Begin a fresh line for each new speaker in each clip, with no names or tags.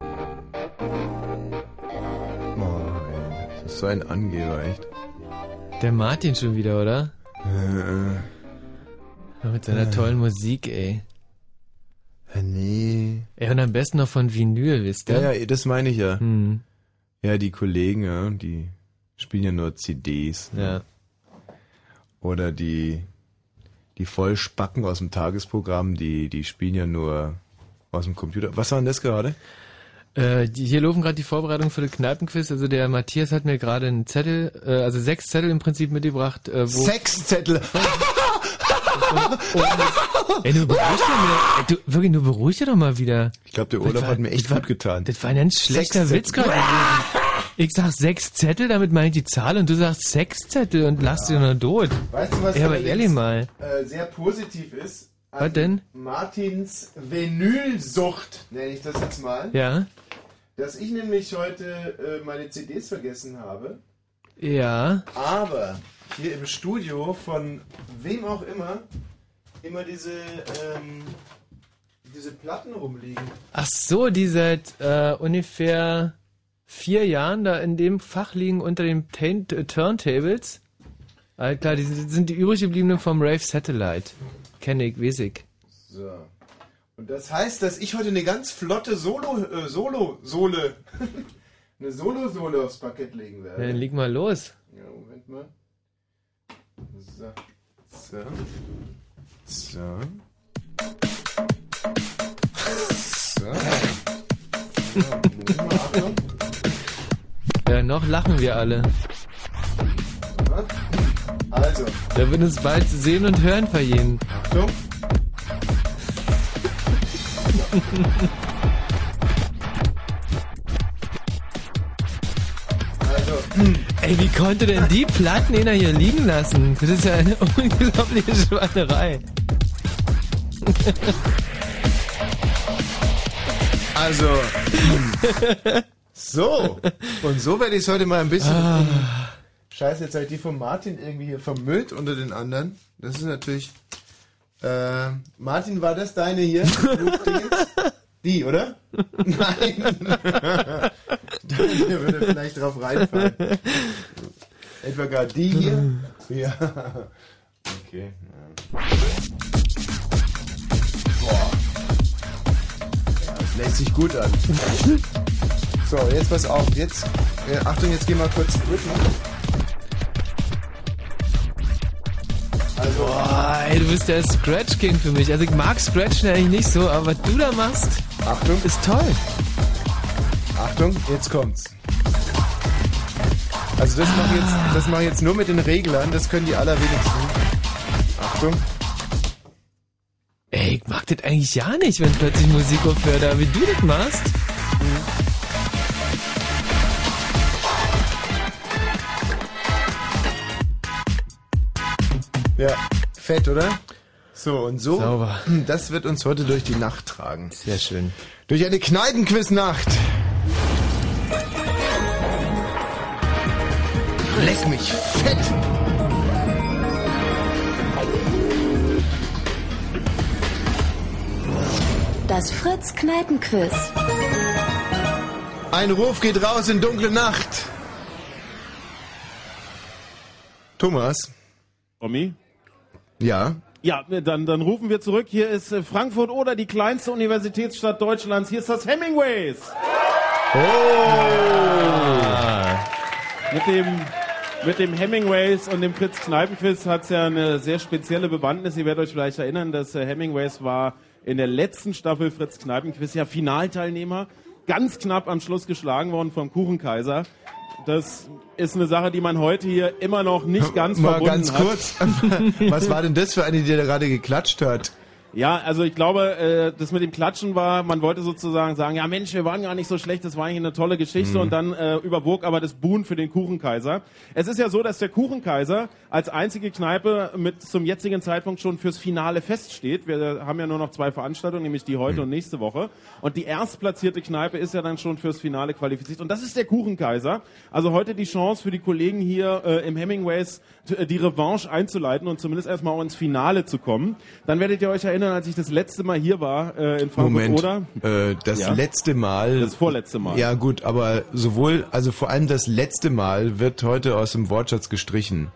Oh, so ein Angeber, echt.
Der Martin schon wieder, oder? Mit
Äh,
seiner tollen Musik, ey.
Nee.
Ey, und am besten noch von Vinyl, wisst ihr?
Ja, ja, das meine ich ja.
Hm.
Ja, die Kollegen, ja, die spielen ja nur CDs. Ne?
Ja.
Oder die, die Vollspacken aus dem Tagesprogramm, die, die spielen ja nur aus dem Computer. Was war denn das gerade?
Äh, die, hier laufen gerade die Vorbereitungen für den Kneipenquiz. Also der Matthias hat mir gerade einen Zettel, äh, also sechs Zettel im Prinzip mitgebracht. Äh, wo
Sexzettel!
Ey, du beruhigst doch mal, ey, du, wirklich, du beruhigst dich doch mal wieder.
Ich glaube, der Urlaub hat mir echt gut getan.
Das war ein ganz schlechter
Sechs
Witz gerade. gewesen. Ich sag sechs Zettel, damit meine ich die Zahl und du sagst sechs Zettel und lass dich nur tot.
Weißt du, was
Ey, aber
allerdings,
ehrlich mal.
äh, sehr positiv ist? An
Was denn?
Martins Vinylsucht, nenne ich das jetzt mal.
Ja?
Dass ich nämlich heute äh, meine CDs vergessen habe,
Ja.
aber hier im Studio von wem auch immer immer diese, ähm, diese Platten rumliegen.
Ach so, die seit äh, ungefähr vier Jahren da in dem Fach liegen unter den Tan- äh, Turntables. Alles klar, die sind, sind die übrig gebliebenen vom Rave Satellite. Kenne ich, weiß ich.
So. Und das heißt, dass ich heute eine ganz flotte Solo, äh, Solo, Sohle, eine Solo-Sohle aufs Parkett legen
Ja, Dann
werde.
leg mal los.
Ja, Moment mal. So. So. So. So. Ja, Moment mal, Achtung.
Ja, noch lachen wir alle.
Ja. Also,
Da wird uns bald sehen und hören verjähren.
Achtung. Also,
Ey, wie konnte denn die Platten einer hier liegen lassen? Das ist ja eine unglaubliche Schweinerei.
also. So, und so werde ich es heute mal ein bisschen. um- Scheiße, jetzt habe ich die von Martin irgendwie hier vermüllt unter den anderen. Das ist natürlich. Äh, Martin, war das deine hier? die, oder? Nein. Der würde vielleicht drauf reinfallen. Etwa gar die hier? Ja. Okay. Ja. Boah. Ja, das lässt sich gut an. So, jetzt pass auf. Jetzt, äh, Achtung, jetzt geh mal kurz zurück. Also,
Boah, ey, du bist der Scratch King für mich. Also ich mag Scratchen eigentlich nicht so, aber was du da machst,
Achtung,
ist toll.
Achtung, jetzt kommt's. Also das mache ich jetzt, das mache ich jetzt nur mit den Reglern, das können die allerwenigsten. Achtung.
Ey, ich mag das eigentlich ja nicht, wenn plötzlich Musik aufhört, aber wie du das machst.
Ja, fett, oder? So, und so,
Sauber.
das wird uns heute durch die Nacht tragen.
Sehr schön.
Durch eine Kneidenquiznacht. Leck mich fett.
Das Fritz Kneipenquiz.
Ein Ruf geht raus in dunkle Nacht. Thomas?
Tommy?
Ja?
Ja, ne, dann, dann rufen wir zurück. Hier ist äh, Frankfurt oder die kleinste Universitätsstadt Deutschlands. Hier ist das Hemingways.
Oh.
Mit dem, mit dem Hemingways und dem Fritz Kneipenquiz hat's ja eine sehr spezielle Bewandtnis. Ihr werdet euch vielleicht erinnern, dass äh, Hemingways war in der letzten Staffel Fritz Kneipenquiz ja Finalteilnehmer. Ganz knapp am Schluss geschlagen worden vom Kuchenkaiser. Das ist eine Sache, die man heute hier immer noch nicht ganz
Mal
verbunden
ganz
hat.
kurz, was war denn das für eine, die da gerade geklatscht hat?
Ja, also ich glaube, äh, das mit dem Klatschen war, man wollte sozusagen sagen, ja Mensch, wir waren gar nicht so schlecht, das war eigentlich eine tolle Geschichte und dann äh, überwog aber das Buhn für den Kuchenkaiser. Es ist ja so, dass der Kuchenkaiser als einzige Kneipe mit zum jetzigen Zeitpunkt schon fürs Finale feststeht. Wir haben ja nur noch zwei Veranstaltungen, nämlich die heute und nächste Woche. Und die erstplatzierte Kneipe ist ja dann schon fürs Finale qualifiziert. Und das ist der Kuchenkaiser. Also heute die Chance für die Kollegen hier äh, im Hemingways t- äh, die Revanche einzuleiten und zumindest erstmal ins Finale zu kommen. Dann werdet ihr euch erinnern, erinnern, als ich das letzte Mal hier war äh, in Frankfurt,
Moment,
oder?
Äh, das
Ja.
letzte Mal.
Das vorletzte Mal.
Ja gut, aber sowohl, also vor allem das letzte Mal wird heute aus dem Wortschatz gestrichen.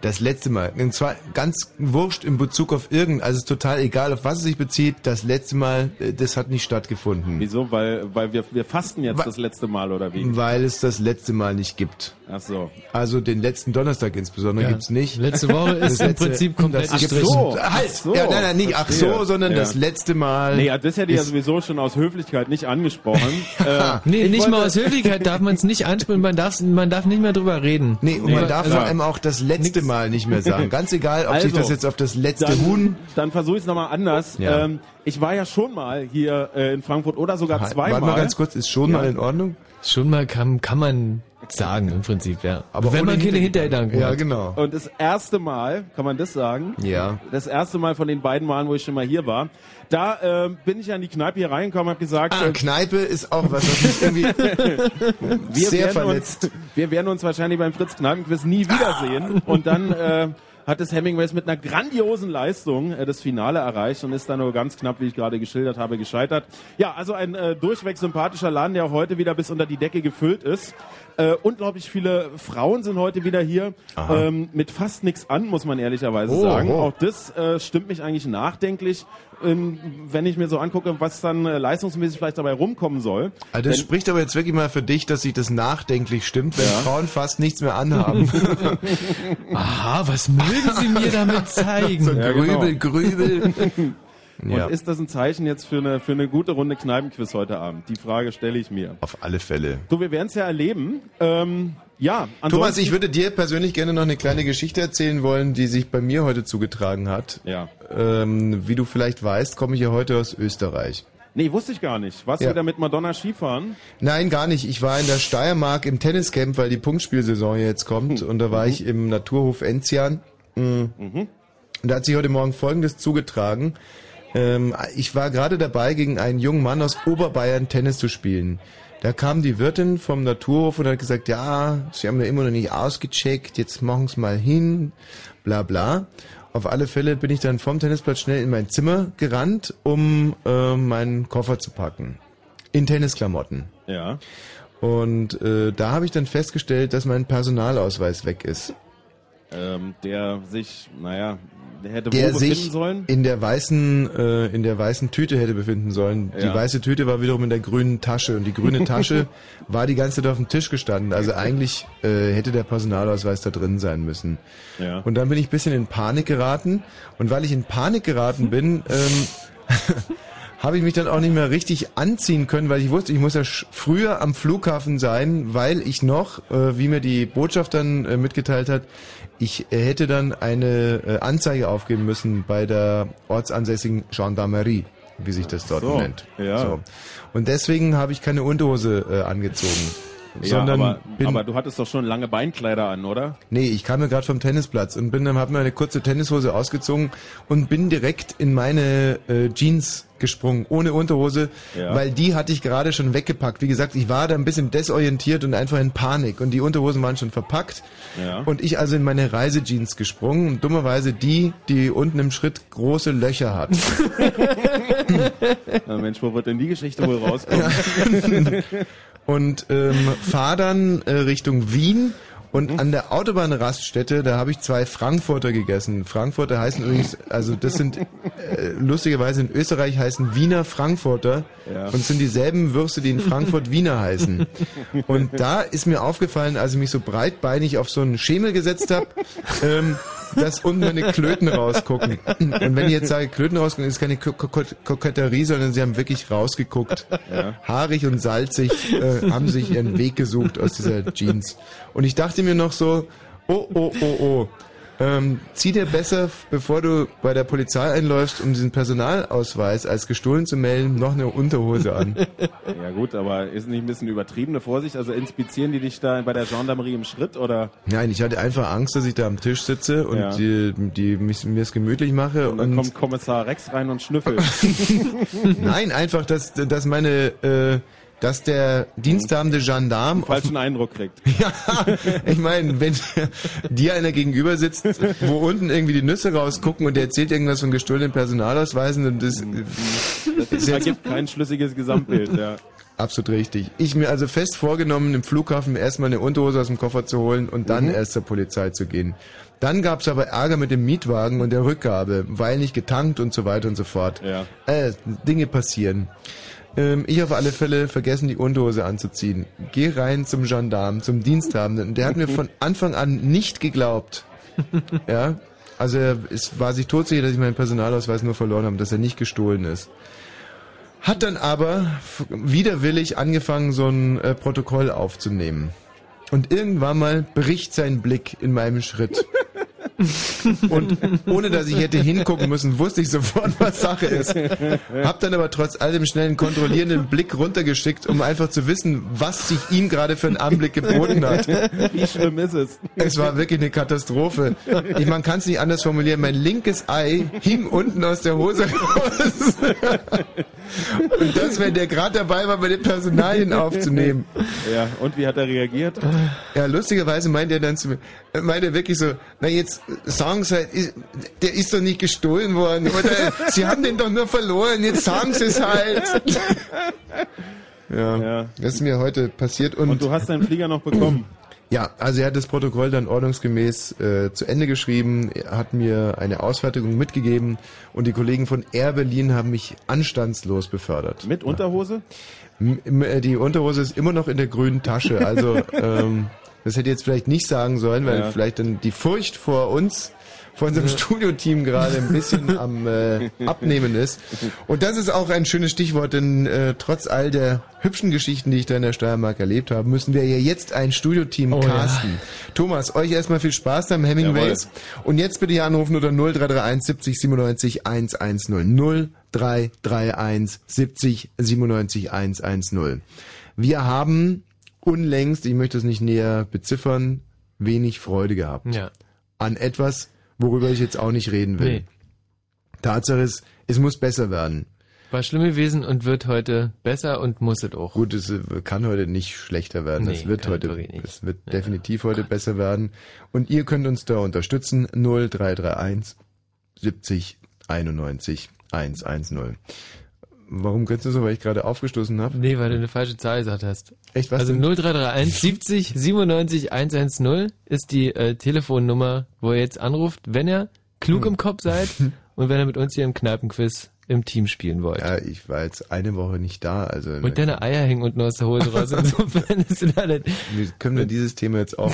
Das letzte Mal. Und zwar ganz wurscht in Bezug auf irgend, also es ist total egal, auf was es sich bezieht, das letzte Mal, äh, das hat nicht stattgefunden.
Wieso? Weil, Äh, weil wir, wir fasten jetzt
Wa-
das letzte Mal, oder wie?
Weil es das letzte Mal nicht gibt.
Ach so.
Also den letzten Donnerstag insbesondere gibt's nicht.
Letzte Woche
Das
ist im
letzte-
Prinzip komplett
das gibt's-
gestrichen.
so.
Halt!
Ach so.
Ja, nein, nein, nicht ach
Verstehe.
so, sondern
Ja.
das letzte Mal.
Nee, das hätte ich ja
Ist-
sowieso schon aus Höflichkeit nicht angesprochen. äh,
Nee, nicht mal
wollte-
aus Höflichkeit darf man es nicht ansprechen, man, darf's- man darf nicht mehr drüber reden.
Nee, und man darf
also-
vor allem auch das letzte Mal nicht mehr sagen. Ganz egal, ob sich
Also,
das jetzt auf das letzte
dann,
Huhn.
Dann versuche ich es nochmal anders.
Ja.
Ähm, ich war ja schon mal hier äh, in Frankfurt oder sogar zweimal.
Halt, Warte mal ganz kurz, ist schon
Ja.
mal in Ordnung?
Schon mal kann, kann man sagen, im Prinzip, ja.
Aber
wenn
ohne
man keine
Hintergedanken.
Hintergedanken
Ja,
hat.
genau.
Und das erste Mal, kann man das sagen?
Ja.
Das erste Mal von den beiden Malen, wo ich schon mal hier war, da ähm, bin ich ja in die Kneipe hier reingekommen, habe gesagt,
Ah,
äh,
Kneipe ist auch was, was mich irgendwie
wir
sehr
werden
verletzt.
Uns, wir werden uns wahrscheinlich beim Fritz Kneipenquiz nie wiedersehen. Und dann äh, hat es Hemingways mit einer grandiosen Leistung äh, das Finale erreicht und ist dann nur ganz knapp, wie ich gerade geschildert habe, gescheitert. Ja, also ein äh, durchweg sympathischer Laden, der auch heute wieder bis unter die Decke gefüllt ist. Äh, unglaublich viele Frauen sind heute wieder hier. Ähm, mit fast nichts an, muss man ehrlicherweise
Oh,
sagen.
oh.
Auch das äh, stimmt mich eigentlich nachdenklich, ähm, wenn ich mir so angucke, was dann äh, leistungsmäßig vielleicht dabei rumkommen soll.
Also das
Wenn-
spricht aber jetzt wirklich mal für dich, dass sich das nachdenklich stimmt, wenn
Ja.
Frauen fast nichts mehr anhaben.
Aha, Ah, was mögen Sie mir damit zeigen?
Ja, genau.
grübel, grübel. ja,
Und ist das ein Zeichen jetzt für eine, für eine gute Runde Kneipenquiz heute Abend? Die Frage stelle ich mir.
auf alle Fälle.
So, wir werden es ja erleben. Ähm, ja, ansonsten,
Thomas, ich würde dir persönlich gerne noch eine kleine Geschichte erzählen wollen, die sich bei mir heute zugetragen hat.
Ja.
Ähm, wie du vielleicht weißt, komme ich ja heute aus Österreich.
Nee, wusste ich gar nicht. Warst
Ja.
du wieder mit Madonna Skifahren?
Nein, gar nicht. Ich war in der Steiermark im Tenniscamp, weil die Punktspielsaison ja
Hm.
jetzt kommt. Und da war
Mhm.
ich im Naturhof Enzian. Mhm. Und da hat sich heute Morgen Folgendes zugetragen. Ähm, ich war gerade dabei, gegen einen jungen Mann aus Oberbayern Tennis zu spielen. Da kam die Wirtin vom Naturhof und hat gesagt, ja, sie haben ja immer noch nicht ausgecheckt, jetzt machen's mal hin, bla bla. Auf alle Fälle bin ich dann vom Tennisplatz schnell in mein Zimmer gerannt, um äh, meinen Koffer zu packen. In Tennisklamotten.
Ja.
Und äh, da habe ich dann festgestellt, dass mein Personalausweis weg ist.
Ähm, der sich, naja, der hätte
Der
wo
sich
befinden sollen.
in der weißen äh, in der weißen Tüte hätte befinden sollen. Die
Ja.
weiße Tüte war wiederum in der grünen Tasche und die grüne Tasche war die ganze Zeit auf dem Tisch gestanden. Also eigentlich äh, hätte der Personalausweis da drin sein müssen.
Ja.
Und dann bin ich ein bisschen in Panik geraten. Und weil ich in Panik geraten bin, ähm, habe ich mich dann auch nicht mehr richtig anziehen können, weil ich wusste, ich muss ja sch- früher am Flughafen sein, weil ich noch, äh, wie mir die Botschaft dann äh, mitgeteilt hat, ich äh, hätte dann eine äh, Anzeige aufgeben müssen bei der ortsansässigen Gendarmerie, wie sich das dort
so,
nennt.
ja.
Und deswegen habe ich keine Unterhose äh, angezogen. sondern
ja, aber,
bin,
aber du hattest doch schon lange Beinkleider an, oder?
Nee, ich kam ja gerade vom Tennisplatz und bin dann hab mir eine kurze Tennishose ausgezogen und bin direkt in meine äh, Jeans gesprungen, ohne Unterhose,
Ja.
weil die hatte ich gerade schon weggepackt. Wie gesagt, ich war da ein bisschen desorientiert und einfach in Panik und die Unterhosen waren schon verpackt
Ja.
und ich also in meine Reisejeans gesprungen und dummerweise die, die unten im Schritt große Löcher hat.
Äh, Mensch, wo wird denn die Geschichte wohl rauskommen?
und ähm, fahr dann äh, Richtung Wien und an der Autobahnraststätte, da habe ich zwei Frankfurter gegessen. Frankfurter heißen übrigens, also das sind äh, lustigerweise in Österreich heißen Wiener Frankfurter
Ja.
und sind dieselben Würste, die in Frankfurt Wiener heißen. Und da ist mir aufgefallen, als ich mich so breitbeinig auf so einen Schemel gesetzt habe, ähm, dass unten meine Klöten rausgucken. Und wenn ich jetzt sage, Klöten rausgucken, ist keine Ko- Ko- Koketterie, sondern sie haben wirklich rausgeguckt haarig und salzig äh, haben sich ihren Weg gesucht aus dieser Jeans. Und ich dachte mir noch so, oh, oh, oh, oh. Ähm, zieh dir besser, bevor du bei der Polizei einläufst, um diesen Personalausweis als gestohlen zu melden, noch eine Unterhose an.
ja gut, aber ist nicht ein bisschen übertriebene Vorsicht? Also inspizieren die dich da bei der Gendarmerie im Schritt oder?
Nein, ich hatte einfach Angst, dass ich da am Tisch sitze und
Ja.
die, die mich, mir es gemütlich mache. Und,
Dann kommt Kommissar Rex rein und schnüffelt.
nein, einfach, dass, dass meine äh, dass der dienstabende Gendarm auf
falschen Eindruck kriegt.
ich meine, wenn dir einer gegenüber sitzt, wo unten irgendwie die Nüsse rausgucken und der erzählt irgendwas von gestohlenen Personalausweisen und das
Mhm. Das ergibt kein schlüssiges Gesamtbild. Ja.
absolut richtig. Ich mir also fest vorgenommen, im Flughafen erstmal eine Unterhose aus dem Koffer zu holen und dann erst zur Polizei zu gehen. Dann gab's aber Ärger mit dem Mietwagen und der Rückgabe, weil nicht getankt und so weiter und so fort.
Ja.
Äh, Dinge passieren. Ähm, ich auf alle Fälle vergessen, die Unterhose anzuziehen. Geh rein zum Gendarm, zum Diensthabenden. Und Der hat mir von Anfang an nicht geglaubt. Ja. Also er ist, war sich todsicher, dass ich meinen Personalausweis nur verloren habe, dass er nicht gestohlen ist. Hat dann aber f- widerwillig angefangen, so ein äh, Protokoll aufzunehmen. Und irgendwann mal bricht sein Blick in meinem Schritt. Und ohne dass ich hätte hingucken müssen, wusste ich sofort, was Sache ist. Hab dann aber trotz all dem schnellen kontrollierenden Blick runtergeschickt, um einfach zu wissen, was sich ihm gerade für einen Anblick geboten hat.
Wie schlimm ist es?
Es war wirklich eine Katastrophe. Ich, man kann es nicht anders formulieren. Mein linkes Ei hing unten aus der Hose raus. Und das, wenn der gerade dabei war, meine Personalien aufzunehmen.
Ja. Und wie hat er reagiert?
Ja, lustigerweise meint er dann zu mir, äh, meint er wirklich so, na jetzt, äh, sagen Sie halt, ist- der ist doch nicht gestohlen worden, oder? Sie haben den doch nur verloren, jetzt sagen Sie es halt. Ja,
Ja.
das ist mir heute passiert und,
Und du hast deinen Flieger noch bekommen.
ja, also er hat das Protokoll dann ordnungsgemäß äh, zu Ende geschrieben, er hat mir eine Ausfertigung mitgegeben und die Kollegen von Air Berlin haben mich anstandslos befördert.
Mit Unterhose?
M- m- äh, Die Unterhose ist immer noch in der grünen Tasche. Also ähm, das hätte ich jetzt vielleicht nicht sagen sollen, weil
Ja.
vielleicht dann die Furcht vor uns, vor unserem Studioteam gerade ein bisschen am äh, Abnehmen ist. Und das ist auch ein schönes Stichwort, denn äh, trotz all der hübschen Geschichten, die ich da in der Steiermark erlebt habe, müssen wir ja jetzt ein Studioteam
Oh ja.
casten. Thomas, euch erstmal viel Spaß beim Hemingways. Und jetzt bitte hier anrufen unter 0331 70 97 110. 0331 70 97 110. Wir haben unlängst, ich möchte es nicht näher beziffern, wenig Freude gehabt.
Ja.
An etwas, worüber ich jetzt auch nicht reden will.
Nee.
Tatsache ist, es muss besser werden.
War schlimm gewesen und wird heute besser und muss es auch.
Gut, es äh, kann heute nicht schlechter werden.
Nee,
es wird
kann
heute,
wirklich nicht.
es wird definitiv heute besser werden. Und ihr könnt uns da unterstützen. 0331 70 91 110. Warum grinst du so, weil ich gerade aufgestoßen habe?
Nee, weil du eine falsche Zahl gesagt hast.
Echt, was
also
denn?
0331 70 97 110 ist die äh, Telefonnummer, wo ihr jetzt anruft, wenn ihr klug
Hm.
im Kopf seid und wenn ihr mit uns hier im Kneipenquiz im Team spielen wollt.
Ja, ich war jetzt eine Woche nicht da, also
Und deine Eier hängen unten aus der Hose raus. Insofern ist das alles.
wir können wir dieses Thema jetzt auch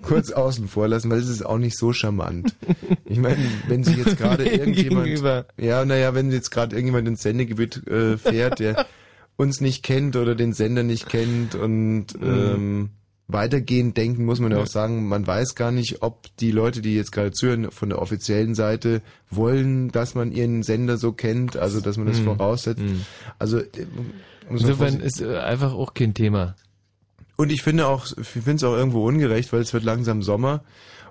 kurz außen vor lassen, weil es ist auch nicht so charmant. Ich meine, wenn sich jetzt gerade irgendjemand
Gegenüber.
Ja, naja, wenn jetzt gerade irgendjemand ins Sendegebiet äh, fährt, der uns nicht kennt oder den Sender nicht kennt und
Mhm.
ähm, weitergehend denken, muss man ja auch sagen, man weiß gar nicht, ob die Leute, die jetzt gerade zuhören, von der offiziellen Seite wollen, dass man ihren Sender so kennt, also dass man das voraussetzt. Also äh, um
Mhm.
es mal
Insofern
vorsichtig-
ist äh, einfach auch kein Thema.
und ich finde auch, ich finde es auch irgendwo ungerecht, weil es wird langsam Sommer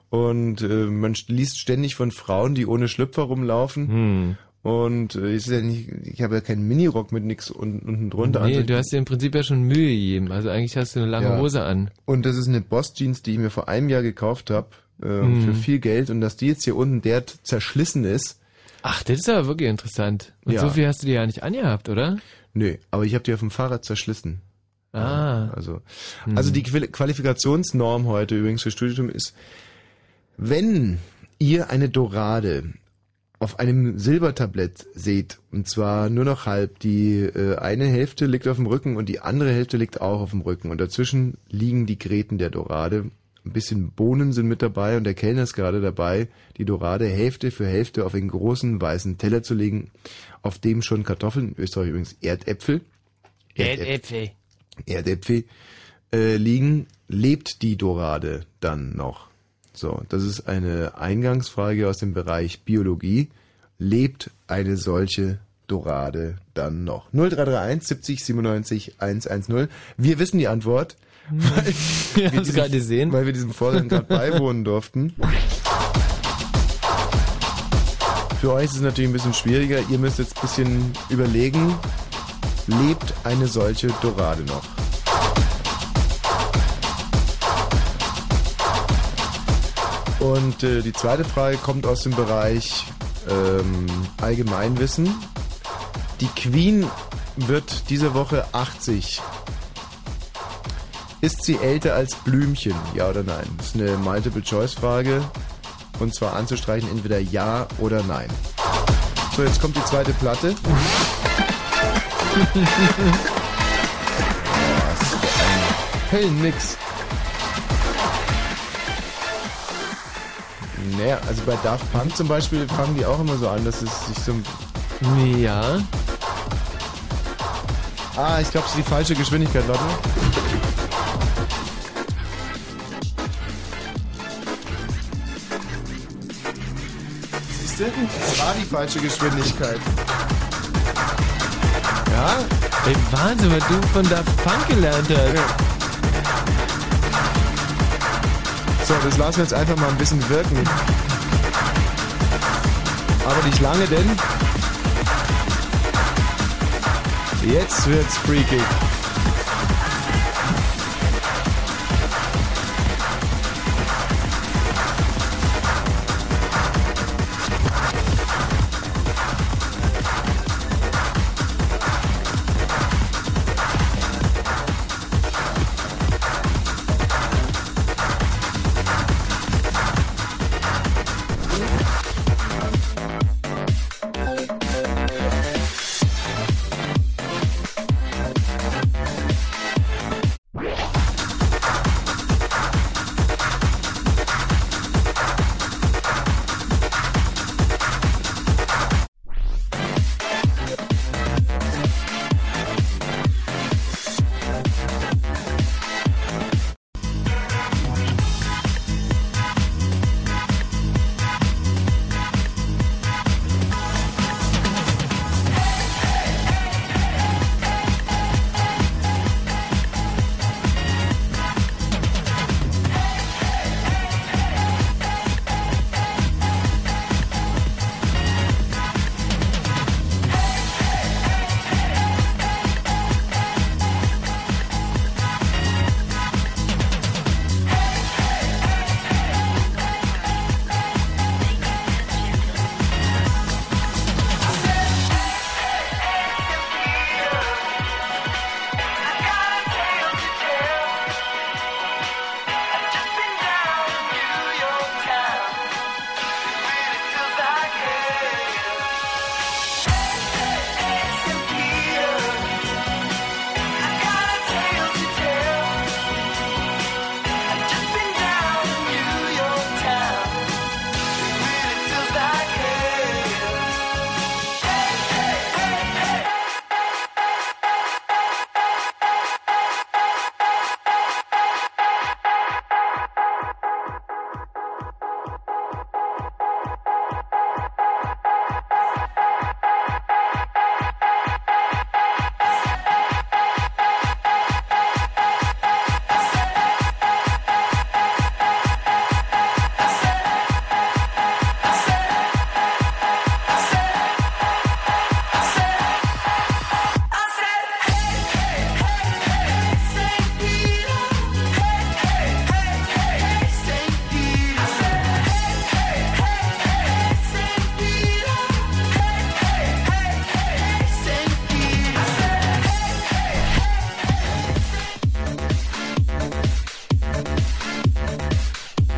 und äh, man st- liest ständig von Frauen, die ohne Schlüpfer rumlaufen.
Hm.
Und äh, es ist ja nicht, ich habe ja keinen Minirock mit nix un- unten drunter.
Nee,
Also-
du hast dir im Prinzip ja schon Mühe gegeben. Also eigentlich hast du eine lange
Ja.
Hose an.
und das ist eine Boss-Jeans, die ich mir vor einem Jahr gekauft habe äh,
Hm.
für viel Geld und dass die jetzt hier unten der zerschlissen ist.
Ach, das ist aber wirklich interessant. Und
Ja.
so viel hast du dir ja nicht angehabt, oder?
Nö, aber ich habe die auf dem Fahrrad zerschlissen.
Ah.
Also, also die Quali- Qualifikationsnorm heute übrigens für Studium ist, wenn ihr eine Dorade auf einem Silbertablett seht, und zwar nur noch halb, die äh, eine Hälfte liegt auf dem Rücken und die andere Hälfte liegt auch auf dem Rücken und dazwischen liegen die Gräten der Dorade. Ein bisschen Bohnen sind mit dabei und der Kellner ist gerade dabei, die Dorade Hälfte für Hälfte auf einen großen weißen Teller zu legen, auf dem schon Kartoffeln, in Österreich übrigens Erdäpfel,
Erdäpfel.
Erdäpfel äh, liegen, lebt die Dorade dann noch? So, das ist eine Eingangsfrage aus dem Bereich Biologie. Lebt eine solche Dorade dann noch? 0331 70 97 110. Wir wissen die Antwort,
Hm. Wir haben es gerade gesehen.
weil wir diesem Vorgang gerade beiwohnen durften. Für euch ist es natürlich ein bisschen schwieriger. Ihr müsst jetzt ein bisschen überlegen. lebt eine solche Dorade noch. Und äh, die zweite Frage kommt aus dem Bereich ähm, Allgemeinwissen. Die Queen wird diese Woche 80. Ist sie älter als Blümchen? Ja oder nein? Das ist eine Multiple-Choice-Frage. Und zwar anzustreichen entweder ja oder nein. So, jetzt kommt die zweite Platte. Was für ein hellen Mix. Naja, also bei Daft Punk zum Beispiel fangen die auch immer so an, dass es sich so ein
Ja.
Ah, ich glaube, es ist die falsche Geschwindigkeit, warte. mal. Siehst du? Das war die falsche Geschwindigkeit. Ja?
Ey, Wahnsinn, was du von Daft Punk gelernt hast.
So, das lassen wir jetzt einfach mal ein bisschen wirken. Aber nicht lange, denn jetzt wird's freaky.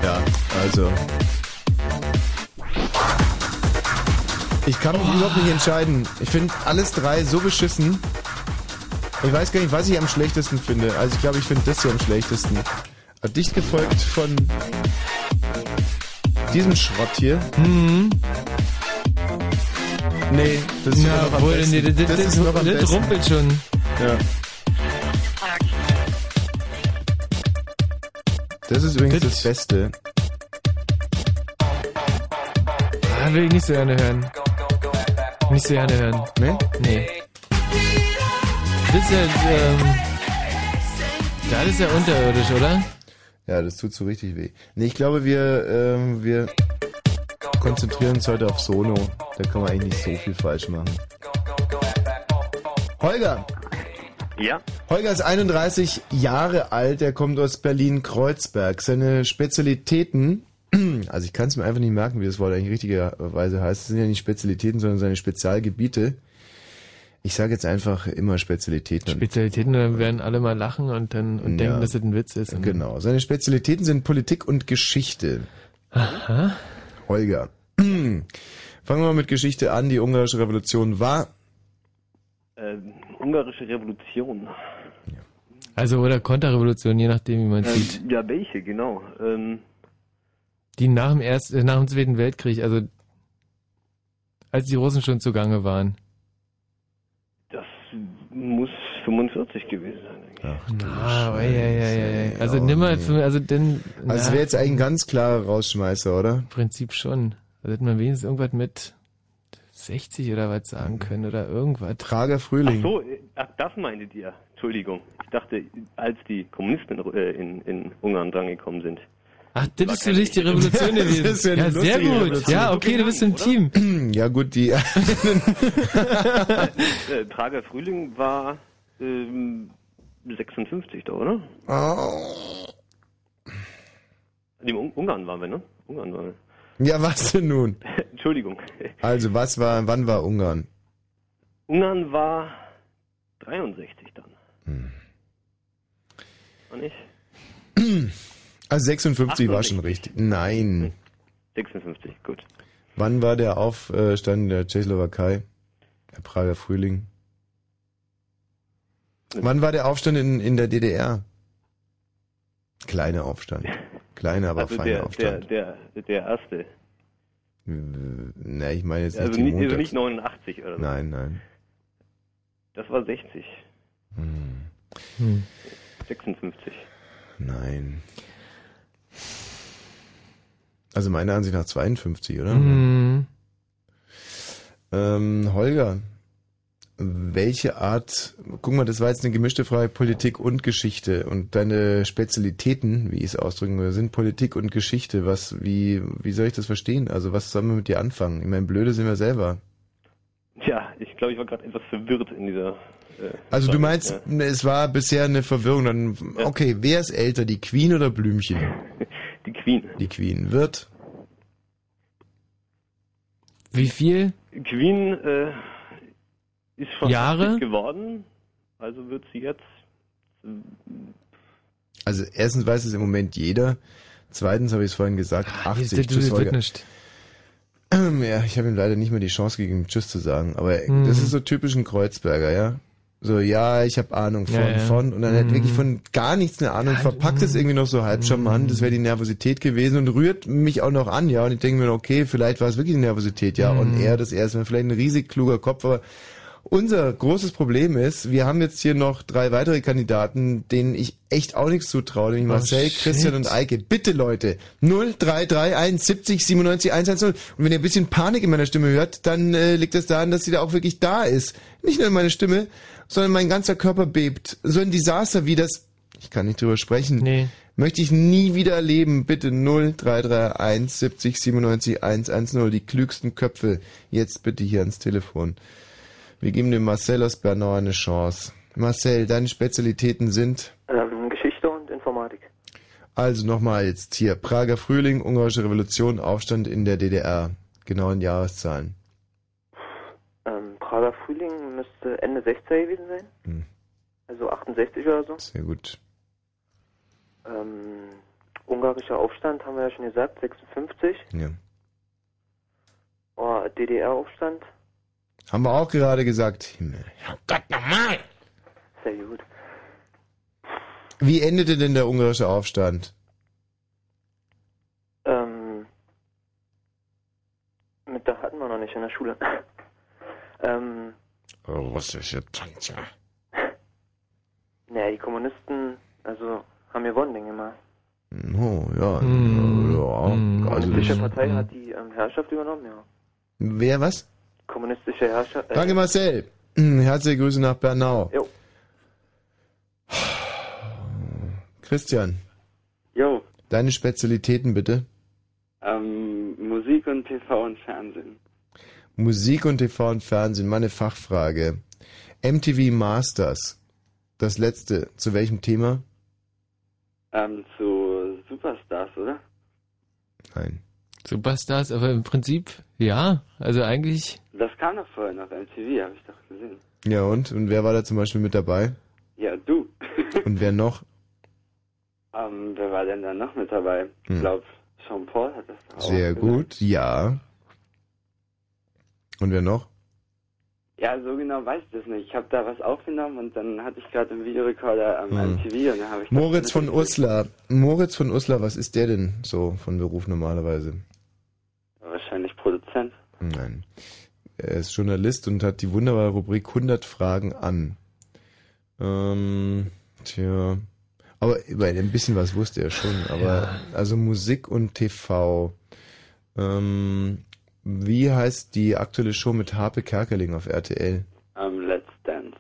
Ja, also. Ich kann mich überhaupt nicht entscheiden. Ich finde alles drei so beschissen. Ich weiß gar nicht, was ich am schlechtesten finde. Also ich glaube, ich finde das hier am schlechtesten. Aber Dicht gefolgt von diesem Schrott hier.
Mhm.
Nee, das ist
Na,
noch am
wohl,
besten.
nee, das, das,
das ist noch am
das
besten.
rumpelt schon.
Ja. Das ist übrigens das,
Das-
Beste.
Ah, will ich nicht so gerne hören. Nicht so gerne hören.
Ne?
Nee. Das ist ja, ähm, das ist ja unterirdisch, oder?
Ja, das tut so richtig weh. Nee, ich glaube, wir, ähm, wir konzentrieren uns heute auf Solo. Da kann man eigentlich nicht so viel falsch machen. Holger.
Ja.
Holger ist 31 Jahre alt, er kommt aus Berlin-Kreuzberg. Seine Spezialitäten, also ich kann es mir einfach nicht merken, wie das Wort eigentlich richtigerweise heißt. Das sind ja nicht Spezialitäten, sondern seine Spezialgebiete. Ich sage jetzt einfach immer Spezialitäten.
Spezialitäten, dann werden alle mal lachen und dann und
Ja.
denken, dass es ein Witz ist. Und
Genau. Seine Spezialitäten sind Politik und Geschichte.
Aha.
Holger. Fangen wir mal mit Geschichte an. Die ungarische Revolution war
Ähm, ungarische Revolution.
Also oder Konterrevolution, je nachdem, wie man sieht.
Ähm, ja, welche, genau. Ähm,
Die nach dem ersten, äh, nach dem Zweiten Weltkrieg, also als die Russen schon zugange waren.
das muss 45 gewesen sein. eigentlich.
Ah, ja, ja, ja, ja. Also nimm mal, für- also denn
oh Also es
na,
wäre jetzt ein ganz klarer Rausschmeißer, oder?
im Prinzip schon. Also hätte man wenigstens irgendwas mit 60 oder was sagen können oder irgendwas.
Prager Frühling.
Ach so, äh, ach, das meintet ihr. Entschuldigung. Ich dachte, als die Kommunisten in, Ru- äh, in, in Ungarn drangekommen sind.
Ach, das ist für
kein
dich die Revolution
Das
gewesen.
ist ja eine
ja, sehr
lustige
gut.
Revolution.
Ja, okay, du bist im Team.
Ja gut, die
Äh, Prager Frühling war ähm, 56 da, oder?
Oh.
In Un Ungarn waren wir, ne? Ungarn waren wir.
Ja, was denn nun?
Entschuldigung.
Also, was war wann war Ungarn?
Ungarn war 63 dann. War nicht?
Also 56 war schon
58.
richtig. Nein.
56, gut.
Wann war der Aufstand der Tschechoslowakei? Der Prager Frühling. Wann war der Aufstand in, in der DDR? Kleiner Aufstand. Kleiner, aber
also
feiner
der, der,
Aufstand. Äh,
der, der erste.
Na, ich meine jetzt nicht
Also
die
nicht, also
Montags-
nicht 89 oder so.
Nein, nein.
Das war 60.
Hm,
56.
Nein. Also meiner Ansicht nach 52, oder?
Mhm.
Ähm, Holger, welche Art, guck mal, das war jetzt eine gemischte Frage, Politik und Geschichte. Und deine Spezialitäten, wie ich es ausdrücken würde, sind Politik und Geschichte. Was, wie, wie soll ich das verstehen? Also was sollen wir mit dir anfangen? Ich meine, blöde sind wir selber.
Tja, ich glaube, ich war gerade etwas verwirrt in dieser. Äh,
Also du
Frage,
meinst,
ja.
es war bisher eine Verwirrung. Dann, okay, wer ist älter, die Queen oder Blümchen?
Die Queen.
Die Queen wird.
Wie viel?
Queen äh, ist schon
Jahre?
80 geworden, also wird sie jetzt.
Also erstens weiß es im Moment jeder. Zweitens habe ich es vorhin gesagt, 80.
das, das
Tschüss,
Ah, wird
Holger.
nicht.
Ja, ich habe ihm leider nicht mehr die Chance gegeben, Tschüss zu sagen. Aber
Mhm.
das ist so typisch ein Kreuzberger, ja? So, ja, ich habe Ahnung von,
Ja, ja.
von. Und dann hat
Mhm.
wirklich von gar nichts eine Ahnung. Verpackt es irgendwie noch so halb charmant. Das wäre die Nervosität gewesen und rührt mich auch noch an, ja. Und ich denke mir, okay, vielleicht war es wirklich eine Nervosität, ja. Und er, das er ist mir vielleicht ein riesig kluger Kopf, aber unser großes Problem ist, wir haben jetzt hier noch drei weitere Kandidaten, denen ich echt auch nichts zutraue, nämlich Marcel,
Oh, shit.
Christian und Eike. Bitte Leute, 0331 70 97 110. Und wenn ihr ein bisschen Panik in meiner Stimme hört, dann äh, liegt es das daran, dass sie da auch wirklich da ist. Nicht nur meine Stimme, sondern mein ganzer Körper bebt. So ein Desaster wie das, ich kann nicht drüber sprechen,
Nee.
möchte ich nie wieder erleben. Bitte 0331 70 97 110. Die klügsten Köpfe jetzt bitte hier ans Telefon. Wir geben dem Marcel aus Bernau eine Chance. Marcel, deine Spezialitäten sind
Ähm, Geschichte und Informatik.
also nochmal jetzt hier Prager Frühling, Ungarische Revolution, Aufstand in der DDR. Genau in Jahreszahlen.
Ähm, Prager Frühling müsste Ende 60er gewesen sein.
Hm.
Also 68 oder so.
Sehr gut.
Ähm, ungarischer Aufstand haben wir ja schon gesagt, 56.
Ja.
Oh, DDR-Aufstand,
Haben wir auch gerade gesagt. Himmel.
sehr gut.
Wie endete denn der ungarische Aufstand?
Ähm, mit da hatten wir noch nicht in der Schule. ähm,
Oh, Russische Panzer.
naja, die Kommunisten, also haben gewonnen, denke ich mal.
Oh, ja.
Mm.
ja,
Mm.
ja.
Die
Also,
kommunistische
das-
Hm. Partei hat die ähm, Herrschaft übernommen, ja.
wer was?
Kommunistische Herrschaft. Äh,
Danke, Marcel. Hm, Herzliche Grüße nach Bernau.
Jo.
Christian,
Jo,
deine Spezialitäten bitte.
ähm, Musik und TV und Fernsehen.
Musik und TV und Fernsehen, meine Fachfrage. MTV Masters. Das letzte. Zu welchem Thema?
Ähm, zu Superstars, oder?
Nein.
Superstars, aber im Prinzip, ja. Also eigentlich,
Das kam doch vorhin auf MTV, habe ich doch gesehen.
Ja, und? Und wer war da zum Beispiel mit dabei?
Ja, du.
Und wer noch?
ähm, wer war denn da noch mit dabei?
Hm.
Ich glaube, Jean-Paul hat das doch auch.
Sehr
gesagt.
gut, ja. Und wer noch?
Ja, so genau weiß ich das nicht. Ich habe da was aufgenommen und dann hatte ich gerade im Videorekorder ähm, am
Hm.
MTV und dann habe ich... das
Moritz von
mitgekriegt.
Uslar. Moritz von Uslar, was ist der denn so von Beruf normalerweise?
Wahrscheinlich Produzent.
Nein. Er ist Journalist und hat die wunderbare Rubrik 100 Fragen an. Ähm, tja. Aber über ein bisschen was wusste er schon. Aber also Musik und TV. Ähm, wie heißt die aktuelle Show mit Harpe Kerkeling auf RTL?
Ähm, Let's Dance.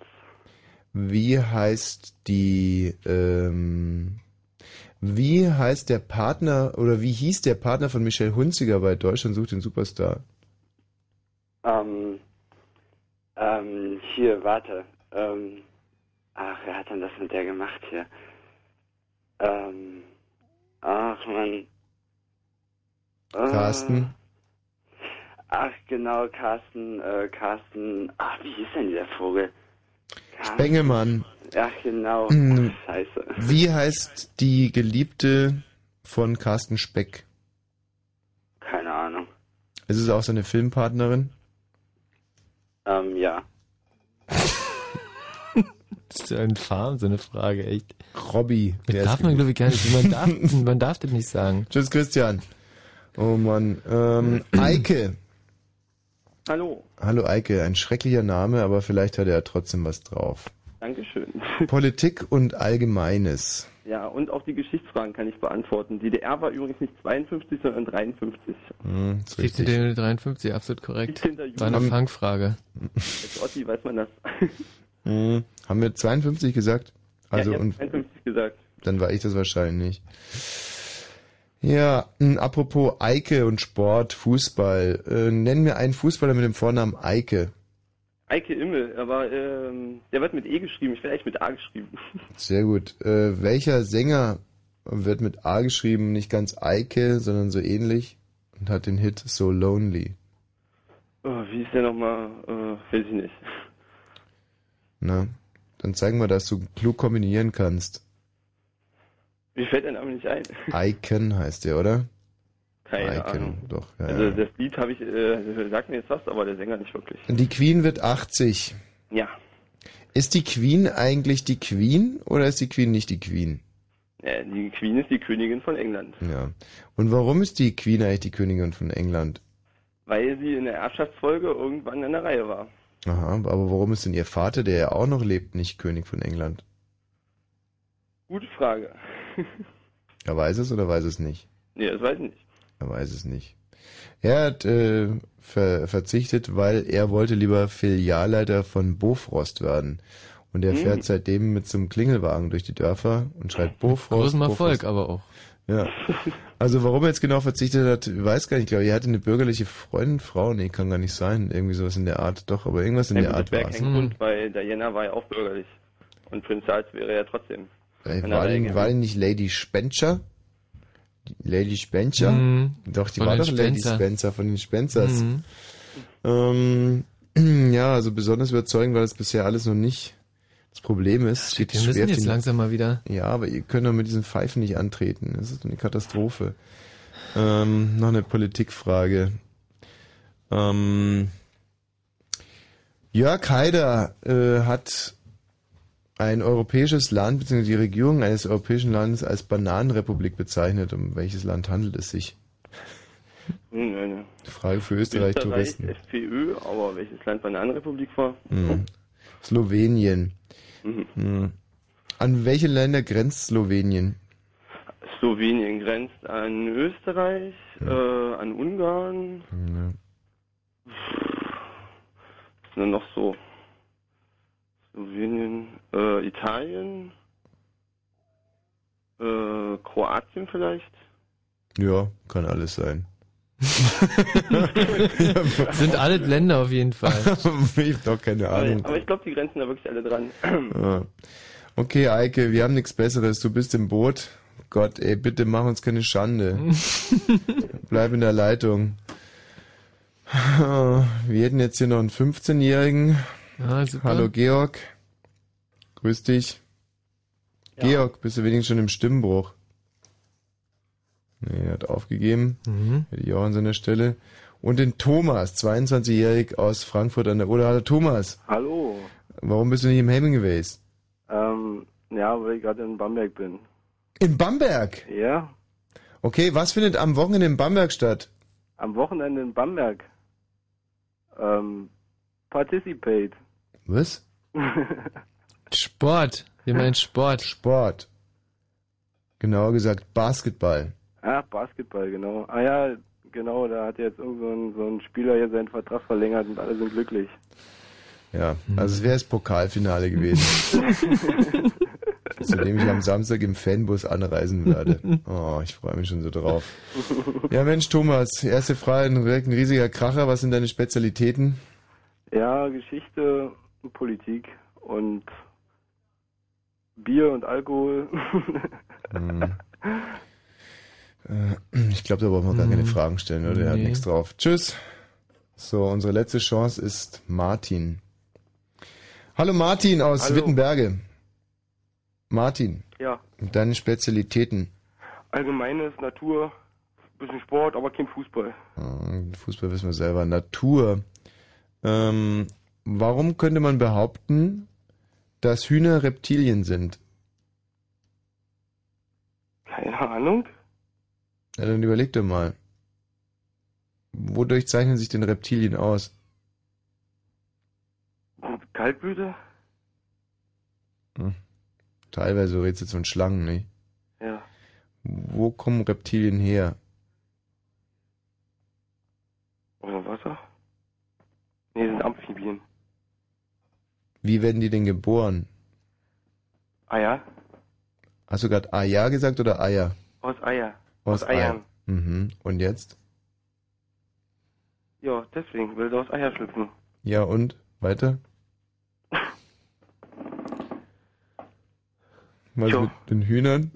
Wie heißt die, ähm, wie heißt der Partner oder wie hieß der Partner von Michelle Hunziger bei Deutschland sucht den Superstar?
Ähm, ähm, hier, warte. Ähm, ach, wer hat denn das mit der gemacht hier? Ähm, ach, Mann. Äh,
Carsten?
Ach, genau, Carsten, äh, Carsten. Ach, wie hieß denn dieser Vogel? Carsten.
Bengemann.
Ach, genau.
Mm.
Hm.
Ach, scheiße.
Wie heißt die Geliebte von Carsten Speck?
Keine Ahnung.
Ist es auch seine Filmpartnerin?
Ähm, ja.
das ist ja ein Farm, so eine Frage, echt.
Robby.
Das
der
darf
ist
man, glaube ich, gar nicht. Man darf, man darf das nicht sagen.
Tschüss, Christian. Oh Mann. Ähm, Eike.
Hallo,
Hallo Eike, ein schrecklicher Name, aber vielleicht hat er ja trotzdem was drauf.
Dankeschön.
Politik und Allgemeines.
Ja, und auch die Geschichtsfragen kann ich beantworten. DDR war übrigens nicht 52, sondern 53.
Hm, ist richtig.
1753, absolut korrekt.
17. Juni.
War eine
Haben-
Fangfrage.
Als Otti weiß man das.
Hm, haben wir 52 gesagt? Also
ja, ihr habt
und
52 gesagt.
dann war ich das wahrscheinlich nicht. Ja, m, apropos Eike und Sport, Fußball. Äh, nenn mir einen Fußballer mit dem Vornamen Eike.
Eike Immel, aber ähm, der wird mit E geschrieben, ich werde eigentlich mit A geschrieben.
Sehr gut. Äh, welcher Sänger wird mit A geschrieben, nicht ganz Eike, sondern so ähnlich und hat den Hit So Lonely?
Oh, wie ist der nochmal? Äh, weiß ich nicht.
Na, ne? dann zeigen wir, dass du klug kombinieren kannst.
Mir fällt der Name nicht ein.
Icon heißt der, oder?
Keine
Icon,
Ahnung.
doch. Ja,
Also
ja.
das Lied habe ich, äh, sagt mir jetzt was, aber der Sänger nicht wirklich.
Die Queen wird 80.
Ja,
Ist die Queen eigentlich die Queen oder ist die Queen nicht die Queen?
äh, die Queen ist die Königin von England,
Ja. Und warum ist die Queen eigentlich die Königin von England?
weil sie in der Erbschaftsfolge irgendwann an der Reihe war.
Aha, aber warum ist denn ihr Vater, der ja auch noch lebt, nicht König von England?
Gute Frage.
Er weiß es oder weiß es nicht?
nee, das weiß ich nicht.
Er weiß es nicht. Er hat äh, ver verzichtet, weil er wollte lieber Filialleiter von Bofrost werden. Und er
Hm.
fährt seitdem mit so einem Klingelwagen durch die Dörfer und schreit Bofrost.
Großen
Bofrost.
Erfolg aber auch.
Ja. Also warum er jetzt genau verzichtet hat, ich weiß gar nicht. Ich glaube, er hatte eine bürgerliche Freundin, Frau, nee, kann gar nicht sein. Irgendwie sowas in der Art, doch, aber irgendwas in
Na
der
gut,
Art
das wäre
war es.
kein Grund, weil Diana war ja auch bürgerlich. Und Prinz Charles wäre ja trotzdem.
Äh,
Wenn er
War
da
denn,
gerne-
war denn nicht Lady Spencer? Die Lady Spencer?
Mhm.
Doch, die
Von
war
den
doch Lady
Spencer.
Spencer von den Spencers.
Mhm.
Ähm, ja, also besonders überzeugend war das bisher alles noch nicht. Das Problem ist, es
Wir
ist
müssen
schwer,
jetzt
fin-
langsam mal wieder.
Ja, aber ihr könnt doch mit diesen Pfeifen nicht antreten. Das ist eine Katastrophe. Ähm, noch eine Politikfrage. Ähm, Jörg Haider äh, hat ein europäisches Land bzw. die Regierung eines europäischen Landes als Bananenrepublik bezeichnet. Um welches Land handelt es sich?
Hm, eine
Frage für Österreich-Touristen.
FPÖ, aber welches Land Bananenrepublik war?
Mhm. Slowenien.
Mhm.
Mhm. An welche Länder grenzt Slowenien?
Slowenien grenzt an Österreich, äh, an Ungarn, ist nur noch so. Slowenien, äh, Italien, äh, Kroatien vielleicht.
Ja, kann alles sein.
Sind alle Länder auf jeden Fall.
ich hab doch keine Ahnung.
Aber ich glaube, die grenzen da wirklich alle dran.
Ja. Okay, Eike, wir haben nichts Besseres. Du bist im Boot. Gott, ey, bitte mach uns keine Schande. Bleib in der Leitung. Wir hätten jetzt hier noch einen 15-Jährigen.
Ja, super.
Hallo Georg. Grüß dich. Georg, bist du wenigstens schon im Stimmbruch? Nee, er hat aufgegeben.
Mhm.
Hätte ich auch an seiner Stelle. Und den Thomas, 22-jährig aus Frankfurt an der Oder. Hallo Thomas.
Hallo.
Warum bist du nicht im Hemingways?
Ähm, ja, weil ich gerade in Bamberg bin.
In Bamberg?
Ja,
Okay, was findet am Wochenende in Bamberg statt?
am Wochenende in Bamberg. Ähm, participate.
Was?
Sport. Wir meinen Sport.
Sport. Genauer gesagt Basketball.
Ah, Basketball, genau. Ah ja, genau, da hat jetzt irgend so ein, so ein Spieler hier seinen Vertrag verlängert und alle sind glücklich.
Ja,
Mhm.
also es wäre das Pokalfinale gewesen. zu dem ich am Samstag im Fanbus anreisen werde. Oh, ich freue mich schon so drauf. Ja, Mensch, Thomas, erste Frage, direkt ein riesiger Kracher. Was sind deine Spezialitäten?
Ja, Geschichte, Politik und Bier und Alkohol.
Hm. Äh, Ich glaube, da brauchen wir gar keine Fragen stellen, oder? Der hat
Nee.
nichts drauf. Tschüss. So, unsere letzte Chance ist Martin. Hallo Martin aus
Hallo.
Wittenberge. Martin,
Ja,
deine Spezialitäten.
allgemeines Natur, bisschen Sport, aber kein Fußball.
Ähm, Fußball wissen wir selber. Natur. Ähm, warum könnte man behaupten, dass Hühner Reptilien sind?
Äh, Keine Ahnung.
Na, dann überleg dir mal. Wodurch zeichnen sich denn Reptilien aus?
Kaltblüte?
Hm. Teilweise Rätsel von Schlangen, nicht?
Ja.
Wo kommen Reptilien her?
Oder Wasser? Nee, sind Amphibien.
Wie werden die denn geboren?
Ah ja,
Hast du gerade Eier gesagt oder Eier?
aus Eier.
Aus
Eiern.
Ei. Mhm. Und jetzt?
Ja, deswegen, will sie aus Eier schlüpfen.
Ja und? Weiter? Was mit den Hühnern?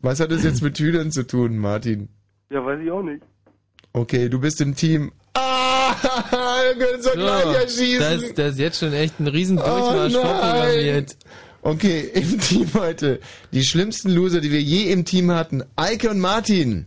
Was hat es jetzt mit Hühnern zu tun, Martin?
Ja, weiß ich auch nicht.
Okay, du bist im Team. Ah, wir können so,
So,
gleich erschießen.
das, das ist jetzt schon echt ein riesen Durchmarsch
Oh nein.
vorprogrammiert.
Okay, im Team heute. Die schlimmsten Loser, die wir je im Team hatten. Eike und Martin.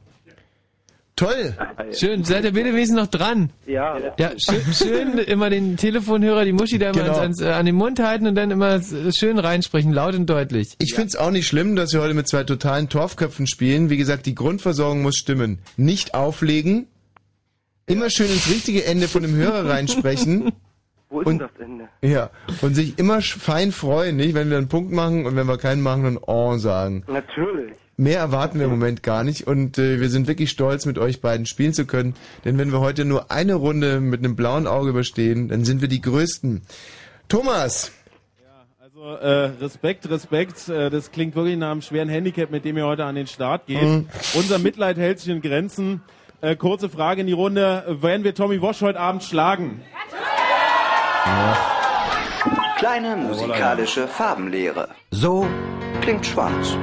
Toll.
Schön, seid ihr bitte wenigstens noch dran.
Ja.
Ja, schön, schön immer den Telefonhörer, die Muschi da immer
Genau.
ans, ans, äh, an den Mund halten und dann immer äh, schön reinsprechen, laut und deutlich.
Ich find's auch nicht schlimm, dass wir heute mit zwei totalen Torfköpfen spielen. Wie gesagt, die Grundversorgung muss stimmen. Nicht auflegen. Immer schön ins richtige Ende von dem Hörer reinsprechen.
Wo ist
Und-
denn das Ende?
Ja, und sich immer sch- fein freuen, nicht? Wenn wir einen Punkt machen und wenn wir keinen machen, dann oh sagen.
Natürlich.
Mehr erwarten wir im Moment gar nicht und äh, wir sind wirklich stolz, mit euch beiden spielen zu können. Denn wenn wir heute nur eine Runde mit einem blauen Auge überstehen, dann sind wir die Größten. Thomas!
Also, äh, Respekt, Respekt. Äh, das klingt wirklich nach einem schweren Handicap, mit dem ihr heute an den Start geht.
Mhm.
Unser Mitleid hält sich in Grenzen. Äh, kurze Frage in die Runde. Werden wir Tommy Walsh heute Abend schlagen?
Kleine musikalische Farbenlehre. So klingt schwarz.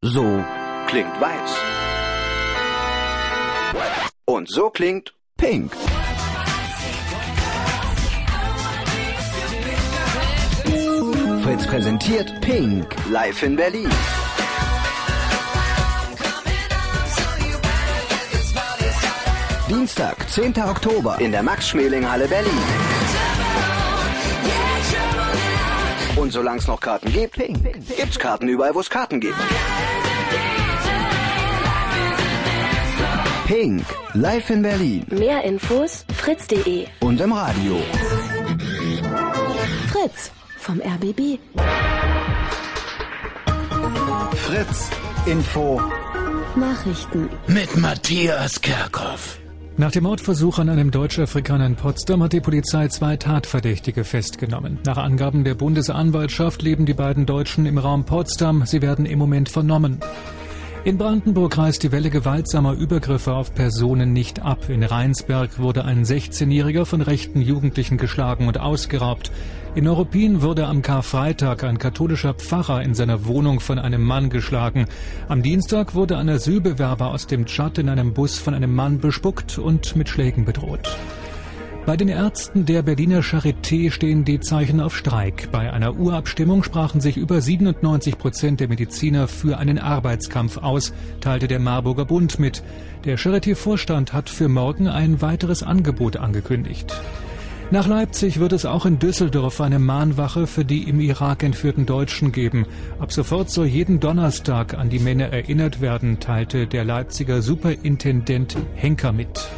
So klingt weiß. Und so klingt pink. Fritz präsentiert Pink live in Berlin. Dienstag, 10. Oktober in der Max-Schmeling-Halle Berlin. Und solange es noch Karten gibt, gibt's Karten überall, wo es Karten gibt. Pink, live in Berlin
Mehr Infos fritz.de.
und im Radio.
Fritz vom RBB.
Fritz, Info.
Nachrichten.
Mit Matthias Kerkhoff.
Nach dem Mordversuch an einem Deutsch-Afrikaner in Potsdam hat die Polizei zwei Tatverdächtige festgenommen. Nach Angaben der Bundesanwaltschaft leben die beiden Deutschen im Raum Potsdam. Sie werden im Moment vernommen. In Brandenburg reißt die Welle gewaltsamer Übergriffe auf Personen nicht ab. In Rheinsberg wurde ein 16-Jähriger von rechten Jugendlichen geschlagen und ausgeraubt. In Neuruppin wurde am Karfreitag ein katholischer Pfarrer in seiner Wohnung von einem Mann geschlagen. Am Dienstag wurde ein Asylbewerber aus dem Tschad in einem Bus von einem Mann bespuckt und mit Schlägen bedroht. Bei den Ärzten der Berliner Charité stehen die Zeichen auf Streik. Bei einer Urabstimmung sprachen sich über 97 Prozent der Mediziner für einen Arbeitskampf aus, teilte der Marburger Bund mit. Der Charité-Vorstand hat für morgen ein weiteres Angebot angekündigt. Nach Leipzig wird es auch in Düsseldorf eine Mahnwache für die im Irak entführten Deutschen geben. Ab sofort soll jeden Donnerstag an die Männer erinnert werden, teilte der Leipziger Superintendent Henker mit.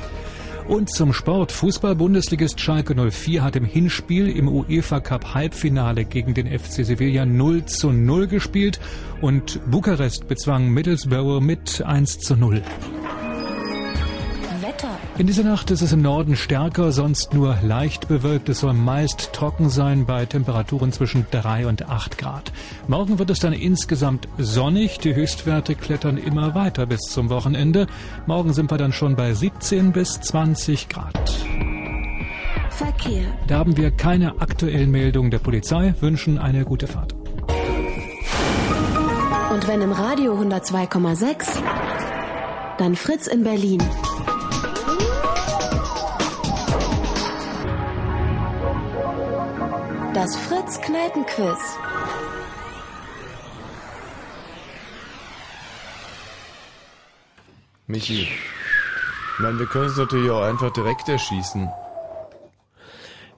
Und zum Sport. Fußball-Bundesligist Schalke 04 hat im Hinspiel im UEFA Cup Halbfinale gegen den FC Sevilla 0 zu 0 gespielt und Bukarest bezwang Middlesbrough mit 1 zu 0.
Wetter.
In dieser Nacht ist es im Norden stärker, sonst nur leicht bewölkt. Es soll meist trocken sein bei Temperaturen zwischen 3 und 8 Grad. Morgen wird es dann insgesamt sonnig. Die Höchstwerte klettern immer weiter bis zum Wochenende. Morgen sind wir dann schon bei 17 bis 20 Grad.
Verkehr.
Da haben wir keine aktuellen Meldungen der Polizei, wünschen eine gute Fahrt.
Und wenn im Radio 102,6, dann Fritz in Berlin. Das Fritz Kneipenquiz.
Michi. Nein, wir können es natürlich auch einfach direkt erschießen.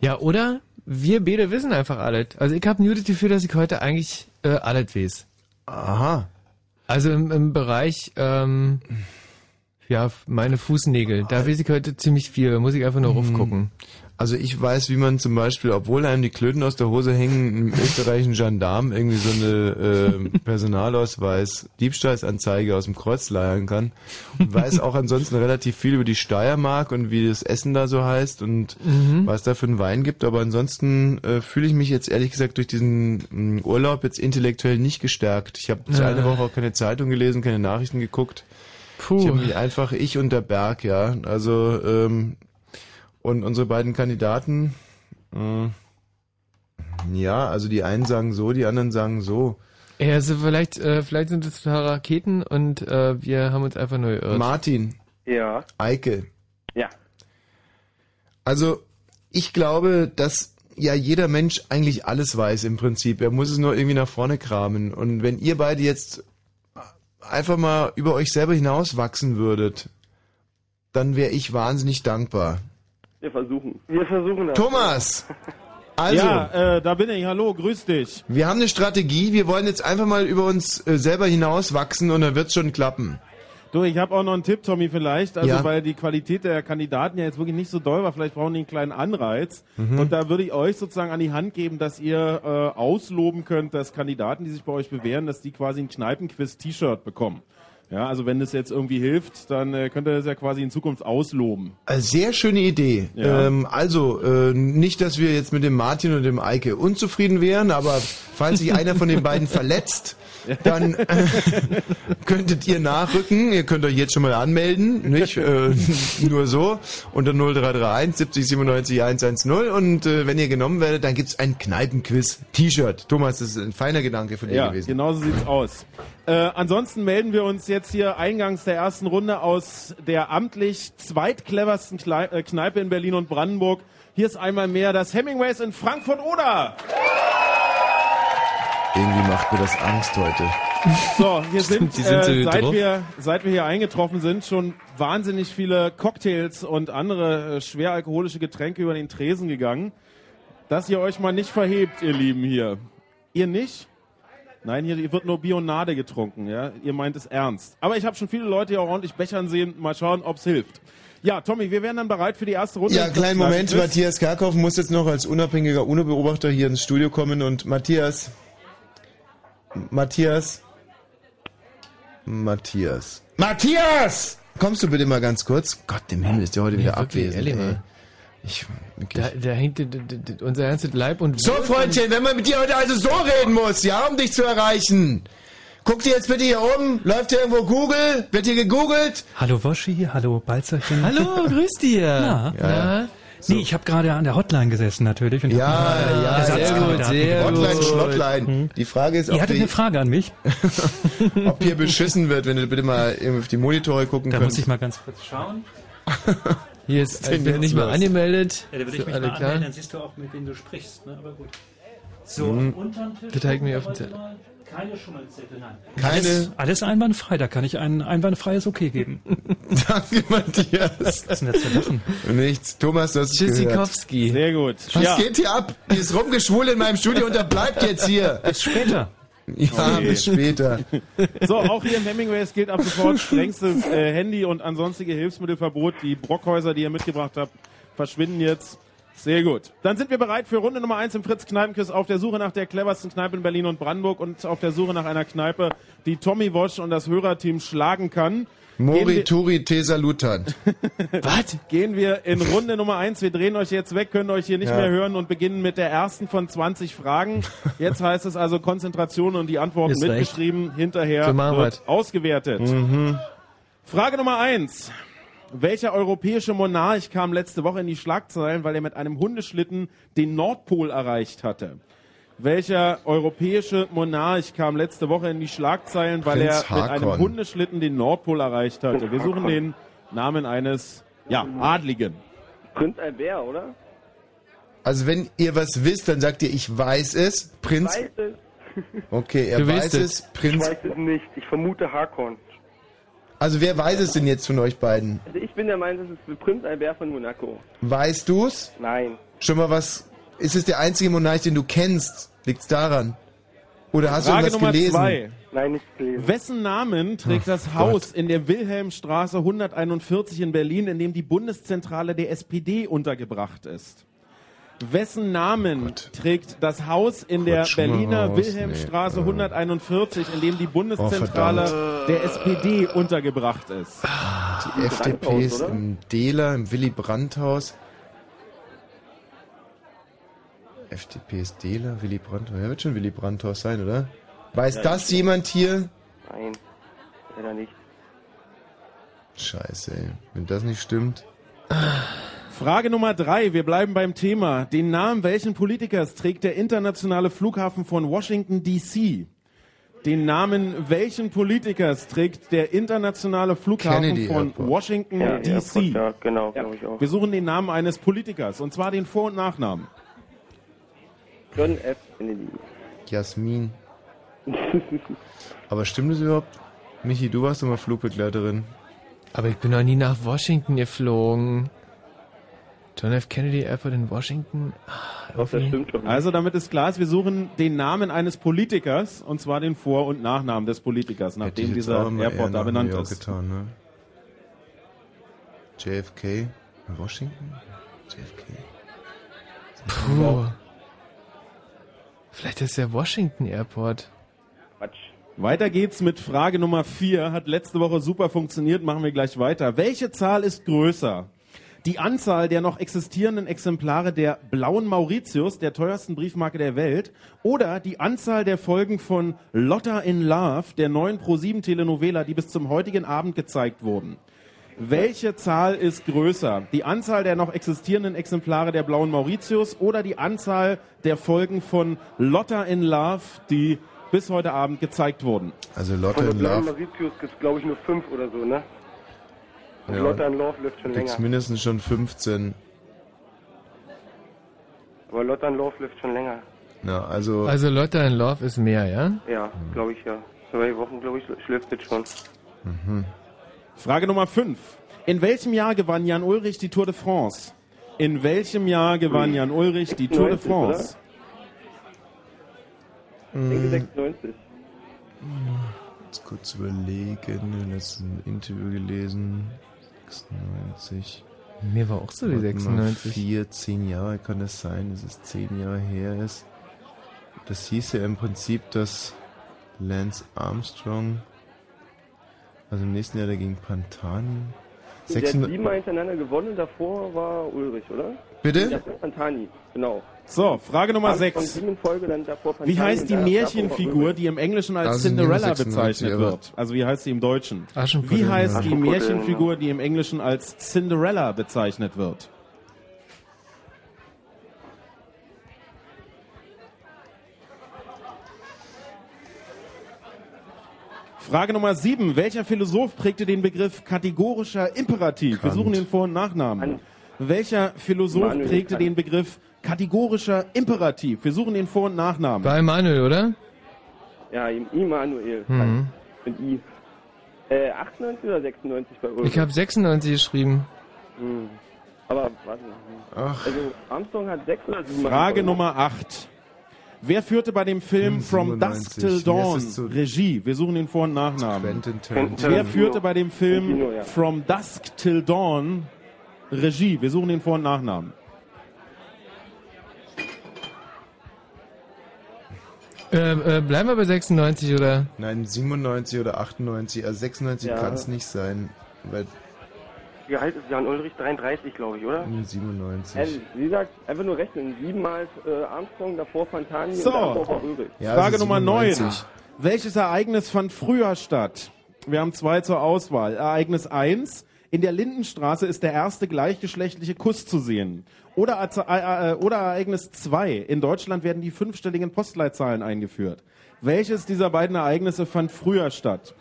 Ja, oder? Wir beide wissen einfach alles. Also ich habe nur das Gefühl, dass ich heute eigentlich äh, alles weiß.
Aha.
Also im, im Bereich, ähm, ja, meine Fußnägel. Da weiß ich heute ziemlich viel. Muss ich einfach nur raufgucken.
Hm. Also ich weiß, wie man zum Beispiel, obwohl einem die Klöten aus der Hose hängen, im österreichischen Gendarm irgendwie so eine äh, Personalausweis, Diebstahlsanzeige aus dem Kreuz leiern kann. Und weiß auch ansonsten relativ viel über die Steiermark und wie das Essen da so heißt und
Mhm.
was da für einen Wein gibt. Aber ansonsten äh, fühle ich mich jetzt ehrlich gesagt durch diesen mh, Urlaub jetzt intellektuell nicht gestärkt. Ich habe
Ah.
eine Woche auch keine Zeitung gelesen, keine Nachrichten geguckt.
Puh.
Ich habe mich einfach ich und der Berg, ja. Also ähm, und unsere beiden Kandidaten, äh, ja, also die einen sagen so, die anderen sagen so.
Ja, also vielleicht, äh, vielleicht sind es Raketen und äh, wir haben uns einfach nur geirrt.
Martin.
Ja.
Eike.
Ja.
Also ich glaube, dass ja jeder Mensch eigentlich alles weiß im Prinzip. Er muss es nur irgendwie nach vorne kramen. Und wenn ihr beide jetzt einfach mal über euch selber hinauswachsen würdet, dann wäre ich wahnsinnig dankbar.
Wir versuchen. Wir versuchen das.
Thomas! Also,
Ja, äh, da bin ich. Hallo, grüß dich.
wir haben eine Strategie. Wir wollen jetzt einfach mal über uns äh, selber hinauswachsen und dann wird's schon klappen.
Du, ich habe auch noch einen Tipp, Tommy, vielleicht. Also,
Ja.
weil die Qualität der Kandidaten ja jetzt wirklich nicht so doll war. Vielleicht brauchen die einen kleinen Anreiz.
Mhm.
Und da würde ich euch sozusagen an die Hand geben, dass ihr äh, ausloben könnt, dass Kandidaten, die sich bei euch bewähren, dass die quasi ein Kneipenquiz-T-Shirt bekommen. Ja, also wenn das jetzt irgendwie hilft, dann äh, könnt ihr das ja quasi in Zukunft ausloben.
Äh, Sehr schöne Idee.
Ja.
Ähm, also, äh, nicht, dass wir jetzt mit dem Martin und dem Eike unzufrieden wären, aber falls sich einer von den beiden verletzt, dann äh, könntet ihr nachrücken. Ihr könnt euch jetzt schon mal anmelden, nicht? Äh, nur so. Unter 0331 70 97 110. Und äh, wenn ihr genommen werdet, dann gibt's ein Kneipenquiz-T-Shirt. Thomas, das ist ein feiner Gedanke von dir
Ja,
gewesen.
genau so sieht's aus. Äh, ansonsten melden wir uns jetzt hier eingangs der ersten Runde aus der amtlich zweitcleversten Klei- äh, Kneipe in Berlin und Brandenburg. Hier ist einmal mehr das Hemingways in Frankfurt oder.
Irgendwie macht mir das Angst heute.
So, hier
Stimmt,
sind,
die sind
äh,
so
seit,
drauf.
wir, seit wir hier eingetroffen sind, schon wahnsinnig viele Cocktails und andere äh, schwer alkoholische Getränke über den Tresen gegangen. Dass ihr euch mal nicht verhebt, ihr Lieben hier. Ihr nicht? Nein, hier wird nur Bionade getrunken, ja? Ihr meint es ernst. Aber ich habe schon viele Leute hier auch ordentlich bechern sehen. Mal schauen, ob's hilft. Ja, Tommy, wir wären dann bereit für die erste Runde.
Ja, kleinen Moment.
Matthias.
Matthias Kerkhoff muss jetzt noch als unabhängiger UNO-Beobachter hier ins Studio kommen und Matthias. Matthias. Matthias. Matthias! Kommst du bitte mal ganz kurz? Gott, dem Himmel ist ja heute wieder
wirklich,
abwesend.
ehrlich
ey.
ne?
mal.
Ich,
Da, da hängt d- d- d- unser ganzes Leib und
So, Freundchen, wenn man mit dir heute also so reden muss, ja, um dich zu erreichen. Guckt ihr jetzt bitte hier oben? Läuft hier irgendwo Google? Wird hier gegoogelt?
Hallo Woschi, hallo Balzerchen.
Hallo, grüß dir.
Na,
Ja.
Nee, ich habe gerade an der Hotline gesessen natürlich. Und
Ja,
hab gerade
ja, sehr
Ersatzkandidaten
gut, sehr
gebraucht.
Hotline, gut. Schlottlein. Die Frage ist,
Mhm. Ihr
ob,
hattet
die,
eine Frage an mich.
ob hier beschissen wird, wenn du bitte mal irgendwie auf die Monitore gucken
Da
könnt.
muss ich mal ganz kurz schauen.
Hier ist,
äh,
Was ist denn
ich bin
jetzt
nicht mal
los?
angemeldet.
Ja, da würde
Für
ich mich
alle
mal
klar.
anmelden, dann siehst du auch, mit wem du sprichst. Ne? Aber gut. So,
Hm.
unterm Tisch.
Bitte halt mir auf den
gucken Mhm.
Zettel.
wir mal. Keine Schummelzettel, nein.
Keine-
Alles, alles einwandfrei, da kann ich ein einwandfreies Okay geben.
Danke, Matthias. Was
ist denn da zu lachen?
Nichts. Thomas, du hast es gehört.
Sehr gut.
Was
Ja.
geht hier ab? Hier ist rumgeschwul in meinem Studio und da bleibt jetzt hier.
Bis später.
Ja,
Okay.
bis später.
So, auch hier im Hemingways gilt ab sofort strengstes äh, Handy- und ansonstige Hilfsmittelverbot. Die Brockhäuser, die ihr mitgebracht habt, verschwinden jetzt. Sehr gut. Dann sind wir bereit für Runde Nummer eins im Fritz Kneipenquiz auf der Suche nach der cleversten Kneipe in Berlin und Brandenburg und auf der Suche nach einer Kneipe, die Tommy Wosch und das Hörerteam schlagen kann. Gehen wir-
Morituri Tesalutant.
Was?
Gehen wir in Runde Nummer eins. Wir drehen euch jetzt weg, können euch hier nicht
Ja.
mehr hören und beginnen mit der ersten von 20 Fragen. Jetzt heißt es also Konzentration und die Antworten
Ist recht.
mitgeschrieben. Hinterher
So machen
wird
wir's. Mhm.
ausgewertet. Frage Nummer eins. Welcher europäische Monarch kam letzte Woche in die Schlagzeilen, weil er mit einem Hundeschlitten den Nordpol erreicht hatte? Welcher europäische Monarch kam letzte Woche in die Schlagzeilen, weil
Prinz
er mit einem
Hakon.
Hundeschlitten den Nordpol erreicht hatte? Wir suchen den Namen eines ja, Adligen.
Prinz Albert, oder?
Also wenn ihr was wisst, dann sagt ihr, ich weiß es. Prinz.
Weiß es?
Okay, er
Du
weiß
weißt
es.
es.
Prinz.
Ich weiß es nicht. Ich vermute Harkon.
Also wer weiß es denn jetzt von euch beiden?
Also ich bin der Meinung, das ist Prinz Albert von Monaco.
Weißt du's?
Nein.
Schon mal was. Ist es der einzige Monarch, den du kennst? Liegt's daran? Oder hast
Frage
du irgendwas
Nummer
gelesen?
zwei.
Nein, nicht gelesen.
Wessen Namen trägt das Haus in der Wilhelmstraße 141 in Berlin, in dem die Bundeszentrale der SPD untergebracht ist? Wessen Namen trägt das Haus in der
schon mal
Berliner
raus.
Wilhelmstraße 141, in dem die Bundeszentrale
verdammt.
der SPD untergebracht ist?
Die FDP ist im Dehler, im Willy Brandt-Haus. FDP ist Dehler, Willy Brandt-Haus. Ja, wird schon Willy Brandt-Haus sein, oder? Weiß
Ja,
das
ich-
jemand hier?
Nein. Leider nicht.
Scheiße, ey. Wenn das nicht stimmt.
Frage Nummer drei. Wir bleiben beim Thema. Den Namen welchen Politikers trägt der internationale Flughafen von Washington D.C.? Den Namen welchen Politikers trägt der internationale Flughafen
Kennedy
von
Airport.
Washington
Ja,
D.C.?
Airport, ja, genau, glaub ich auch.
Wir suchen den Namen eines Politikers und zwar den Vor- und Nachnamen.
John F. Kennedy.
Jasmin. Aber stimmt es überhaupt? Michi, du warst doch mal Flugbegleiterin.
Aber ich bin noch nie nach Washington geflogen. John F. Kennedy Airport in Washington. Ah, irgendwie.
Also damit ist klar, wir suchen den Namen eines Politikers und zwar den Vor- und Nachnamen des Politikers,
ich
nachdem
jetzt
dieser
auch mal eher
Airport da
nach
benannt
New York
ist.
Getan, ne? JFK? Washington? JFK?
Puh. Vielleicht ist ja Washington Airport.
Weiter geht's mit Frage Nummer 4. Hat letzte Woche super funktioniert, machen wir gleich weiter. Welche Zahl ist größer? Die Anzahl der noch existierenden Exemplare der blauen Mauritius, der teuersten Briefmarke der Welt, oder die Anzahl der Folgen von Lotta in Love, der neuen ProSieben-Telenovela, die bis zum heutigen Abend gezeigt wurden. Welche Zahl ist größer? Die Anzahl der noch existierenden Exemplare der blauen Mauritius oder die Anzahl der Folgen von Lotta in Love, die bis heute Abend gezeigt wurden?
Also Lotta
Von der
in
blauen
Love.
Mauritius gibt es, glaube ich, nur fünf oder so, ne? Und
Ja.
Lotta in Love läuft schon
Gibt's
länger.
mindestens schon 15.
Aber Lotta in Love läuft schon länger.
Na, also.
Also Lotta in Love ist mehr, ja?
Ja, glaube ich, ja.
Zwei Wochen, glaube ich, schläft jetzt schon.
Mhm.
Frage Nummer 5. In welchem Jahr gewann Jan Ulrich die Tour de France? In welchem Jahr gewann Jan Ulrich die Tour de
96,
France? Hm.
Hm.
Denke 96.
Jetzt kurz überlegen, im letzten Interview gelesen. 96.
Mir war auch so die 96.
4, 10 Jahre kann das sein, dass es 10 Jahre her ist. Das hieß ja im Prinzip, dass Lance Armstrong, also im nächsten Jahr der gegen Pantani.
Der hat
600
siebenmal hintereinander gewonnen und davor war Ulrich, oder?
Bitte?
Ja, Pantani, genau.
So, Frage Nummer
Dann von
6.
sieben in Folge dann davor Pantani
Wie heißt
und
die
dann davor war
Märchenfigur,
Ulrich.
die im Englischen als
1097,
Cinderella bezeichnet
aber-
wird? Also wie heißt sie im Deutschen?
Aschenputtel,
Wie
ja.
heißt die
Aschenputtel,
Märchenfigur, die im Englischen als Cinderella bezeichnet wird? Frage Nummer 7. Welcher Philosoph prägte den Begriff kategorischer Imperativ? Wir suchen den Vor- und Nachnamen. Welcher Philosoph
Immanuel
prägte
Kant.
den Begriff kategorischer Imperativ? Wir suchen den Vor- und Nachnamen.
Bei Manuel, oder?
Ja, im Immanuel.
Mhm.
Mit I. Äh, 98 oder 96 bei Ulrich?
Ich habe 96 geschrieben.
Hm. Aber warte mal.
Ach.
Also Armstrong hat 6 oder 7
Frage Nummer 8. Wer führte bei dem Film From Dusk
97.
Till
Mir
Dawn
ist Hm, es zu-
Regie? Wir suchen den Vor- und Nachnamen.
Tarantino.
Wer führte bei dem Film
Tarantino, ja.
From Dusk Till Dawn Regie? Wir suchen den Vor- und Nachnamen.
Äh, äh, bleiben wir bei 96, oder?
Nein, 97 oder 98, also 96
Ja.
kann es nicht sein, weil
Wie alt ist Jan Ulrich? 33, glaube ich, oder?
97.
Also, wie gesagt, einfach nur rechnen. Siebenmal äh, Armstrong, davor Fantani
So.
und davor war Ulrich.
Frage Nummer 9.
97.
Welches Ereignis fand früher statt? Wir haben zwei zur Auswahl. Ereignis 1. In der Lindenstraße ist der erste gleichgeschlechtliche Kuss zu sehen. Oder, Erze- äh, äh, oder Ereignis 2. In Deutschland werden die fünfstelligen Postleitzahlen eingeführt. Welches dieser beiden Ereignisse fand früher statt?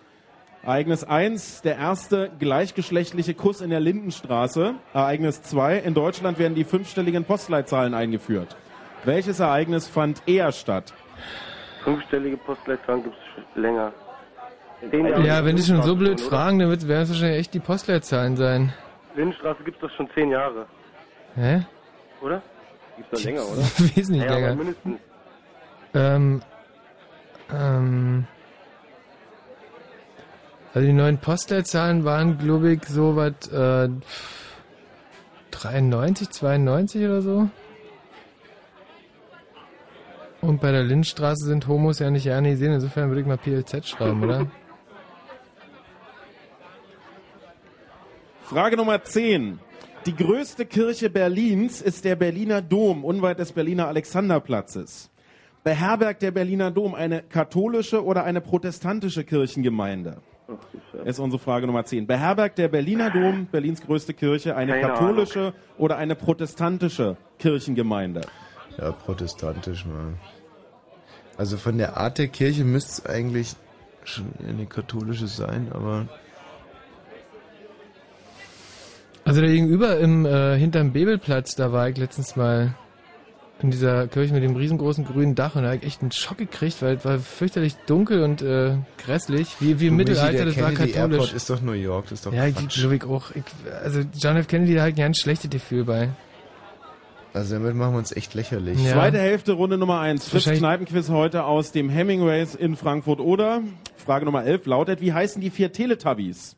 Ereignis 1, der erste gleichgeschlechtliche Kuss in der Lindenstraße. Ereignis 2, in Deutschland werden die fünfstelligen Postleitzahlen eingeführt. Welches Ereignis fand eher statt?
Fünfstellige Postleitzahlen gibt es länger.
Ja, wenn die schon so blöd fragen, dann wird- werden es wahrscheinlich echt die Postleitzahlen sein.
Lindenstraße gibt es doch schon zehn Jahre,
Hä?
oder? Gibt es doch länger, oder?
Wesentlich
Ja, aber
länger.
mindestens.
Ähm, ähm, also die neuen Postleitzahlen waren, glaube ich, so was äh, 93, 92 oder so. Und bei der Lindstraße sind Homos ja nicht gerne gesehen, insofern würde ich mal PLZ schreiben, oder?
Frage Nummer 10. Die größte Kirche Berlins ist der Berliner Dom, unweit des Berliner Alexanderplatzes. Beherbergt der Berliner Dom eine katholische oder eine protestantische Kirchengemeinde? Ist unsere Frage Nummer 10. Beherbergt der Berliner Dom, Berlins größte Kirche, eine
Keine
katholische oder eine protestantische Kirchengemeinde?
Ja, protestantisch mal. Also von der Art der Kirche müsste es eigentlich schon eher eine katholische sein, aber
Also da gegenüber im äh, hinterm Bebelplatz, da war ich letztens mal in dieser Kirche mit dem riesengroßen grünen Dach und da habe ich echt einen Schock gekriegt, weil es war fürchterlich dunkel und äh, grässlich. Wie, wie im
Du, Michi,
Mittelalter,
der
das war
Kennedy Airport
katholisch.
ist doch New York, das ist doch
ja, ich
Quatsch.
glaube ich auch. Ich, also John F. Kennedy, da habe ich ein ganz schlechtes Gefühl bei.
also damit machen wir uns echt lächerlich.
Zweite Hälfte, Runde Nummer 1. Fritz
Wahrscheinlich-
Kneipenquiz heute aus dem Hemingways in Frankfurt-Oder. Frage Nummer 11 lautet, wie heißen die vier Teletubbies?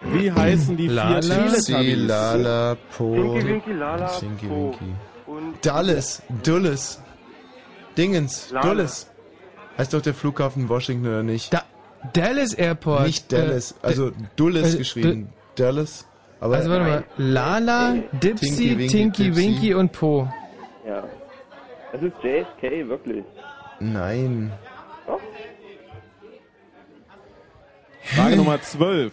Wie heißen die vier Teletubbies?
Si, Lala, Po,
Winky, Winky, Lala,
Winky,
Po.
Winky. Dallas, Dulles, Dingens,
Lala.
Dulles. Heißt doch der Flughafen Washington oder nicht?
Dallas Airport.
Nicht Dallas,
Äh,
also
d-
Dulles
äh,
geschrieben. Dallas. Aber
also warte mal. Lala,
Äh,
Dipsy,
Tinky Winky,
Tinky,
Dipsy.
Winky und Po.
Ja. Es ist JFK, wirklich.
Nein.
Frage Nummer 12.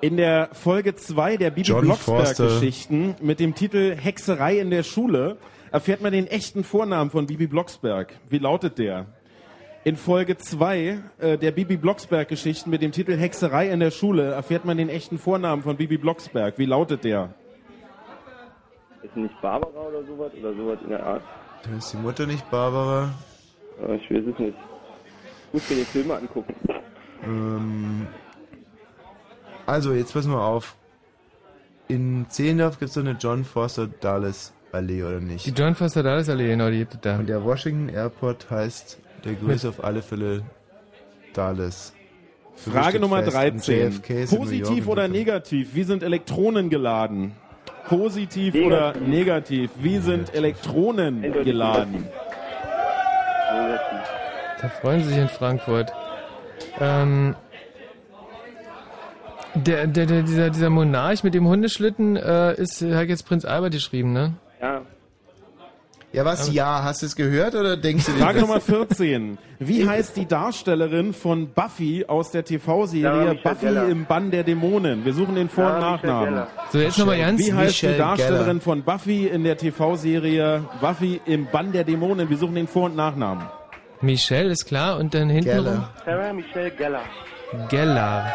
In der Folge 2 der Bibi
John
Blocksberg-Geschichten mit dem Titel Hexerei in der Schule erfährt man den echten Vornamen von Bibi Blocksberg. Wie lautet der? In Folge 2 äh, der Bibi Blocksberg-Geschichten mit dem Titel Hexerei in der Schule erfährt man den echten Vornamen von Bibi Blocksberg. Wie lautet der?
Ist nicht Barbara oder sowas? Oder sowas in der Art?
Dann ist die Mutter nicht Barbara.
Ich weiß es nicht. Ich muss mir den Film mal angucken.
Ähm, also, jetzt pass mal auf. In Zehlendorf gibt es so eine John Foster Dulles Allee, oder nicht?
Die John Foster Dallas Allee, genau, die gibt es da.
Und der Washington Airport heißt der Größe auf alle Fälle Dulles.
Frage Nummer
Fest. Und
13.
JFK ist in New York
Positiv
und
oder negativ? Wie sind Elektronen geladen? Positiv oder negativ? Wie sind Elektronen geladen?
Da freuen sie sich in Frankfurt. Ähm, Der, der, der, dieser, dieser Monarch mit dem Hundeschlitten äh, ist, hat jetzt Prinz Albert geschrieben, ne?
Ja. Ja, was? Ja, hast du es gehört oder denkst du dir
Frage
das?
Nummer 14. Wie heißt die Darstellerin von Buffy aus der
Sarah
TV-Serie
Michelle
Buffy
Gellar.
im Bann der Dämonen? Wir suchen den Vor- und
Sarah Michelle
Nachnamen.
Gellar. So, jetzt noch mal ganz
Wie heißt
Michelle
die Darstellerin
Gellar.
von Buffy in der TV-Serie Buffy im Bann der Dämonen? Wir suchen den Vor- und Nachnamen.
Michelle ist klar und dann hinten
Geller.
Sarah Michelle Geller.
rum Geller.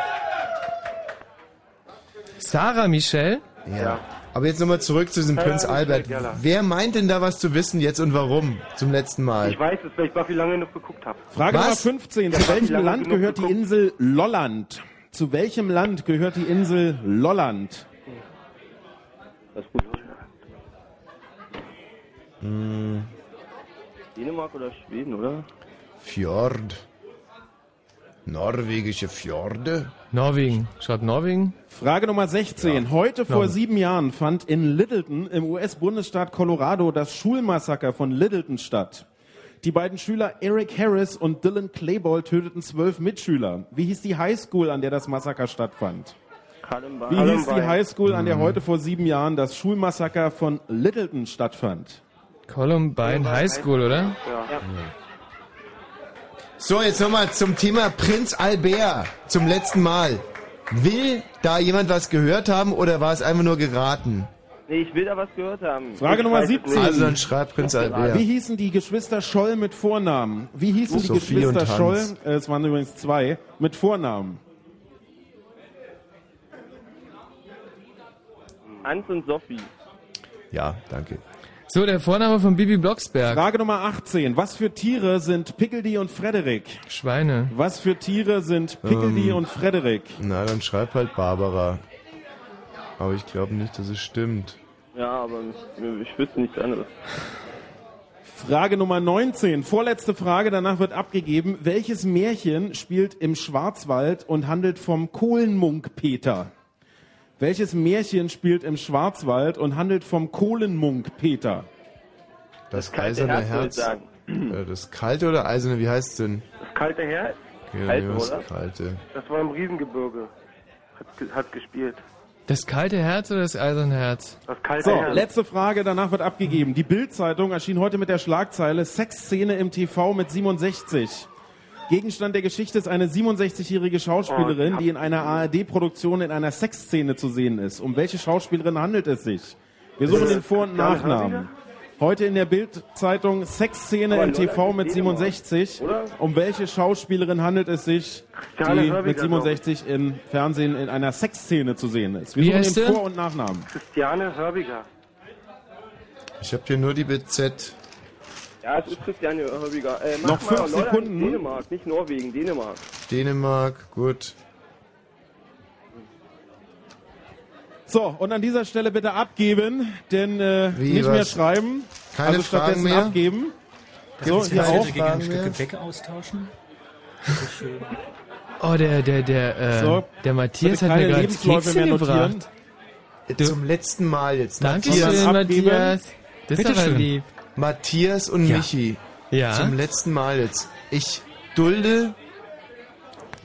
Sarah Michelle?
Ja. Aber jetzt nochmal zurück zu diesem
Ja,
Prinz
ja,
Albert.
Michael Gerlach.
Wer meint denn da was zu wissen jetzt und warum zum letzten Mal?
Ich weiß es, weil ich Buffy lange genug geguckt habe.
Frage
Was?
Nummer 15.
Ja,
Zu welchem
lange
Land
genug
gehört die Insel Lolland? Zu welchem Land gehört die Insel Lolland? Hm,
Dänemark oder Schweden, oder?
Fjord. Norwegische Fjorde.
Norwegen. Schreibt Norwegen.
Frage Nummer 16. Heute vor
Norwegen.
sieben Jahren fand in Littleton im US-Bundesstaat Colorado das Schulmassaker von Littleton statt. Die beiden Schüler Eric Harris und Dylan Clayball töteten zwölf Mitschüler. Wie hieß die Highschool, an der das Massaker stattfand?
Kallenbein.
Wie hieß die Highschool, an
Mhm.
Hm.
der heute vor sieben Jahren das Schulmassaker von Littleton stattfand?
Columbine High School, oder?
Ja.
So, jetzt nochmal zum Thema Prinz Albert zum letzten Mal. Will da jemand was gehört haben oder war es einfach nur geraten?
Nee, ich will da was gehört haben.
Frage
Ich
Nummer
weiß es
17.
nicht.
Also dann schreibt Prinz Albert.
Wie hießen die Geschwister Scholl mit Vornamen? Wie hießen die
Sophie
Geschwister
und Hans.
Scholl, äh, es waren übrigens zwei, mit Vornamen?
Hm. Hans und Sophie.
Ja, danke.
So, der Vorname von Bibi Blocksberg.
Frage Nummer 18. Was für Tiere sind Pickledy und Frederik?
Schweine.
Was für Tiere sind Pickledy
Ähm.
und Frederik?
Na, dann schreib halt Barbara. Aber ich glaube nicht, dass es stimmt.
Ja, aber ich, ich wüsste nichts anderes.
Frage Nummer 19. Vorletzte Frage, danach wird abgegeben. Welches Märchen spielt im Schwarzwald und handelt vom Kohlenmunk Peter? Welches Märchen spielt im Schwarzwald und handelt vom Kohlenmunk Peter?
Das,
kalte
eiserne
Herz, würde
Herz.
ich sagen.
Äh, Das kalte oder eiserne, wie heißt es denn?
Das kalte Herz?
Ja,
Kalte,
das
oder?
kalte.
Das war im Riesengebirge. Hat, ge- hat gespielt.
Das kalte Herz oder das eiserne Herz?
Das kalte
So,
Herz.
letzte Frage, danach wird abgegeben. Die Bild-Zeitung erschien heute mit der Schlagzeile Sexszene im TV mit 67. Gegenstand der Geschichte ist eine 67-jährige
Oh,
Schauspielerin, die in einer ARD-Produktion in einer Sexszene zu sehen ist. Um welche Schauspielerin handelt es sich? Wir suchen
Äh,
den Vor- und
Christiane
Nachnamen. Heute in der Bild-Zeitung Sexszene
Aber
im
Lola
TV mit
ist Dänemark,
67.
oder?
Um welche Schauspielerin handelt es sich,
Christiane
die
Hörbiger,
mit äh 67 im Fernsehen in einer Sexszene zu sehen ist? Wir
Wie
suchen
heißt
den
sie?
Vor- und Nachnamen.
Christiane Hörbiger.
Ich habe hier nur die BZ.
Ja, es ist Christiane Hörbiger. Äh,
Noch fünf
Lolland,
Sekunden.
Dänemark, nicht Norwegen, Dänemark.
Dänemark, gut.
So, und an dieser Stelle bitte abgeben, denn äh,
Wie,
nicht
was?
mehr schreiben.
Keine
also
Fragen
stattdessen
mehr?
abgeben.
Können
So,
Sie
hier
beide
auch.
gegen ein Stück
Fragen
Gebäck austauschen?
Oh, der, der, der, äh,
So,
der Matthias
bitte
hat mir
keine
gerade
Lebensläufe
Kekse
mehr notieren.
gebracht.
Zum letzten Mal jetzt.
Dankeschön, Matthias. Das ist aber lieb.
Matthias und
Ja.
Michi.
Ja.
Zum letzten Mal jetzt. Ich dulde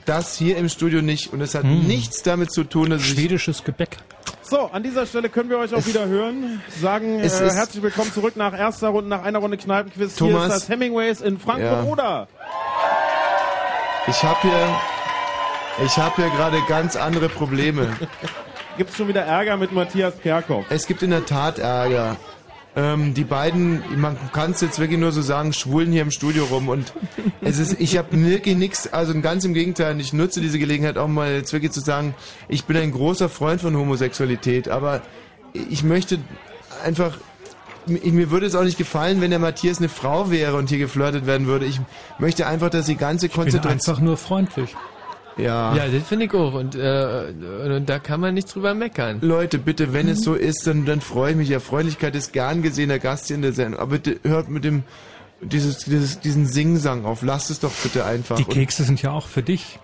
das hier im Studio nicht und es hat
Hm.
nichts damit zu tun, dass
Schwedisches Gebäck.
So, an dieser Stelle können wir euch auch wieder hören. Sagen äh,
es ist-
herzlich willkommen zurück nach erster Runde, nach einer Runde Kneipenquiz.
Thomas.
Hier ist das Hemingways in Frankfurt
Ja.
oder.
ich ich habe hier ich habe hier gerade ganz andere Probleme.
Gibt es schon wieder Ärger mit Matthias Kerkhoff?
Es gibt in der Tat Ärger. Ähm, die beiden, man kann es jetzt wirklich nur so sagen, schwulen hier im Studio rum und es ist, ich habe wirklich nichts, also ganz im Gegenteil, ich nutze diese Gelegenheit auch mal jetzt wirklich zu sagen, ich bin ein großer Freund von Homosexualität, aber ich möchte einfach, ich, mir würde es auch nicht gefallen, wenn der Matthias eine Frau wäre und hier geflirtet werden würde. Ich möchte einfach, dass die ganze
Bin
Konzentration...
einfach nur freundlich.
Ja.
Ja, das finde ich auch. Und, äh, und, und da kann man nicht drüber meckern.
Leute, bitte, wenn es so ist, dann, dann freue ich mich. Ja, Freundlichkeit ist gern gesehener Gast hier in der Sendung. Aber bitte hört mit dem dieses, dieses, diesen Singsang auf. Lasst es doch bitte einfach.
Die Kekse sind ja auch für dich.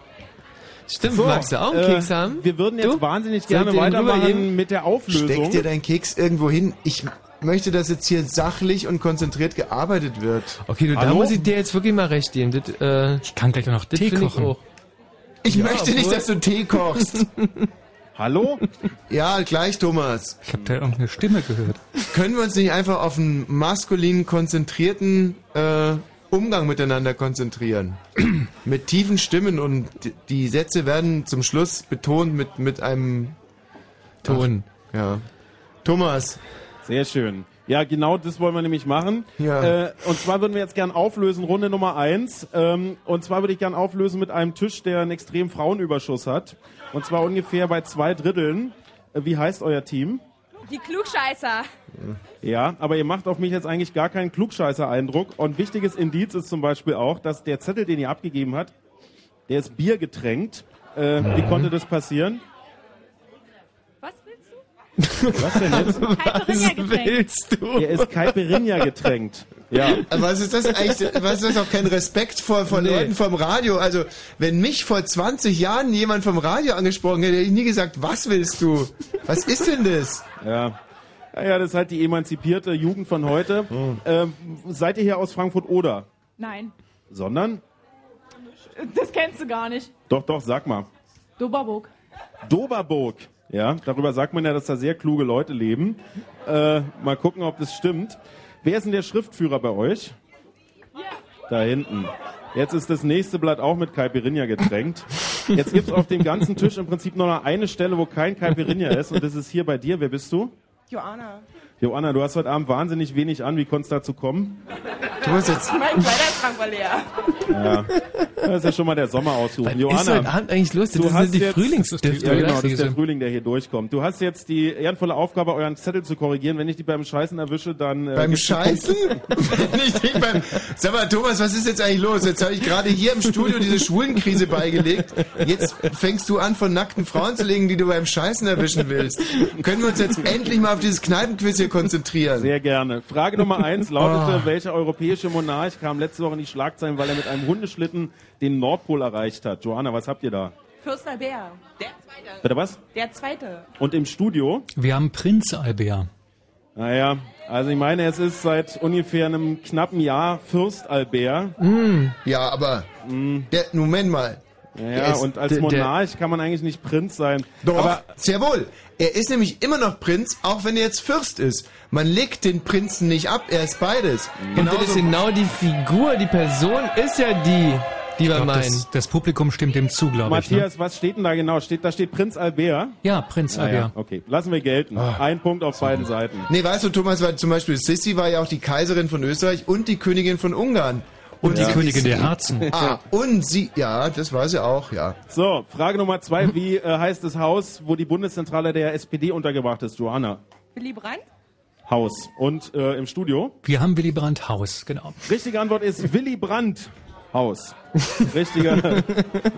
Stimmt,
So,
magst du auch einen
äh,
Keks haben?
Wir würden jetzt wahnsinnig gerne
Soll ich den
weitermachen
rübergeben?
mit der Auflösung.
Steck dir deinen Keks irgendwo hin. Ich möchte, dass jetzt hier sachlich und konzentriert gearbeitet wird.
Okay, du, da muss ich dir jetzt wirklich mal recht geben. Das, äh,
ich kann gleich noch
das
Tee
finde ich
kochen.
auch.
Ich
Ja,
möchte nicht,
obwohl-
dass du Tee kochst.
Hallo?
Ja, gleich, Thomas.
Ich habe da irgendeine Stimme gehört.
Können wir uns nicht einfach auf einen maskulinen, konzentrierten äh, Umgang miteinander konzentrieren? mit tiefen Stimmen und die- die Sätze werden zum Schluss betont mit, mit einem
Ton.
Ach, ja. Thomas.
Sehr schön. Ja, genau das wollen wir nämlich machen.
Ja.
Äh, und zwar würden wir jetzt gern auflösen, Runde Nummer eins. Ähm, und zwar würde ich gern auflösen mit einem Tisch, der einen extremen Frauenüberschuss hat. Und zwar ungefähr bei zwei Dritteln. Äh, wie heißt euer Team?
Die Klugscheißer.
Ja, aber ihr macht auf mich jetzt eigentlich gar keinen Klugscheißer-Eindruck. Und wichtiges Indiz ist zum Beispiel auch, dass der Zettel, den ihr abgegeben habt, der ist Bier getränkt. Äh, Wie konnte das passieren?
Was willst du?
Was denn jetzt?
Caipirinha getränkt.
du? Er ist Caipirinha getränkt. Ja.
Aber was ist das eigentlich? Was ist das auch kein Respekt vor, von Leuten vom Radio? Also, wenn mich vor 20 Jahren jemand vom Radio angesprochen hätte, hätte ich nie gesagt, was willst du? Was ist denn das?
Ja. Naja, das ist halt die emanzipierte Jugend von heute.
Hm.
Ähm, seid ihr hier aus Frankfurt-Oder?
Nein,
Sondern?
das kennst du gar nicht.
Doch, doch, sag mal.
Doberburg.
Doberburg. Ja, darüber sagt man ja, dass da sehr kluge Leute leben. Äh, mal gucken, ob das stimmt. Wer ist denn der Schriftführer bei euch? Da hinten. Jetzt ist das nächste Blatt auch mit Caipirinha getränkt. Jetzt gibt's auf dem ganzen Tisch im Prinzip nur noch eine Stelle, wo kein Caipirinha ist. Und das ist hier bei dir. Wer bist du?
Joanna.
Joanna, du hast heute Abend wahnsinnig wenig an. Wie konntest du dazu kommen? Du bist jetzt...
Mein Kleiderschrank war leer.
Ja. Das ist ja schon mal der Sommer aussuchen.
Johanna, ist heute Abend eigentlich los?
Du
Das
hast
sind die
jetzt-
Frühlingsstifte,
Ja, genau,
oder?
das ist der Frühling, der hier durchkommt. Du hast jetzt die ehrenvolle Aufgabe, euren Zettel zu korrigieren. Wenn ich die beim Scheißen erwische, dann... äh,
Beim
gibt's die
Scheißen? nicht, nicht beim, sag mal, Thomas, was ist jetzt eigentlich los? Jetzt habe ich gerade hier im Studio diese Schwulenkrise beigelegt. Jetzt fängst du an, von nackten Frauen zu legen, die du beim Scheißen erwischen willst. Können wir uns jetzt endlich mal auf dieses Kneipenquiz hier konzentrieren?
Sehr gerne. Frage Nummer eins lautete,
Ah.
welcher europäische Monarch kam letzte Woche in die Schlagzeilen, weil er mit einem Hundeschlitten den Nordpol erreicht hat? Johanna, was habt ihr da?
Fürst Albert. Der zweite.
Bitte was?
Der zweite.
Und im Studio?
Wir haben Prinz Albert.
Naja, also ich meine, es ist seit ungefähr einem knappen Jahr Fürst Albert.
Hm.
Mhm.
Ja, aber der, Moment mal. Der
Ja,
ist-
und als
der- der-
Monarch kann man eigentlich nicht Prinz sein.
Doch,
Aber
sehr wohl. Er ist nämlich immer noch Prinz, auch wenn er jetzt Fürst ist. Man legt den Prinzen nicht ab, er ist beides.
Und das ist genau die Figur, die Person ist ja die, die wir meinen.
Das, das Publikum stimmt dem zu, glaube ich. Ne?
Matthias, was steht denn da genau? Steht, da steht Prinz Albert.
Ja, Prinz
Ah,
Albert. Ah.
Okay, lassen wir gelten. Ein Punkt auf beiden Seiten.
Nee, weißt du, Thomas, weil zum Beispiel Sissi war ja auch die Kaiserin von Österreich und die Königin von Ungarn.
Und die Königin
sie-
der Herzen.
Ah, und sie, ja, das war sie auch, ja.
So, Frage Nummer
Mhm.
zwei. Wie äh, heißt das Haus, wo die Bundeszentrale der SPD untergebracht ist, Johanna?
Willy Brandt.
Haus. Und äh, im Studio?
Wir haben Willy Brandt Haus, genau.
Richtige Antwort ist Willy Brandt. Haus. Richtiger,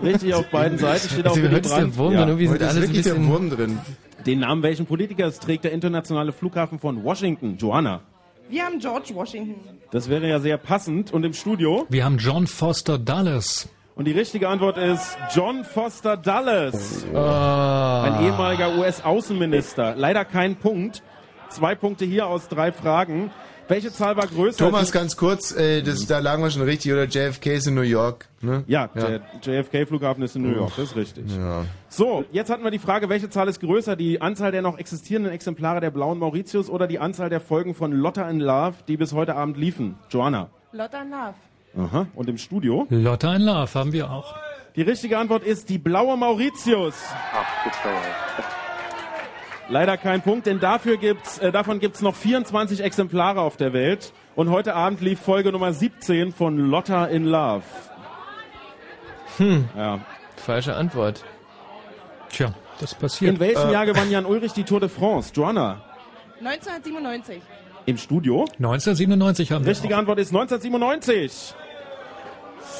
richtig auf beiden Seiten steht auch
Also,
Willy
heute ist der
Brandt.
Wurm drin, irgendwie sind Heute ist alle so ein wirklich der bisschen- Wurm
drin.
Den Namen welchen Politikers trägt der internationale Flughafen von Washington, Johanna?
Wir haben George Washington.
Das wäre ja sehr passend. Und im Studio?
Wir haben John Foster Dulles.
Und die richtige Antwort ist John Foster Dulles.
Ah.
Ein ehemaliger US-Außenminister. Leider kein Punkt. Zwei Punkte hier aus drei Fragen. Welche Zahl war größer?
Thomas, ganz kurz, äh, das, da lagen wir schon richtig, oder? JFK ist in New York. Ne?
Ja, der JFK-Flughafen ist in New York, das ist richtig.
Ja.
So, jetzt hatten wir die Frage, welche Zahl ist größer? Die Anzahl der noch existierenden Exemplare der blauen Mauritius oder die Anzahl der Folgen von Lotta in Love, die bis heute Abend liefen? Joanna.
Lotta Love.
Aha. Und im Studio?
Lotta in Love haben wir auch.
Die richtige Antwort ist die blaue Mauritius. Leider kein Punkt, denn dafür gibt's, äh, davon gibt es noch 24 Exemplare auf der Welt. Und heute Abend lief Folge Nummer 17 von Lotta in Love. Hm. Ja.
Falsche Antwort.
Tja, das passiert. Äh,
In welchem Jahr gewann Jan Ulrich die Tour de France? Joanna,
1997.
im Studio?
1997 haben wir
Richtige Antwort ist 1997.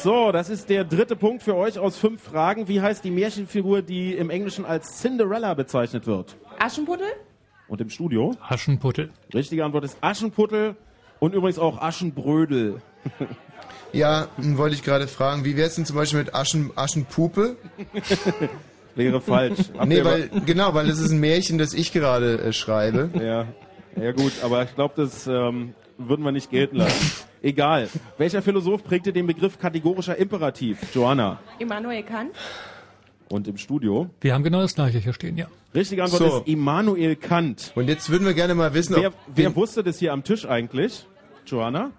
So, das ist der dritte Punkt für euch aus fünf Fragen. Wie heißt die Märchenfigur, die im Englischen als Cinderella bezeichnet wird?
Aschenputtel.
Und im Studio?
Aschenputtel.
Richtige Antwort ist Aschenputtel und übrigens auch Aschenbrödel.
Ja, hm, wollte ich gerade fragen, wie wär's denn zum Beispiel mit Aschen, Aschenpupe?
Wäre falsch. Habt
nee,
ihr
weil, genau, weil das ist ein Märchen, das ich gerade äh, schreibe.
Ja, ja gut, aber ich glaube, das ähm, würden wir nicht gelten lassen. Egal. Welcher Philosoph prägte den Begriff kategorischer Imperativ? Joanna.
Immanuel Kant.
und im Studio.
Wir haben genau das gleiche hier stehen, ja.
Richtige Antwort
So.
ist Immanuel Kant.
Und jetzt würden wir gerne mal wissen,
wer,
ob-
wer wusste das hier am Tisch eigentlich? Joanna?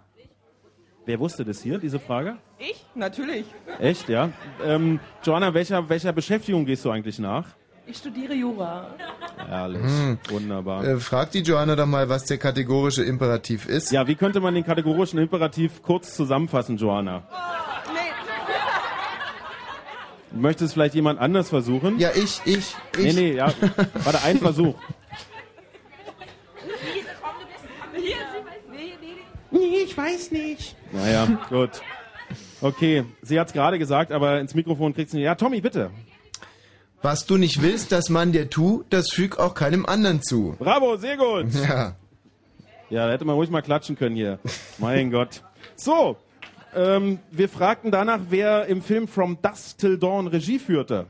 Wer wusste das hier, diese Frage?
Ich? Natürlich.
Echt, ja. Ähm, Joanna, welcher, welcher Beschäftigung gehst du eigentlich nach?
Ich studiere Jura.
Herrlich.
Hm.
Wunderbar.
Äh, fragt die Johanna doch mal, was der kategorische Imperativ ist.
Ja, wie könnte man den kategorischen Imperativ kurz zusammenfassen, Joanna?
Oh,
Möchte es vielleicht jemand anders versuchen?
Ja, ich, ich,
Nee,
ich.
nee, ja. Warte, ein Versuch.
Nee, ich weiß nicht.
Naja, gut. Okay, sie hat es gerade gesagt, aber ins Mikrofon kriegst du nicht. Ja, Tommy, bitte.
Was du nicht willst, dass man dir tu, das füg auch keinem anderen zu.
Bravo, sehr gut.
Ja.
Ja, da hätte man ruhig mal klatschen können hier. Mein Gott. So, ähm, wir fragten danach, wer im Film From Dusk Till Dawn Regie führte.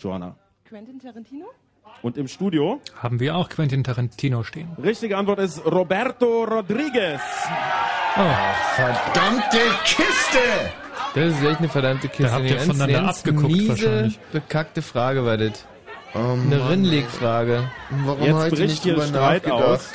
Joanna.
Quentin Tarantino?
Und im Studio?
Haben wir auch Quentin Tarantino stehen.
Richtige Antwort ist Roberto Rodriguez.
Oh, Verdammte Kiste!
Das ist echt eine verdammte Kiste.
Da habt
Eine
ihr
ganz-
voneinander
ganz
abgeguckt
miese,
wahrscheinlich.
bekackte Frage war das.
Mann.
eine Rinnlegfrage.
Warum
Jetzt bricht hier Streit aus.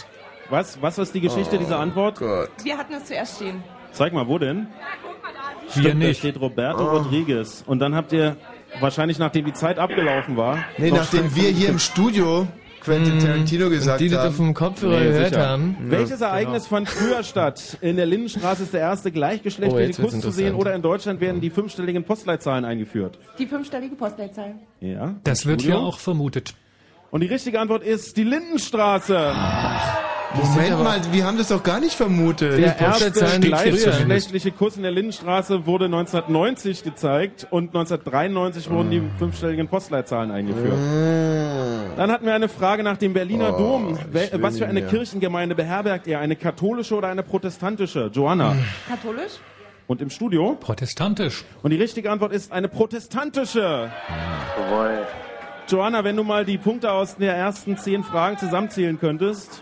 Was, was ist die Geschichte
Oh
dieser Antwort?
Wir hatten es zuerst stehen.
Zeig mal, wo denn?
Wir
Stimmt, Da
nicht.
steht Roberto
Ah.
Rodriguez. Und dann habt ihr, wahrscheinlich nachdem die Zeit abgelaufen war...
Nee,
noch
nachdem
schnell-
wir hier im Studio Quentin Tarantino gesagt
Mhm. Mm, die das
haben. genau.
auf dem Kopfhörer gehört
sicher.
haben.
Welches Ereignis fand früher statt? In der Lindenstraße ist der erste
Oh,
gleichgeschlechtliche
jetzt wird's
Kuss zu sehen
interessant.
oder in Deutschland werden die fünfstelligen Postleitzahlen eingeführt.
Die fünfstellige Postleitzahl.
Ja.
Das wird
Studio?
hier auch vermutet.
Und die richtige Antwort ist die Lindenstraße.
Ah,
Moment mal, wir haben das doch gar nicht vermutet.
Der erste
schlecht.
gleichgeschlechtliche Kuss in der Lindenstraße wurde 1990 gezeigt und 1993 wurden die
Ah.
fünfstelligen Postleitzahlen eingeführt. Dann hatten wir eine Frage nach dem Berliner
Oh,
Dom. Wel
ich will
was für eine
nicht mehr.
Kirchengemeinde beherbergt ihr? Eine katholische oder eine protestantische? Joanna.
Ah.
Katholisch?
Und im Studio?
Protestantisch.
Und die richtige Antwort ist eine protestantische. Jawohl. Joanna, wenn du mal die Punkte aus der ersten zehn Fragen zusammenzählen könntest.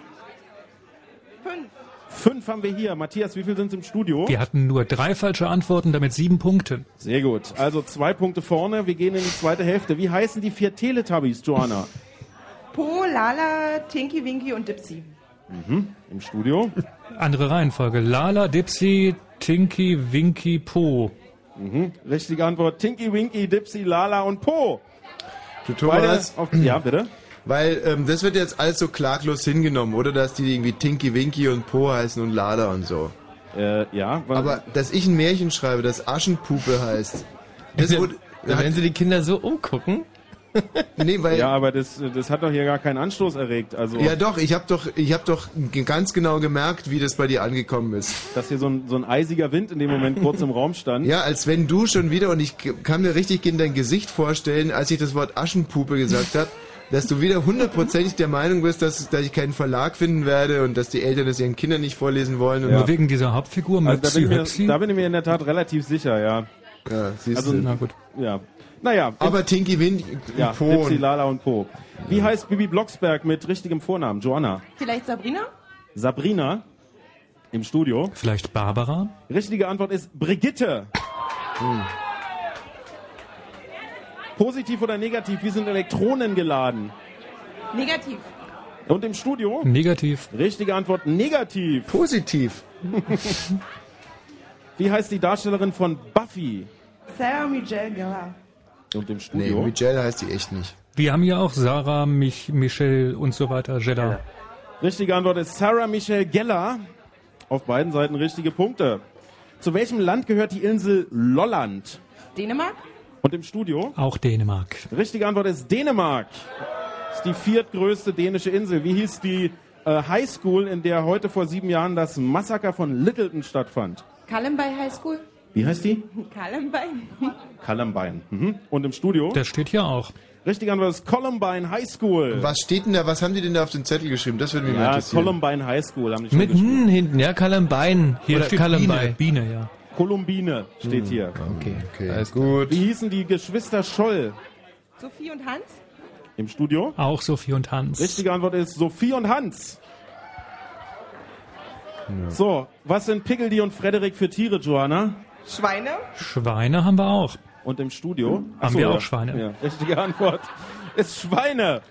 Fünf.
Fünf haben wir hier. Matthias, wie viel sind es im Studio?
Wir hatten nur drei falsche Antworten, damit sieben Punkte.
Sehr gut. Also zwei Punkte vorne. Wir gehen in die zweite Hälfte. Wie heißen die vier Teletubbies, Joanna?
Po, Lala, Tinky, Winky und Dipsy.
Mhm. Im Studio.
Andere Reihenfolge. Lala, Dipsy, Tinky, Winky, Po.
Mhm. Richtige Antwort. Tinky, Winky, Dipsy, Lala und Po.
Du Thomas,
Beide auf, ja, bitte.
Weil ähm, das wird jetzt alles so klaglos hingenommen, oder? Dass die irgendwie Tinky Winky und Po heißen und Lada und so.
Äh, ja.
Aber dass ich ein Märchen schreibe, das Aschenpuppe heißt. Das wurde,
Wenn sie die Kinder so umgucken.
nee, weil
Ja, aber das, das hat doch hier gar keinen Anstoß erregt. Also,
Ja doch, ich habe doch, ich hab doch g- ganz genau gemerkt, wie das bei dir angekommen ist.
dass hier so ein, so ein eisiger Wind in dem Moment kurz im Raum stand.
Ja, als wenn du schon wieder, und ich k- kann mir richtig in dein Gesicht vorstellen, als ich das Wort Aschenpuppe gesagt habe, dass du wieder hundertprozentig der Meinung bist, dass, dass ich keinen Verlag finden werde und dass die Eltern das ihren Kindern nicht vorlesen wollen. Und
Nur wegen dieser Hauptfigur,
Also, da,
Möpsi,
bin ich
Höpsi.
mir, da bin ich mir in der Tat relativ sicher, ja.
Ja, siehst
also,
du.
Na gut. Ja. Naja.
Aber Tinky Wind,
ja,
Po
Dipsy,
und-
Lala und Po. Wie heißt Bibi Blocksberg mit richtigem Vornamen? Joanna.
Vielleicht Sabrina?
Sabrina im Studio.
Vielleicht Barbara?
Richtige Antwort ist Brigitte.
Hm.
Positiv oder negativ, wie sind Elektronen geladen?
Negativ.
Und im Studio?
Negativ.
Richtige Antwort negativ.
Positiv.
Wie heißt die Darstellerin von Buffy?
Sarah Michelle Gellar.
Und im
nee,
Studio?
Michelle heißt die echt nicht.
Wir haben ja auch Sarah, Mich, Michelle und so weiter, Jella.
Richtige Antwort ist Sarah Michelle Geller. Auf beiden Seiten richtige Punkte. Zu welchem Land gehört die Insel Lolland?
Dänemark?
Und im Studio?
Auch Dänemark.
Richtige Antwort ist Dänemark. Ist die viertgrößte dänische Insel. Wie hieß die äh, Highschool, in der heute vor sieben Jahren das Massaker von Littleton stattfand?
Kallenbein High School?
Wie heißt die?
Kallenbein?
Columbine. Mhm. Und im Studio?
Das steht hier auch.
Richtige Antwort ist Columbine High School.
Was steht denn da, was haben die denn da auf den Zettel geschrieben? Das würde mich mal
Ja,
interessieren.
Columbine High School haben die schon
Mit
gespielt.
N hinten, ja, Kalambein.
Hier
Oder
steht
Kalambei.
Biene, ja.
Kolumbine steht
Hm.
hier.
Okay,
alles Ah, gut.
Wie hießen die Geschwister Scholl
Sophie und Hans?
im Studio?
Auch Sophie und Hans.
Richtige Antwort ist Sophie und Hans. So, was sind Pickledy und Frederik für Tiere, Johanna?
Schweine?
Schweine haben wir auch.
und im Studio.
Hm.
Haben wir auch
ja.
Schweine?
Ja, richtige Antwort. Ist Schweine.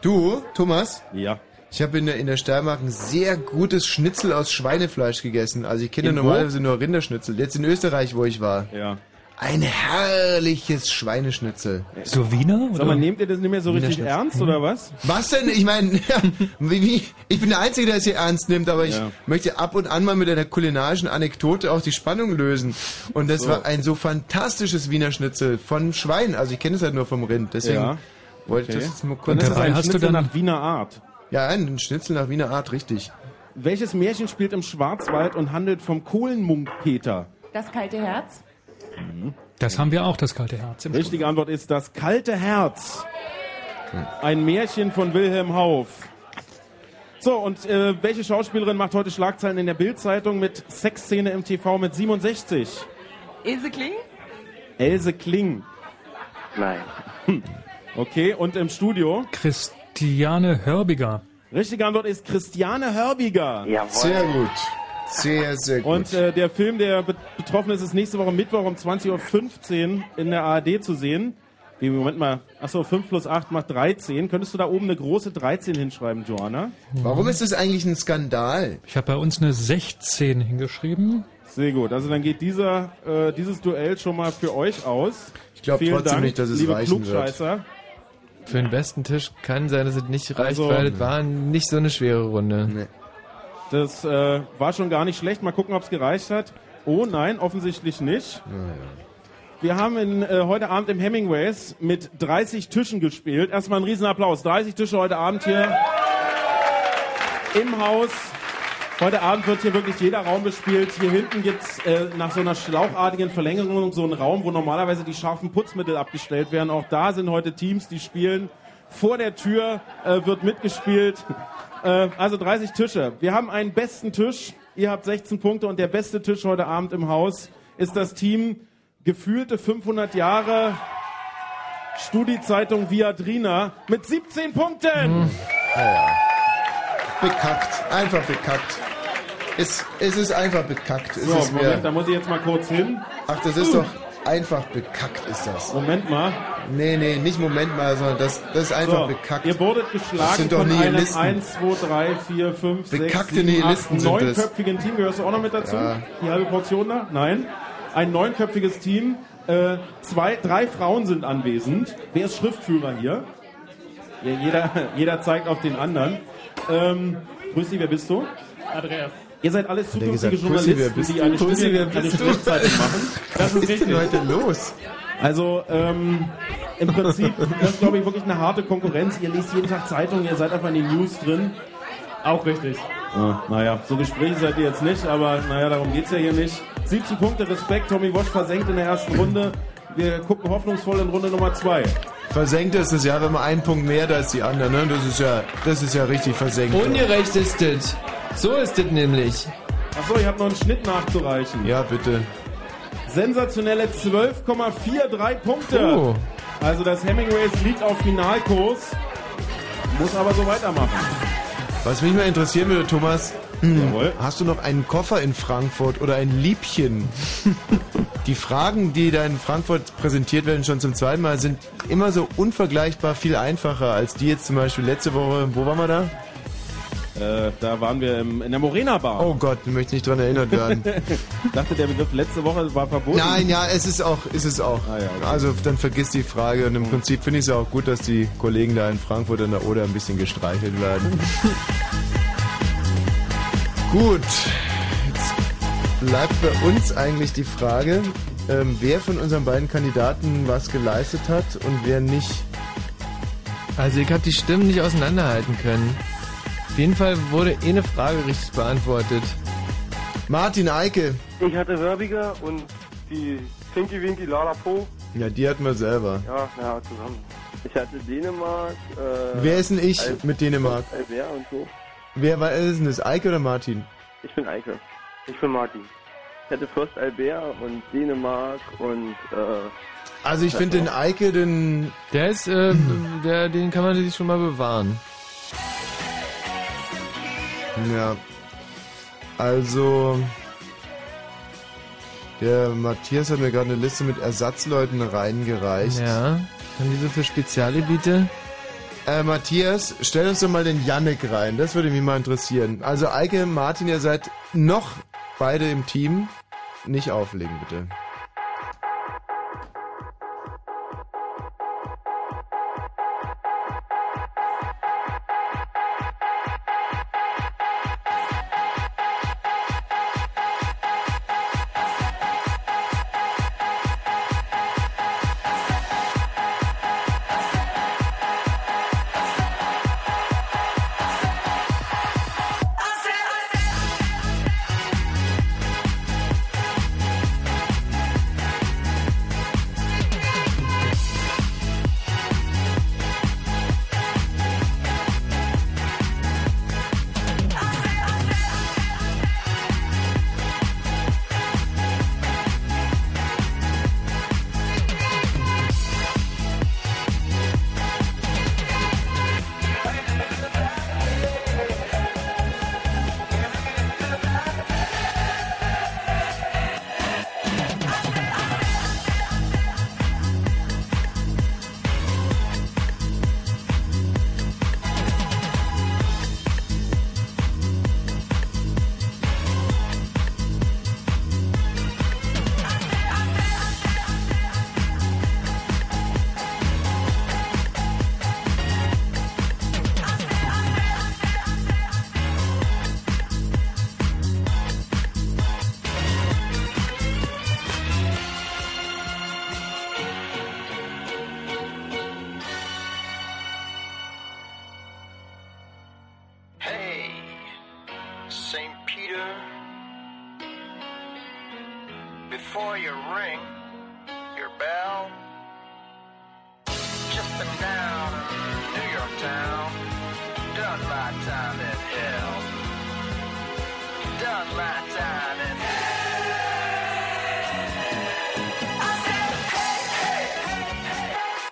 Du, Thomas?
Ja.
Ich habe in der, in der Steiermark ein sehr gutes Schnitzel aus Schweinefleisch gegessen. Also ich kenne
In wo?
normalerweise nur Rinderschnitzel. Jetzt in Österreich, wo ich war.
Ja.
Ein herrliches Schweineschnitzel.
So Wiener?
Sag mal, nehmt ihr das nicht mehr so richtig
Hm.
ernst oder was?
Was denn? Ich meine, ja, wie, wie, ich bin der Einzige, der es hier ernst nimmt, aber ich
Ja.
möchte ab und an mal mit einer kulinarischen Anekdote auch die Spannung lösen. Und das
So.
war ein so fantastisches Wiener Schnitzel von Schwein. Also ich kenne es halt nur vom Rind. Deswegen
Ja.
wollte ich
Okay.
das jetzt mal
Und
kurz
das ist ein
Hast du
Schnitzel
dann-
nach Wiener Art.
Ja, ein Schnitzel nach Wiener Art, richtig.
Welches Märchen spielt im Schwarzwald und handelt vom Kohlenmunk Peter?
Das kalte Herz.
Das haben wir auch, das kalte Herz. Im
Richtige Antwort ist das kalte Herz. Ein Märchen von Wilhelm Hauff. So, und äh, welche Schauspielerin macht heute Schlagzeilen in der Bild-Zeitung mit Sexszene im TV mit 67?
Ese Kling?
Else Kling. Nein. Okay, und im Studio?
Christiane Hörbiger.
Richtige Antwort ist Christiane Hörbiger.
Jawohl.
Sehr gut. Sehr, sehr gut.
Und äh, der Film, der be- betroffen ist, ist nächste Woche Mittwoch um 20.15 Uhr in der ARD zu sehen. Wie, Moment mal. Achso, 5 plus 8 macht 13. Könntest du da oben eine große 13 hinschreiben, Joanna?
Warum ist das eigentlich ein Skandal?
Ich habe bei uns eine 16 hingeschrieben.
Sehr gut. Also dann geht dieser, äh, dieses Duell schon mal für euch aus. Ich
glaub trotzdem nicht, dass es
liebe
reichen wird.
Klugscheißer.
Für den besten Tisch kann sein, dass es nicht reicht,
Also-
weil es war nicht so eine schwere Runde.
Das äh, war schon gar nicht schlecht. Mal gucken, ob es gereicht hat. Oh nein, offensichtlich nicht. Wir haben in, äh, heute Abend im Hemingways mit 30 Tischen gespielt. Erstmal einen riesen Applaus. 30 Tische heute Abend hier im Haus. Heute Abend wird hier wirklich jeder Raum bespielt. Hier hinten gibt's äh, nach so einer schlauchartigen Verlängerung so einen Raum, wo normalerweise die scharfen Putzmittel abgestellt werden. Auch da sind heute Teams, die spielen. Vor der Tür äh, wird mitgespielt. Äh, also 30 Tische. Wir haben einen besten Tisch. Ihr habt 16 Punkte und der beste Tisch heute Abend im Haus ist das Team gefühlte 500 Jahre Studi-Zeitung Viadrina mit 17 Punkten.
Naja. Bekackt. Einfach bekackt. Es, es ist einfach bekackt. Es
So,
ist mir-
Moment, da muss ich jetzt mal kurz hin.
Ach, das ist doch einfach bekackt, ist das.
Moment mal.
Nee, nee, nicht Moment mal, sondern das, das ist einfach
So,
bekackt.
Ihr wurdet
Das
geschlagen
sind doch
von einem
Nihilisten.
1, 2, 3, 4, 5, 6,
Bekackte
7, 8,
Nihilisten sind das.
neunköpfigen Team. Gehörst du auch noch mit dazu?
Ja.
Die halbe Portion da? Nein. Ein neunköpfiges Team. Äh, zwei, drei Frauen sind anwesend. Wer ist Schriftführer hier? Ja, jeder, zurück. jeder zeigt auf den anderen. Ähm, grüß dich, wer bist du? Andreas. Ihr seid alles
Hat er
zukünftige
gesagt, Pussy, wer
Journalisten,
bist
die
du?
eine
Pussy,
Studie-
wer
eine
bist du?
Schlagzeitung machen.
Was ist denn heute los?
Also, ähm, im Prinzip, das ist, glaube ich, wirklich eine harte Konkurrenz. Ihr lest jeden Tag Zeitungen, ihr seid einfach in den News drin. Auch richtig. Ah, naja, so Gespräche seid ihr jetzt nicht, aber naja, darum geht's ja hier nicht. 17 Punkte Respekt, Tommy Walsh versenkt in der ersten Runde. Wir gucken hoffnungsvoll in Runde Nummer 2.
Versenkt ist es ja, wenn man einen Punkt mehr da ist die anderen, ne? Das ist ja, das ist ja richtig versenkt.
Ungerecht ist das. So ist das nämlich.
Achso, ich habe noch einen Schnitt nachzureichen.
Ja, bitte.
Sensationelle 12,43 Punkte.
Oh.
Also das Hemingways liegt auf Finalkurs, muss aber so weitermachen.
Was mich mal interessieren würde, Thomas, hm,
Jawohl.
hast du noch einen Koffer in Frankfurt oder ein Liebchen? die Fragen, die da in Frankfurt präsentiert werden, schon zum zweiten Mal, sind immer so unvergleichbar viel einfacher als die jetzt zum Beispiel letzte Woche. Wo waren wir da?
Äh, da waren wir im, in der Morena Bar.
Oh Gott, ich möchte nicht dran erinnert werden.
Dachte der Begriff letzte Woche war verboten.
Nein, ja, es ist auch, es ist auch. Also dann vergiss die Frage und im Prinzip finde ich es ja auch gut, dass die Kollegen da in Frankfurt an der Oder ein bisschen gestreichelt werden. gut, jetzt bleibt bei uns eigentlich die Frage, ähm, wer von unseren beiden Kandidaten was geleistet hat und wer nicht.
Also ich habe die Stimmen nicht auseinanderhalten können. Auf jeden Fall wurde eh eine Frage richtig beantwortet.
Martin Eike.
Ich hatte Hörbiger und die Tinky Winky Lala Po.
Ja, die hat man selber.
Ja, naja, zusammen. Ich hatte Dänemark. Äh,
Wer ist denn ich mit Dänemark?
Albert und so.
Wer war es denn das? Eike oder Martin?
Ich bin Eike. Ich bin Martin. Ich hatte Fürst Albert und Dänemark und. Äh,
Also ich finde den Eike, den...
Der ist, äh, der, den kann man sich schon mal bewahren. Äh,
Ja. Also. Der Matthias hat mir gerade eine Liste mit Ersatzleuten reingereicht.
Ja, haben die so für Spezialgebiete?
Äh, Matthias, stell uns doch mal den Yannick rein. Das würde mich mal interessieren. Also Eike, Martin, ihr seid noch beide im Team. Nicht auflegen, bitte.
Hey, St. Peter, before you ring your bell, just been down in New York town, done my time in hell, done my time in hell. I said, hey, hey,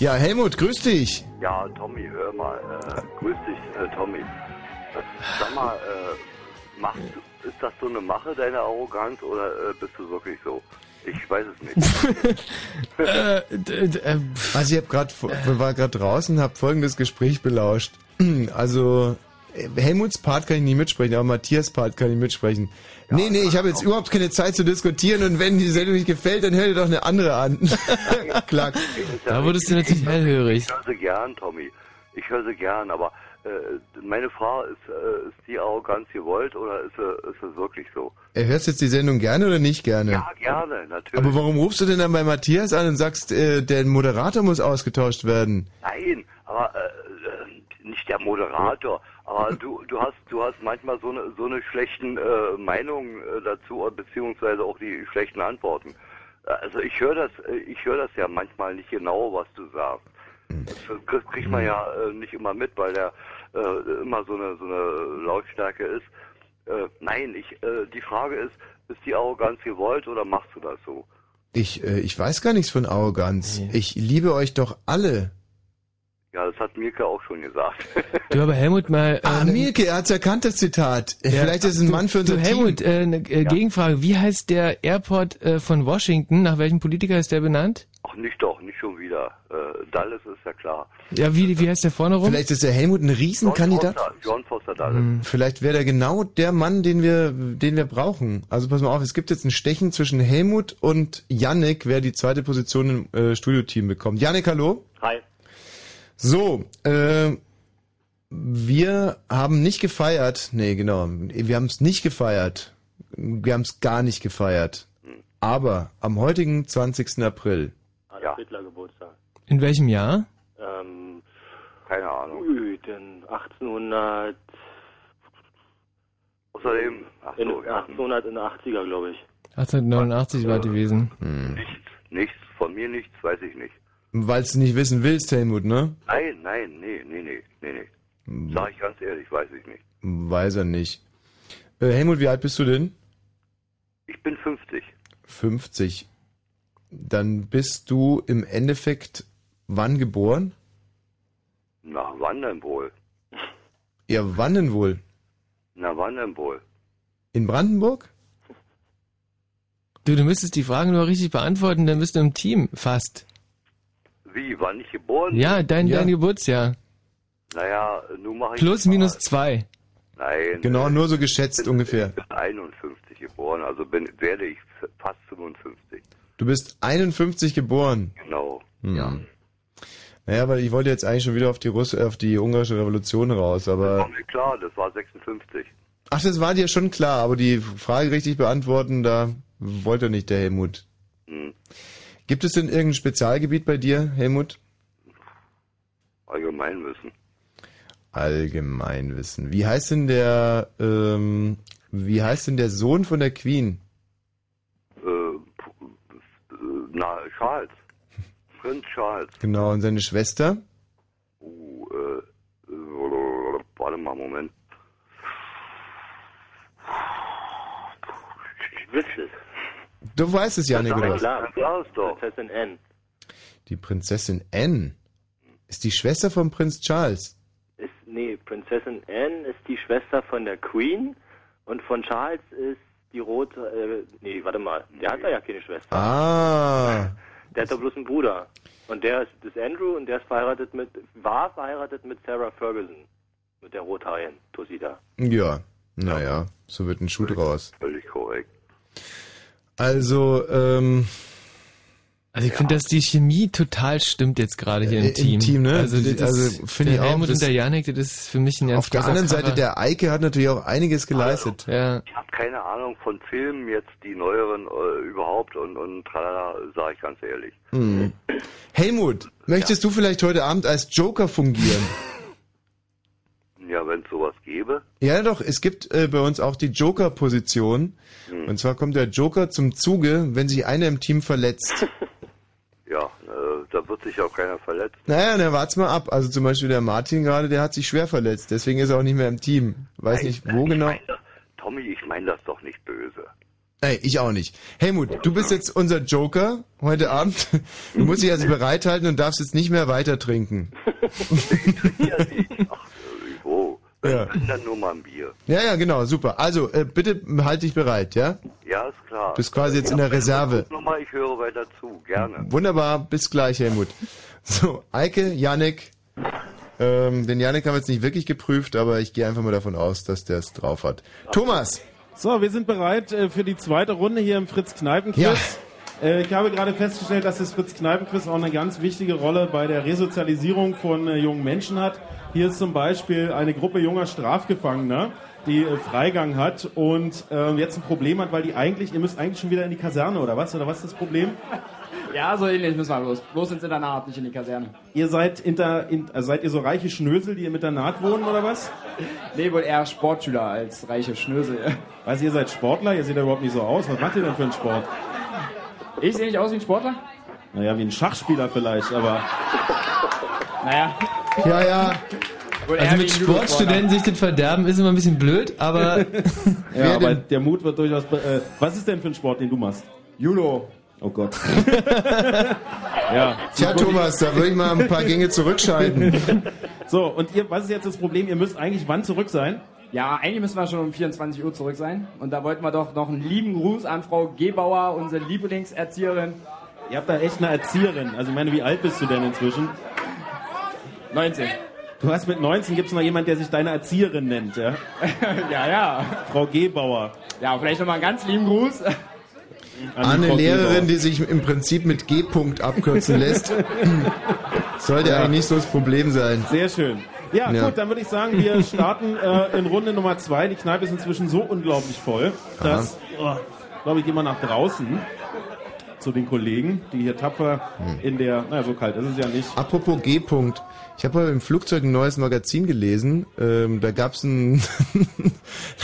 Ja, Helmut, grüß dich.
Ja, Tommy, hör mal. Äh, grüß dich, äh, Tommy. Äh, sag mal, äh, machst, du- ist das so eine Mache, deine Arroganz, oder äh, bist du wirklich so? Ich weiß es nicht.
Also ich hab grad, vo- war gerade draußen, habe folgendes Gespräch belauscht. Also äh, Helmuts Part kann ich nicht mitsprechen, aber Matthias Part kann ich mitsprechen. nee, nee, ich habe jetzt überhaupt keine Zeit zu diskutieren und wenn die Sendung nicht gefällt, dann hör dir doch eine andere an. Klack.
Da wurdest du natürlich hellhörig.
Ich höre sie gern, Tommy. Ich höre sie gern, aber äh, meine Frage ist, äh, ist die Arroganz gewollt, oder ist sie, ist sie wirklich so?
Er Äh, hörst jetzt die Sendung gerne oder nicht gerne?
Ja, gerne, natürlich.
Aber warum rufst du denn dann bei Matthias an und sagst, äh, der Moderator muss ausgetauscht werden?
Nein, aber äh, äh, nicht der Moderator, Aber du, du hast, du hast manchmal so eine, so eine schlechten äh, Meinung äh, dazu, äh, beziehungsweise auch die schlechten Antworten. Also ich höre das, äh, ich höre das ja manchmal nicht genau, was du sagst. Das krieg- kriegt man ja äh, nicht immer mit, weil der äh, immer so eine, so eine Lautstärke ist. Äh, nein, ich, äh, die Frage ist, ist die Arroganz gewollt oder machst du das so?
Ich, äh, ich weiß gar nichts von Arroganz. Ich liebe euch doch alle.
Ja, das hat Mirka auch schon gesagt.
Du, aber Helmut mal... ähm,
Ah, Mielke, er hat's erkannt, das Zitat. Vielleicht ist es ein
Du-
Mann für
du,
unser Team.
Helmut, äh, eine äh,
Ja.
Gegenfrage. Wie heißt der Airport äh, von Washington? Nach welchem Politiker ist der benannt?
Ach, nicht doch, nicht schon wieder. Äh, Dallas ist ja klar.
Ja, wie, wie heißt der vorne rum?
Vielleicht ist der Helmut ein Riesenkandidat.
John Foster, John Foster Dallas.
Hm, Vielleicht wäre der genau der Mann, den wir, den wir brauchen. Also pass mal auf, es gibt jetzt ein Stechen zwischen Helmut und Yannick, wer die zweite Position im äh, Studioteam bekommt. Yannick, hallo?
Hi.
So, äh, wir haben nicht gefeiert. Nee, genau. Wir haben es nicht gefeiert. Wir haben es gar nicht gefeiert. Aber am heutigen 20. April,
Adolf Hitler Geburtstag.
In welchem Jahr?
Ähm,
Keine Ahnung.
Ui, denn 1800.
Außerdem. Ach
in, 1880er, glaube ich.
1889 war gewesen.
Nichts, von mir nichts, weiß ich nicht.
Hm. weil du nicht wissen willst, Helmut, ne?
Nein, nein, nee, nee, nee, nee, nee. Sag ich ganz ehrlich, weiß ich nicht.
Weiß er nicht. Äh, Helmut, wie alt bist du denn?
Ich bin 50.
50. Dann bist du im Endeffekt wann geboren?
Na, wann denn wohl?
Ja, wann denn wohl?
Na, wann denn wohl?
In Brandenburg?
Du, du müsstest die Fragen nur richtig beantworten, dann bist du im Team. Fast.
Wie, wann ich geboren
Ja,
bin?
dein, dein Geburtsjahr.
Naja, nun mache ich...
Plus, minus zwei.
Nein.
Genau, nur so geschätzt ungefähr.
Ich bin 51 geboren, also bin, werde ich f- fast 55.
Du bist 51 geboren.
Genau.
Ja. Naja, aber ich wollte jetzt eigentlich schon wieder auf die Russ auf die ungarische Revolution raus, aber.
War mir klar, das war 56.
Ach, das war dir schon klar, aber die Frage richtig beantworten, da wollte nicht der Helmut. Gibt es denn irgendein Spezialgebiet bei dir, Helmut?
Allgemeinwissen.
Allgemeinwissen. Wie heißt denn der, ähm, wie heißt denn der Sohn von der Queen?
Äh, puh, äh, na, Charles. Prinz Charles.
Genau, und seine Schwester?
Uh, äh, äh, warte mal, Moment.
Ich wüsste es.
Du weißt es ja nicht, oder? was?
klar. klar ist doch. Das heißt in N.
Die Prinzessin Anne ist die Schwester von Prinz Charles.
Ist, nee, Prinzessin Anne ist die Schwester von der Queen und von Charles ist die rote. Äh, nee, warte mal. Der hat da ja keine Schwester.
Ah,
Der hat doch bloß einen Bruder. Und der ist, das ist Andrew und der ist verheiratet mit, war verheiratet mit Sarah Ferguson. Mit der rothaarigen Tussi da.
ja, naja, so wird ein Schuh draus.
Völlig korrekt.
Also, ähm,
Also ich finde, dass die Chemie total stimmt jetzt gerade hier im
Äh, im
Team.
Team, ne?
Also, das
Also,
ist-
finde
der
ich auch,
Helmut
das-
und der Janik, das ist für mich ein ganz
auf der
großer
anderen
Kracher.
Seite, der Eike hat natürlich auch einiges geleistet.
Ja.
Ich habe keine Ahnung von Filmen jetzt, die neueren äh, überhaupt und, und tralala, sage ich ganz ehrlich.
Hm. Helmut, möchtest du vielleicht heute Abend als Joker fungieren?
Ja, wenn es sowas gäbe.
Ja, doch, es gibt äh, bei uns auch die Joker-Position.
Hm.
Und zwar kommt der Joker zum Zuge, wenn sich einer im Team verletzt.
Ja, äh, da wird sich auch keiner verletzen.
Naja, na, wart's mal ab. Also zum Beispiel der Martin gerade, der hat sich schwer verletzt. Deswegen ist er auch nicht mehr im Team. Weiß nicht, wo genau.
Tommy, ich meine das doch nicht böse.
Ey, ich auch nicht. Helmut, du bist jetzt unser Joker heute Abend. Du musst dich also bereithalten und darfst jetzt nicht mehr weiter trinken.
Oh,
Ja.
wenn dann nur mal ein Bier.
Ja, ja, genau, super. Also, äh, bitte halt dich bereit, ja?
Ja, ist klar.
Bist quasi jetzt
Ja,
in der
wenn du
Reserve.
kommst Nochmal, ich höre weiter zu, gerne.
Wunderbar, bis gleich, Helmut. So, Eike, Yannick. Ähm, den Yannick haben wir jetzt nicht wirklich geprüft, aber ich gehe einfach mal davon aus, dass der es drauf hat. Thomas!
So, wir sind bereit äh, für die zweite Runde hier im Fritz Kneipen Quiz. Äh, Ich habe gerade festgestellt, dass das Fritz Kneipen Quiz auch eine ganz wichtige Rolle bei der Resozialisierung von äh, jungen Menschen hat. Hier ist zum Beispiel eine Gruppe junger Strafgefangener, die äh, Freigang hat ähm, und äh, jetzt ein Problem hat, weil die eigentlich, ihr müsst eigentlich schon wieder in die Kaserne oder was? Oder was ist das Problem?
Ja, so ähnlich müssen wir bloß. Bloß ins Internat, nicht in die Kaserne.
Ihr seid, inter, in, also seid ihr so reiche Schnösel, die im Internat wohnen oder was?
Nee, wohl eher Sportschüler als reiche Schnösel.
Also ihr seid Sportler, ihr seht ja überhaupt nicht so aus. Was macht ihr denn für einen Sport?
Ich sehe nicht aus wie ein Sportler?
Naja, wie ein Schachspieler vielleicht, aber...
Naja.
Ja, ja.
Wohl
Also
eher
mit
wie ein Judo-Sportler.
Sportstudenten sich den verderben ist immer ein bisschen blöd, aber
Ja, aber der Mut wird durchaus... be- Äh, was ist denn für ein Sport, den du machst?
Judo.
Oh Gott. ja.
Tja, Thomas, da würde ich mal ein paar Gänge zurückschalten.
So, und ihr, was ist jetzt das Problem? Ihr müsst eigentlich wann zurück sein?
Ja, eigentlich müssen wir schon um 24 Uhr zurück sein. Und da wollten wir doch noch einen lieben Gruß an Frau Gebauer, unsere Lieblingserzieherin.
Ihr habt da echt eine Erzieherin. Also ich meine, wie alt bist du denn inzwischen?
19.
Du hast mit 19, gibt es noch jemanden, der sich deine Erzieherin nennt, ja?
ja, ja.
Frau Gebauer.
Ja, vielleicht nochmal einen ganz lieben Gruß.
die
Eine
Frau
Lehrerin,
Gebauer.
die sich im Prinzip mit G-Punkt abkürzen lässt, sollte
Ja.
eigentlich nicht so das Problem sein.
Sehr schön. Ja,
Ja.
gut, dann würde ich sagen, wir starten äh, in Runde Nummer zwei. Die Kneipe ist inzwischen so unglaublich voll,
Ja.
dass, oh, glaube ich, gehe mal nach draußen zu den Kollegen, die hier tapfer
Hm.
in der, naja, so kalt ist es ja nicht.
Apropos G-Punkt. Ich habe heute im Flugzeug ein neues Magazin gelesen. Ähm, da gab es ein,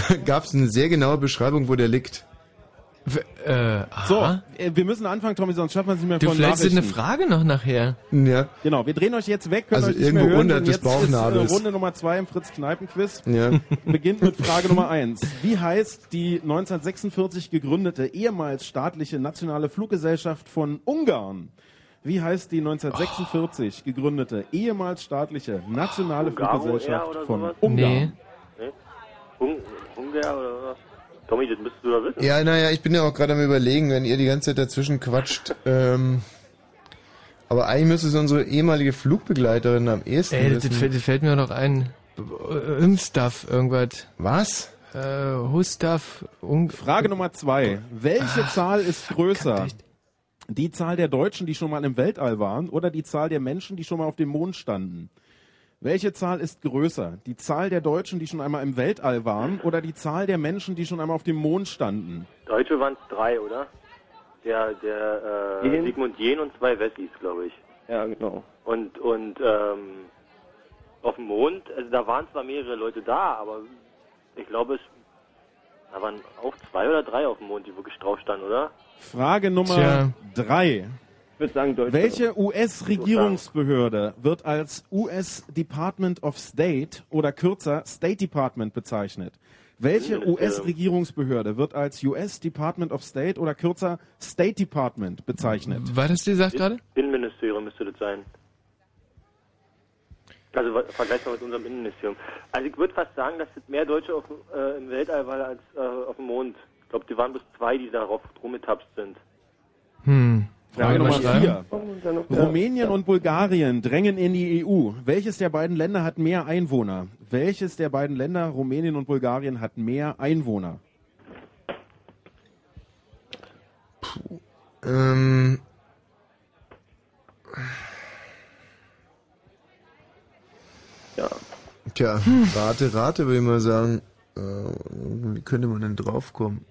da gab's eine sehr genaue Beschreibung, wo der liegt.
So, äh, wir müssen anfangen, Tommy, sonst schaffen wir es nicht mehr
Du,
von
vielleicht ist
Nachrichten.
eine
Frage noch nachher.
Ja.
Genau, wir drehen euch jetzt weg, könnt
Also
euch nicht
irgendwo
mehr hören,
unter
denn
des
jetzt
Bauchnabels.
ist äh, Runde Nummer 2 im Fritz-Kneipen-Quiz.
Ja.
Beginnt mit Frage Nummer 1. Wie heißt die 1946 gegründete ehemals staatliche nationale Fluggesellschaft von Ungarn? Wie heißt die 1946 gegründete ehemals staatliche nationale
Ungaro Air
Fluggesellschaft
oder
von
sowas?
Ungarn?
Nee. Ne? Hung Hunger oder was? Tommy, das müsstest du doch wissen.
Ja, naja, ich bin ja auch gerade am überlegen, wenn ihr die ganze Zeit dazwischen quatscht. Ähm, aber eigentlich müsste es unsere ehemalige Flugbegleiterin am ehesten
Ey, das,
wissen.
das, fällt, das fällt mir noch ein. Äh, Impfstuff, irgendwas.
Was?
Äh, Hustaff, Ung
Frage Nummer zwei. Welche Zahl ist größer? Die Zahl der Deutschen, die schon mal im Weltall waren, oder die Zahl der Menschen, die schon mal auf dem Mond standen? Welche Zahl ist größer? Die Zahl der Deutschen, die schon einmal im Weltall waren, oder die Zahl der Menschen, die schon einmal auf dem Mond standen?
Deutsche waren es drei, oder? Der, der äh,
Jen?
Sigmund Jen und zwei Wessis, glaube ich.
Ja, genau.
Und, und ähm, auf dem Mond, also da waren zwar mehrere Leute da, aber ich glaube, es da waren auch zwei oder drei auf dem Mond, die wirklich drauf standen, oder?
Frage Nummer
Tja.
drei.
Ich würde sagen, Deutsche.
Welche US-Regierungsbehörde wird als US Department of State oder kürzer State Department bezeichnet? Welche US-Regierungsbehörde wird als US Department of State oder kürzer State Department bezeichnet?
War das die Sache gerade?
Innenministerium müsste das sein. Also wa- vergleichbar mit unserem Innenministerium. Also ich würde fast sagen, dass es mehr Deutsche auf, dem, äh, im Weltall waren als äh, auf dem Mond. Ich glaube, die waren bis zwei, die darauf rumgetapst sind.
Hm.
Frage Nummer
schreiben.
vier. Rumänien und Bulgarien drängen in die EU. Welches der beiden Länder hat mehr Einwohner? Welches der beiden Länder, Rumänien und Bulgarien, hat mehr Einwohner?
Ähm,
Ja.
Tja, rate, rate, würde ich mal sagen. Äh, wie könnte man denn draufkommen?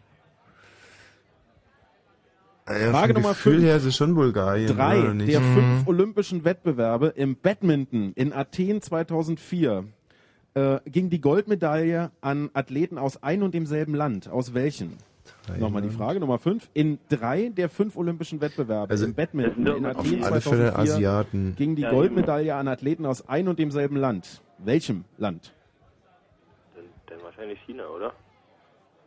Ah Ja,
Frage
vom
Nummer
Gefühl
fünf.
her ist es schon Bulgarien.
Drei
ne, oder nicht? Mhm.
der fünf olympischen Wettbewerbe im Badminton in Athen 2004 äh, ging die Goldmedaille an Athleten aus ein und demselben Land. Aus welchen? Nochmal die Frage Nummer fünf. In drei der fünf olympischen Wettbewerbe
Also,
im Badminton
das sind
in
doch auf
Athen
alle Fälle
2004
Asiaten.
ging die
Ja,
Goldmedaille an Athleten aus ein und demselben Land. Welchem Land?
Dann, dann wahrscheinlich China, oder?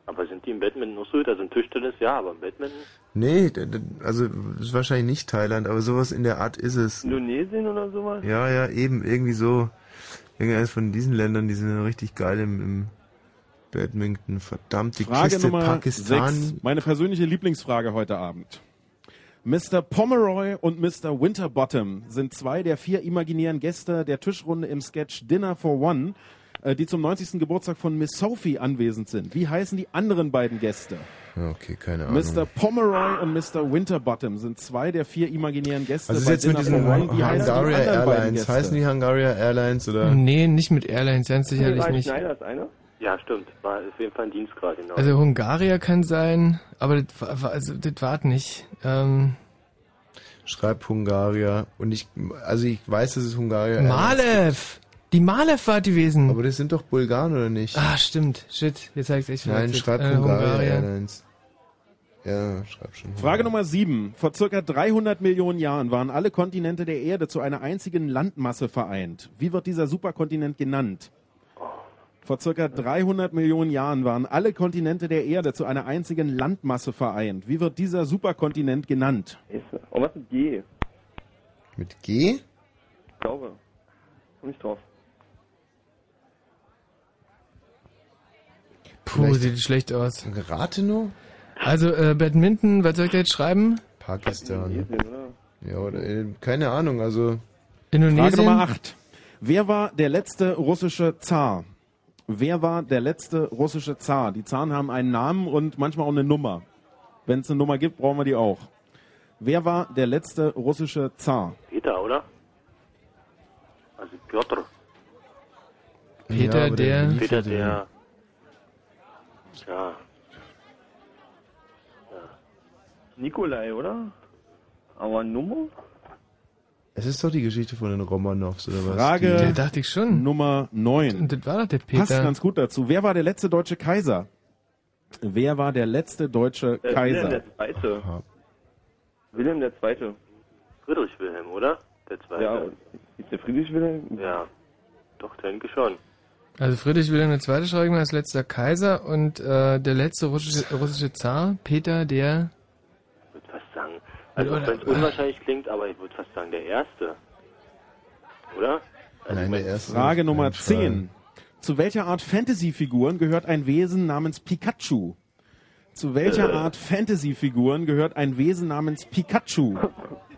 Aber sind die im Badminton auch so gut? Also im Tischtennis ja, aber im Badminton?
Nee, d- d- also ist wahrscheinlich nicht Thailand, aber sowas in der Art ist es.
Indonesien oder sowas?
Ja, ja, eben, irgendwie so. Irgendeines von diesen Ländern, die sind ja richtig geil im, im Badminton. Verdammt, die
Frage
Kiste
Nummer
Pakistan.
sechs. Meine persönliche Lieblingsfrage heute Abend. Mr. Pomeroy und Mr. Winterbottom sind zwei der vier imaginären Gäste der Tischrunde im Sketch Dinner for One, äh, die zum 90. Geburtstag von Miss Sophie anwesend sind. Wie heißen die anderen beiden Gäste?
Ja, Okay, keine Ahnung.
Mr. Pomeroy und Mr. Winterbottom sind zwei der vier imaginären Gäste
Also ist
bei
jetzt mit
Dinner
diesen
for One. Wie heißen die
Hungaria
anderen beiden
Airlines.
Gäste?
Heißen die Hungaria Airlines oder?
Nee, nicht mit Airlines, ganz sicherlich
Ralf
nicht.
Schneider ist einer? Ja, stimmt. War auf jeden Fall ein Dienstgrad, genau.
Also Hungaria kann sein, aber das war, war, also, das war nicht. Ähm,
Schreibt Hungaria. Und ich, also ich weiß, dass es Hungaria
Malev! Die Malev war die gewesen.
Aber das sind doch Bulgaren, oder nicht?
Ah, stimmt. Shit. Jetzt zeig's echt
Nein, schreibt
Äh,
Hungaria
Hungaria.
Airlines. Ja, schreib schon.
Frage Nummer 7. Vor circa 300 Millionen Jahren waren alle Kontinente der Erde zu einer einzigen Landmasse vereint. Wie wird dieser Superkontinent genannt? Vor circa 300 Millionen Jahren waren alle Kontinente der Erde zu einer einzigen Landmasse vereint. Wie wird dieser Superkontinent genannt?
Und oh, was mit G?
Mit
Ich
G?
glaube. Komm nicht drauf.
Puh, sieht schlecht aus.
Rate nur?
Also, äh, Badminton, was soll ich da jetzt schreiben?
Pakistan. Ja, oder äh, keine Ahnung, also.
Frage Nummer 8. Wer war der letzte russische Zar? Wer war der letzte russische Zar? Die Zaren haben einen Namen und manchmal auch eine Nummer. Wenn es eine Nummer gibt, brauchen wir die auch. Wer war der letzte russische Zar?
Peter, oder? Also Piotr.
Peter,
aber
der-
lief
Peter,
ja dann.
der. Ja. ja. Nikolai, oder? Aber Nummer?
Es ist doch die Geschichte von den Romanows, oder was?
Frage
Die,
Nummer 9.
Das war doch der
Passt ganz gut dazu. Wer war der letzte deutsche Kaiser? Wer war der letzte deutsche
Äh, Wilhelm
Kaiser?
der Zweite. Wilhelm der Zweite.
Friedrich Wilhelm, oder? Der zweite.
Ja, ist der Friedrich Wilhelm?
Ja. Doch, denke schon.
Also, Friedrich Wilhelm II. schreiben wir als letzter Kaiser und äh, der letzte russische, russische Zar, Peter, der.
Würde fast sagen. Also,
Oder-
wenn es unwahrscheinlich klingt, aber ich würde fast sagen, der erste. Oder?
Nein, der erste.
Frage Nummer
Nein,
10. Zu welcher Art Fantasy-Figuren gehört ein Wesen namens Pikachu? Zu welcher
Äh.
Art Fantasy-Figuren gehört ein Wesen namens Pikachu?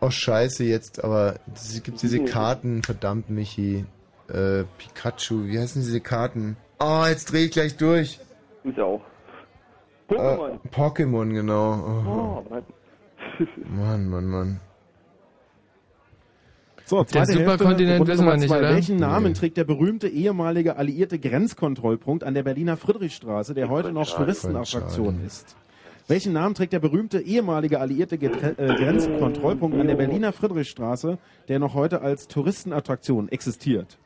Oh, scheiße jetzt, aber es gibt diese Karten, verdammt Michi. Äh, Pikachu, wie heißen diese Karten? Oh, jetzt drehe ich gleich durch.
Ich auch.
Ah.
Pokémon. Äh, Pokémon, genau.
Oh, Mann.
Oh. Mann, Mann, Mann.
So,
Der
zweite Hälfte,
Superkontinent
Runde
wissen wir
Nummer
nicht,
zwei.
oder?
Welchen Namen
Nee.
trägt der berühmte ehemalige alliierte Grenzkontrollpunkt an der Berliner Friedrichstraße, der heute noch
Schade.
Touristenattraktion ist? Welchen Namen trägt der berühmte ehemalige alliierte Ge äh, Grenzkontrollpunkt an der Berliner Friedrichstraße, der noch heute als Touristenattraktion existiert?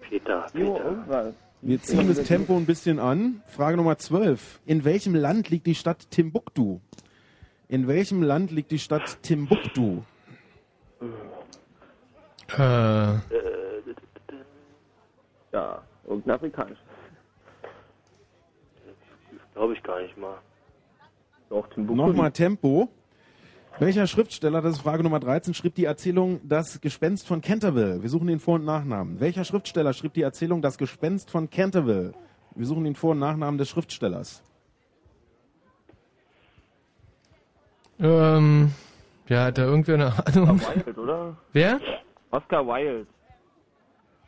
Peter,
Jo, irgendwas.
Wir ziehen das Tempo ein bisschen an. Frage Nummer 12. In welchem Land liegt die Stadt Timbuktu? In welchem Land liegt die Stadt Timbuktu?
Äh,
Ja, irgendein afrikanisch.
Glaube ich gar nicht mal.
Doch, Timbuktu.
Nochmal Tempo. Welcher Schriftsteller, das ist Frage Nummer 13, schrieb die Erzählung Das Gespenst von Canterville? Wir suchen den Vor- und Nachnamen. Welcher Schriftsteller schrieb die Erzählung Das Gespenst von Canterville? Wir suchen den Vor- und Nachnamen des Schriftstellers.
ähm. Ja, hat da irgendwer eine Ahnung?
Oscar Wilde, oder?
Wer?
Oscar Wilde.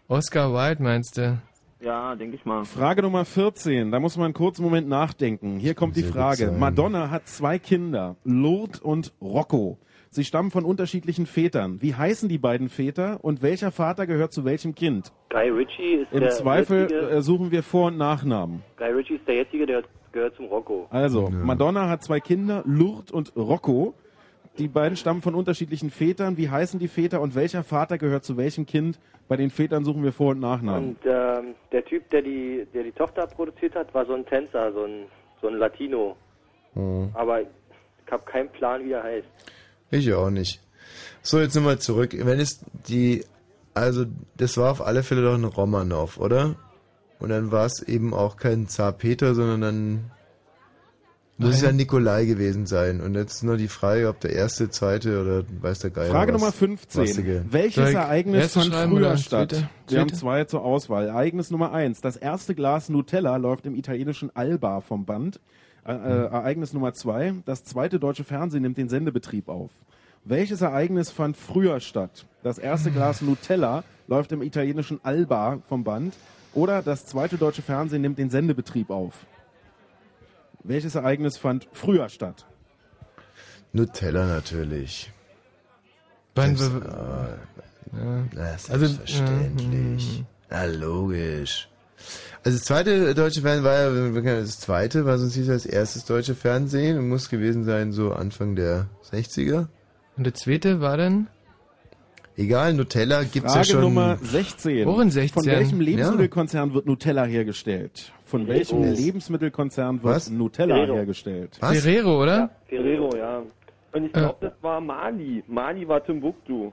Oscar Wilde meinst du?
Ja, denke ich mal.
Frage Nummer 14, da muss man einen kurzen Moment nachdenken. Hier kommt die
gut
Frage.
sein.
Madonna hat zwei Kinder, Lourdes und Rocco. Sie stammen von unterschiedlichen Vätern. Wie heißen die beiden Väter und welcher Vater gehört zu welchem Kind?
Guy Ritchie ist
Im
der
Zweifel
jetzige,
äh, suchen wir Vor- und Nachnamen.
Guy Ritchie ist der jetzige, der gehört zum Rocco.
Also, Madonna hat zwei Kinder, Lourdes und Rocco. Die beiden stammen von unterschiedlichen Vätern. Wie heißen die Väter und welcher Vater gehört zu welchem Kind? Bei den Vätern suchen wir Vor- und Nachnamen.
Und ähm, der Typ, der die, der die Tochter produziert hat, war so ein Tänzer, so ein, so ein Latino.
Oh.
Aber ich habe keinen Plan, wie er heißt.
Ich auch nicht. So, jetzt nochmal zurück. Wenn es die, also das war auf alle Fälle doch ein Romanov, oder? Und dann war es eben auch kein Zar Peter, sondern dann muss es ja
Nein.
Nikolai gewesen sein. Und jetzt ist nur die Frage, ob der erste, zweite oder weiß der Geier.
Frage
Äh, was-
Nummer 15.
wasige.
Welches Ereignis
erste
fand
schreiben
früher
oder
statt?
zweite?
Wir haben
Zweite?
zwei zur Auswahl. Ereignis Nummer 1. Das erste Glas Nutella läuft im italienischen Alba vom Band. Äh, äh, Ereignis Nummer 2. Das zweite deutsche Fernsehen nimmt den Sendebetrieb auf. Welches Ereignis fand früher statt? Das erste Glas Nutella läuft im italienischen Alba vom Band. Oder das zweite deutsche Fernsehen nimmt den Sendebetrieb auf. Welches Ereignis fand früher statt?
Nutella natürlich.
Wann
Das-
wir-
ah,
Ja.
na, ist
Also,
selbstverständlich. Na, logisch. hm. Also das zweite deutsche Fernsehen war ja das zweite, war sonst hieß ja das erstes deutsche Fernsehen und muss gewesen sein so Anfang der 60er.
Und das zweite war dann?
Egal, Nutella gibt's
Frage
ja schon.
Nummer 16.
Worin 16?
Von welchem Lebensmittelkonzern wird Nutella hergestellt? Von welchem
Oh.
Lebensmittelkonzern wird
Was?
Nutella
Ferrero.
hergestellt?
Was? Ferrero, oder? Äh.
Ferrero, ja. Und ich glaube, das war Mali. Mali war Timbuktu.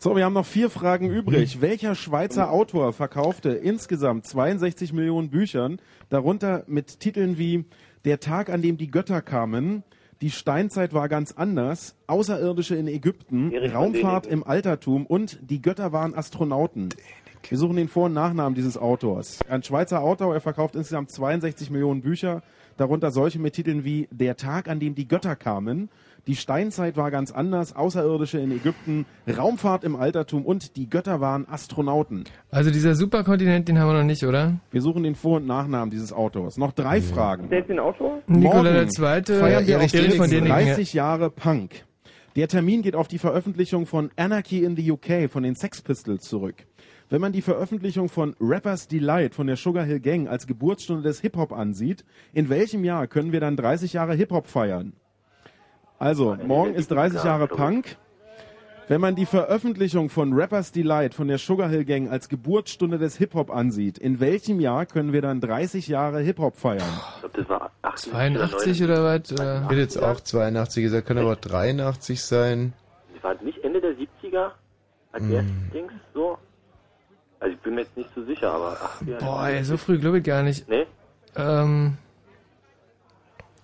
So, wir haben noch vier
Mhm.
Fragen übrig. Welcher Schweizer Autor verkaufte insgesamt 62 Millionen Büchern, darunter mit Titeln wie Der Tag, an dem die Götter kamen, Die Steinzeit war ganz anders, Außerirdische in Ägypten,
Erich von
Raumfahrt
Däniken.
im Altertum und Die Götter waren Astronauten. Wir suchen den Vor- und Nachnamen dieses Autors. Ein Schweizer Autor, er verkauft insgesamt 62 Millionen Bücher, darunter solche mit Titeln wie Der Tag, an dem die Götter kamen, Die Steinzeit war ganz anders, Außerirdische in Ägypten, Raumfahrt im Altertum und Die Götter waren Astronauten.
Also dieser Superkontinent, den haben wir noch nicht, oder?
Wir suchen den Vor- und Nachnamen dieses Autors. Noch drei Fragen.
Stellt den Autor?
Nikola
Morgen
der Zweite,
feiern wir
Erich
auf
Dietrich von
von
Däniken, ja.
30 Jahre Punk. Der Termin geht auf die Veröffentlichung von Anarchy in the UK von den Sex Pistols zurück. Wenn man die Veröffentlichung von Rapper's Delight von der Sugar Hill Gang als Geburtsstunde des Hip-Hop ansieht, in welchem Jahr können wir dann 30 Jahre Hip-Hop feiern? Also, morgen ist 30 Jahre Punk. Wenn man die Veröffentlichung von Rapper's Delight von der Sugar Hill Gang als Geburtsstunde des Hip-Hop ansieht, in welchem Jahr können wir dann 30 Jahre Hip-Hop feiern?
Ich glaube, das war 80
82 oder was? Äh,
Ich hätte jetzt auch 82 gesagt, kann aber auch 83 sein.
War das nicht Ende der 70er? Als
Mhm.
Mm.
erstes Dings so? Also ich bin mir jetzt nicht so sicher, aber ach, ja.
Boah, ey, so früh glaube ich gar nicht.
Nee?
Ähm.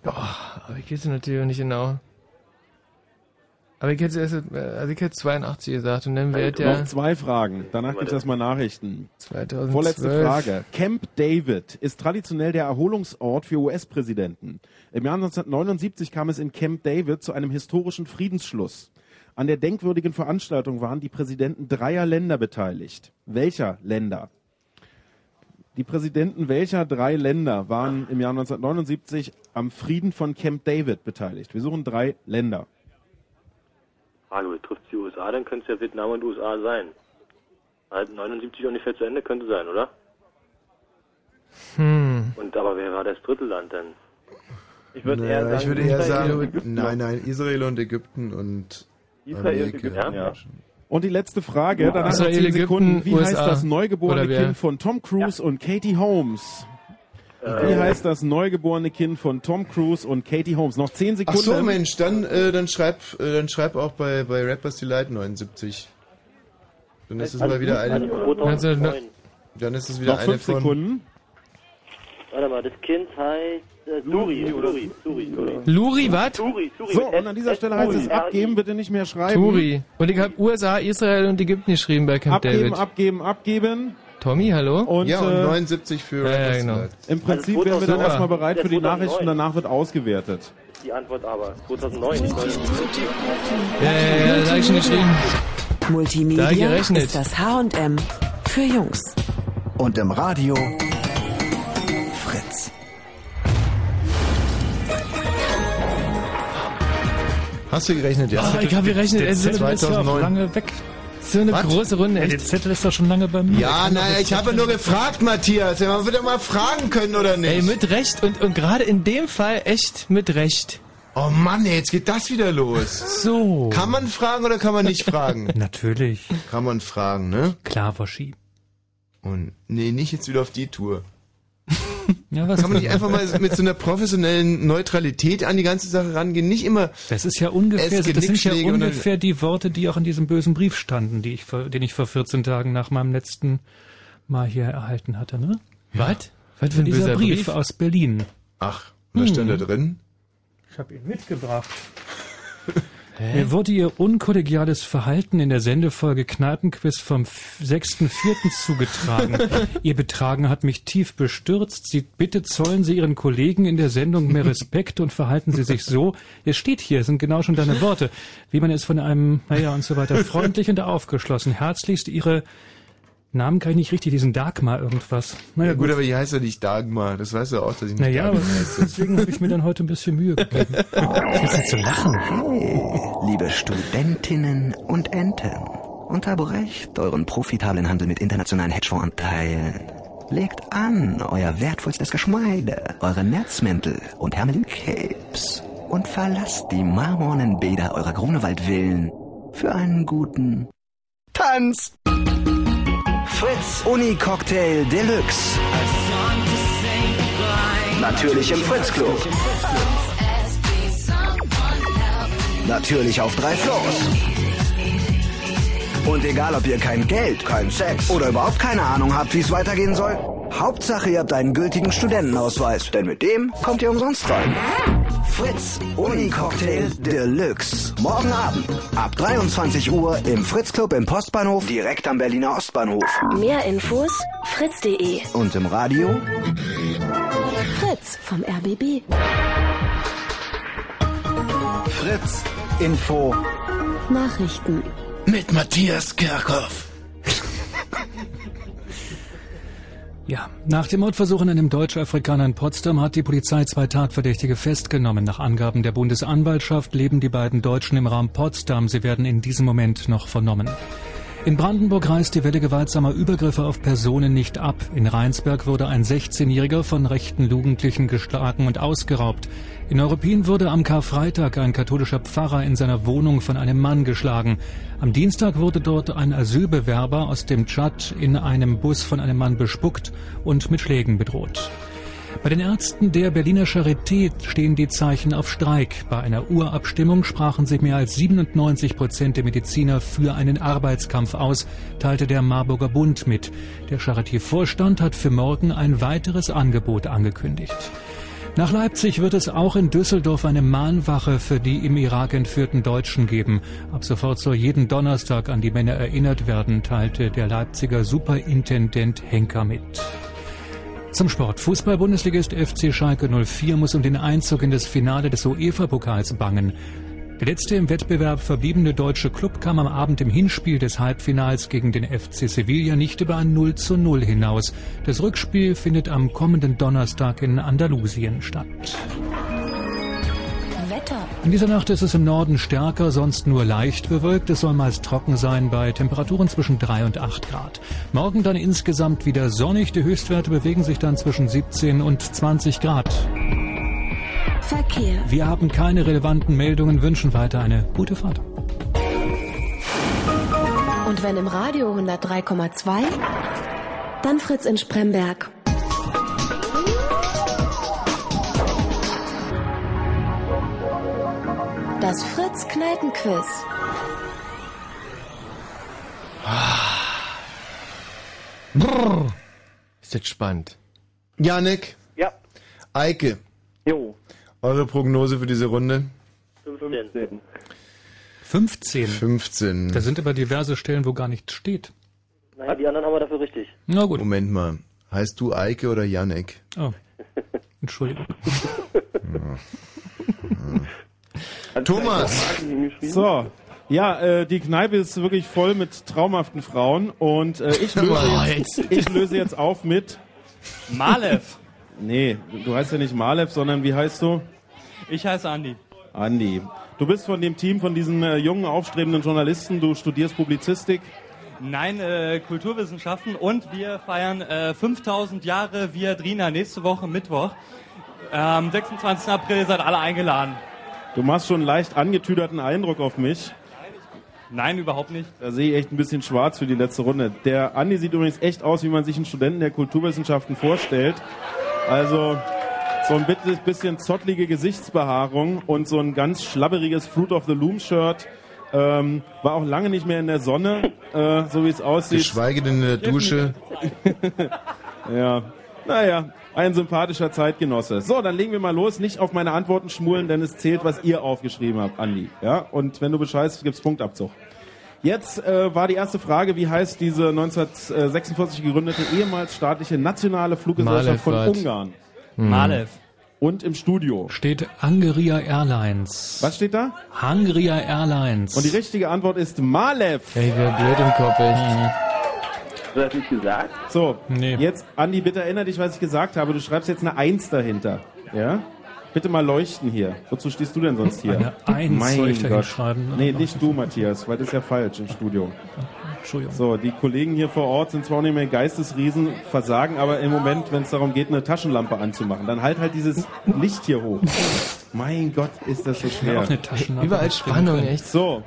Oh, aber ich weiß natürlich nicht genau. Aber ich hätte erst, äh, also ich hätte 82 gesagt und dann wäre
Äh, Noch
der
zwei Fragen. Danach gibt es erstmal Nachrichten.
2012.
Vorletzte Frage. Camp David ist traditionell der Erholungsort für US-Präsidenten. Im Jahr 1979 kam es in Camp David zu einem historischen Friedensschluss. An der denkwürdigen Veranstaltung waren die Präsidenten dreier Länder beteiligt. Welcher Länder? Die Präsidenten welcher drei Länder waren im Jahr 1979 am Frieden von Camp David beteiligt? Wir suchen drei Länder.
Frage, trifft die USA, dann könnte es ja Vietnam und USA sein. Also 79 ungefähr zu Ende könnte sein, oder?
Hm.
Und aber wer war das dritte Land dann? Ich
Na, ich würde eher sagen, nein, nein, Israel und Ägypten und
Israel und Ägypten, ja.
Und die letzte Frage,
Ja.
danach
Israel,
noch 10
Ägypten,
Sekunden. Wie heißt
USA?
das
Oder
neugeborene
wer?
Kind von Tom Cruise und Katie Holmes? Wie
Äh.
heißt das neugeborene Kind von Tom Cruise und Katie Holmes? Noch 10
Ach
Sekunden.
so, Mensch, dann, äh, dann schreib, äh, dann schreib auch bei, bei Rappers Delight 79. Dann ist es
Also
mal wieder
gut,
eine.
also 2009.
Dann ist es wieder
Noch
eine
fünf
von.
Sekunden.
Warte mal, das Kind heißt äh, Duri, Duri, Duri, Duri.
Luri, was?
Duri, Duri.
So, und an dieser Stelle heißt es abgeben, bitte nicht mehr schreiben.
Turi. Und ich habe USA, Israel und Ägypten geschrieben bei Camp
Abgeben,
David.
abgeben, abgeben.
Tommy, hallo?
Und, Ja, und äh,
79 für
ja, ja,
Rappers
genau.
Delight.
Im Prinzip wären
Also
wir dann
2009.
erstmal bereit für die
2009.
Nachrichten. Danach wird ausgewertet.
Die Antwort aber 2009. nicht 2009.
ja, Äh, da hab ich schon geschrieben.
Multimedia
Da gerechnet.
ist das H&M für Jungs.
Und im Radio Fritz.
Hast du gerechnet, ja?
Ah, ich habe gerechnet,
Der
es sind
Zettel ist ja auch 2009.
lange
weg.
So eine
Was?
große Runde,
Ja,
echt.
der
Zettel ist doch schon lange bei mir.
Ja, naja, ich habe nur gefragt, Matthias. Ja, Man wird ja mal fragen können, oder nicht?
Ey, mit Recht und, und gerade in dem Fall echt mit Recht.
Oh Mann, ey, jetzt geht das wieder los.
So.
Kann man fragen oder kann man nicht fragen?
Natürlich.
Kann man fragen, ne?
Klar verschieben.
Und nee, nicht jetzt wieder auf die Tour.
Ja,
Kann man nicht einfach mal mit so einer professionellen Neutralität an die ganze Sache rangehen? Nicht immer.
Das ist ja ungefähr, das
Es
sind ja
Genickschläge und dann-
ungefähr die Worte, die auch in diesem bösen Brief standen, die ich, vor- den ich vor 14 Tagen nach meinem letzten Mal hier erhalten hatte. Ne?
Was? Was für ein
Dieser
böser
Brief,
Brief?
aus Berlin.
Ach, und was stand da
Hm.
drin?
Ich habe ihn mitgebracht. Mir wurde ihr unkollegiales Verhalten in der Sendefolge Kneipenquiz vom f- 6.4. zugetragen. ihr Betragen hat mich tief bestürzt. Sie, bitte zollen Sie Ihren Kollegen in der Sendung mehr Respekt und verhalten Sie sich so. Es steht hier, es sind genau schon deine Worte. Wie man es von einem, naja und so weiter, freundlich und aufgeschlossen. Herzlichst Ihre Namen kann ich nicht richtig, diesen Dagmar irgendwas. Naja,
gut, aber hier heißt er nicht Dagmar. Das weißt du auch, dass ich nicht
Naja, aber
Dagmar heiße.
deswegen habe ich mir dann heute ein bisschen Mühe gegeben.
Jetzt zu lachen. Liebe Studentinnen und Enten, unterbrecht euren profitablen Handel mit internationalen Hedgefondsanteilen. Legt an euer wertvollstes Geschmeide, eure Netzmäntel und Hermelincaps. und verlasst die marmornen Bäder eurer Grunewaldvillen für einen guten Tanz. Fritz Uni Cocktail Deluxe. Natürlich im Fritz Club. Natürlich auf drei Floors. Und egal, ob ihr kein Geld, kein Sex oder überhaupt keine Ahnung habt, wie es weitergehen soll, Hauptsache ihr habt einen gültigen Studentenausweis, denn mit dem kommt ihr umsonst rein. Fritz Uni Cocktail Deluxe. Morgen Abend ab 23 Uhr im Fritz Club im Postbahnhof direkt am Berliner Ostbahnhof.
Mehr Infos fritz.de.
Und im Radio
Fritz vom RBB.
Fritz Info
Nachrichten.
mit Matthias Kerkhoff.
Ja, nach dem Mordversuch an einem Deutsch-Afrikaner in Potsdam hat die Polizei zwei Tatverdächtige festgenommen. Nach Angaben der Bundesanwaltschaft leben die beiden Deutschen im Raum Potsdam. Sie werden in diesem Moment noch vernommen. In Brandenburg reißt die Welle gewaltsamer Übergriffe auf Personen nicht ab. In Rheinsberg wurde ein 16-Jähriger von rechten Jugendlichen geschlagen und ausgeraubt. In Europin wurde am Karfreitag ein katholischer Pfarrer in seiner Wohnung von einem Mann geschlagen. Am Dienstag wurde dort ein Asylbewerber aus dem Tschad in einem Bus von einem Mann bespuckt und mit Schlägen bedroht. Bei den Ärzten der Berliner Charité stehen die Zeichen auf Streik. Bei einer Urabstimmung sprachen sich mehr als 97 Prozent der Mediziner für einen Arbeitskampf aus, teilte der Marburger Bund mit. Der Charité-Vorstand hat für morgen ein weiteres Angebot angekündigt. Nach Leipzig wird es auch in Düsseldorf eine Mahnwache für die im Irak entführten Deutschen geben. Ab sofort soll jeden Donnerstag an die Männer erinnert werden, teilte der Leipziger Superintendent Henker mit. Zum Sport. Fußball-Bundesligist FC Schalke 04 muss um den Einzug in das Finale des UEFA-Pokals bangen. Der letzte im Wettbewerb verbliebene deutsche Klub kam am Abend im Hinspiel des Halbfinals gegen den FC Sevilla nicht über ein 0 zu 0 hinaus. Das Rückspiel findet am kommenden Donnerstag in Andalusien statt.
Wetter.
In dieser Nacht ist es im Norden stärker, sonst nur leicht bewölkt. Es soll meist trocken sein bei Temperaturen zwischen 3 und 8 Grad. Morgen dann insgesamt wieder sonnig. Die Höchstwerte bewegen sich dann zwischen 17 und 20 Grad.
Verkehr.
Wir haben keine relevanten Meldungen, wünschen weiter eine gute Fahrt.
Und wenn im Radio 103,2, dann Fritz in Spremberg. Das Fritz Kneipenquiz.
Brrr. Ist jetzt spannend.
Janik.
Ja.
Eike.
Jo.
Eure Prognose für diese Runde?
15.
15.
15.
Da sind aber diverse Stellen, wo gar nichts steht.
Naja, die anderen haben wir dafür richtig.
Na gut.
Moment mal. Heißt du Eike oder Janek?
Oh. Entschuldigung.
Thomas.
So. Ja, äh, die Kneipe ist wirklich voll mit traumhaften Frauen und äh, ich, löse
Boah,
jetzt,
jetzt.
ich löse jetzt auf mit Malev. Nee, du heißt ja nicht Malev, sondern wie heißt du?
Ich heiße Andi.
Andi. Du bist von dem Team von diesen äh, jungen aufstrebenden Journalisten, du studierst Publizistik.
Nein, äh, Kulturwissenschaften und wir feiern äh, 5000 Jahre Viadrina nächste Woche Mittwoch. Am 26. April seid alle eingeladen.
Du machst schon einen leicht angetüderten Eindruck auf mich.
Nein, überhaupt nicht.
Da sehe ich echt ein bisschen schwarz für die letzte Runde. Der Andi sieht übrigens echt aus, wie man sich einen Studenten der Kulturwissenschaften vorstellt. Also so ein bisschen- bisschen zottlige Gesichtsbehaarung und so ein ganz schlabberiges Fruit of the Loom Shirt. Ähm, war auch lange nicht mehr in der Sonne, äh, so wie es aussieht.
Geschweige denn in der Dusche.
ja, naja, ein sympathischer Zeitgenosse. So, dann legen wir mal los. Nicht auf meine Antworten schmulen, denn es zählt, was ihr aufgeschrieben habt, Andi. Ja, und wenn du bescheißt, gibt's Punktabzug. Jetzt äh, war die erste Frage, wie heißt diese 1946 gegründete ehemals staatliche nationale Fluggesellschaft von
Malefwald.
Ungarn?
Hm. Malev.
Und im Studio.
Steht Hungria Airlines.
Was steht da?
Hungria Airlines.
Und die richtige Antwort ist Malev.
Ey, wer blöd im Kopf ist.
Hast du das nicht gesagt? So, jetzt, Andi, bitte erinnere dich, was ich gesagt habe. Du schreibst jetzt eine Eins dahinter. Ja? Bitte mal leuchten hier. Wozu stehst du denn sonst hier?
Eine Eins
mein
soll ich da
Gott.
hinschreiben?
Nee, nicht du, Matthias, weil das ist ja falsch im Studio.
Entschuldigung.
So, die Kollegen hier vor Ort sind zwar auch nicht mehr Geistesriesen, versagen aber im Moment, wenn es darum geht, eine Taschenlampe anzumachen. Dann halt halt dieses Licht hier hoch. Mein Gott, ist das so schwer.
Auf eine Taschenlampe Überall mitbringen Spannung, können. echt.
So.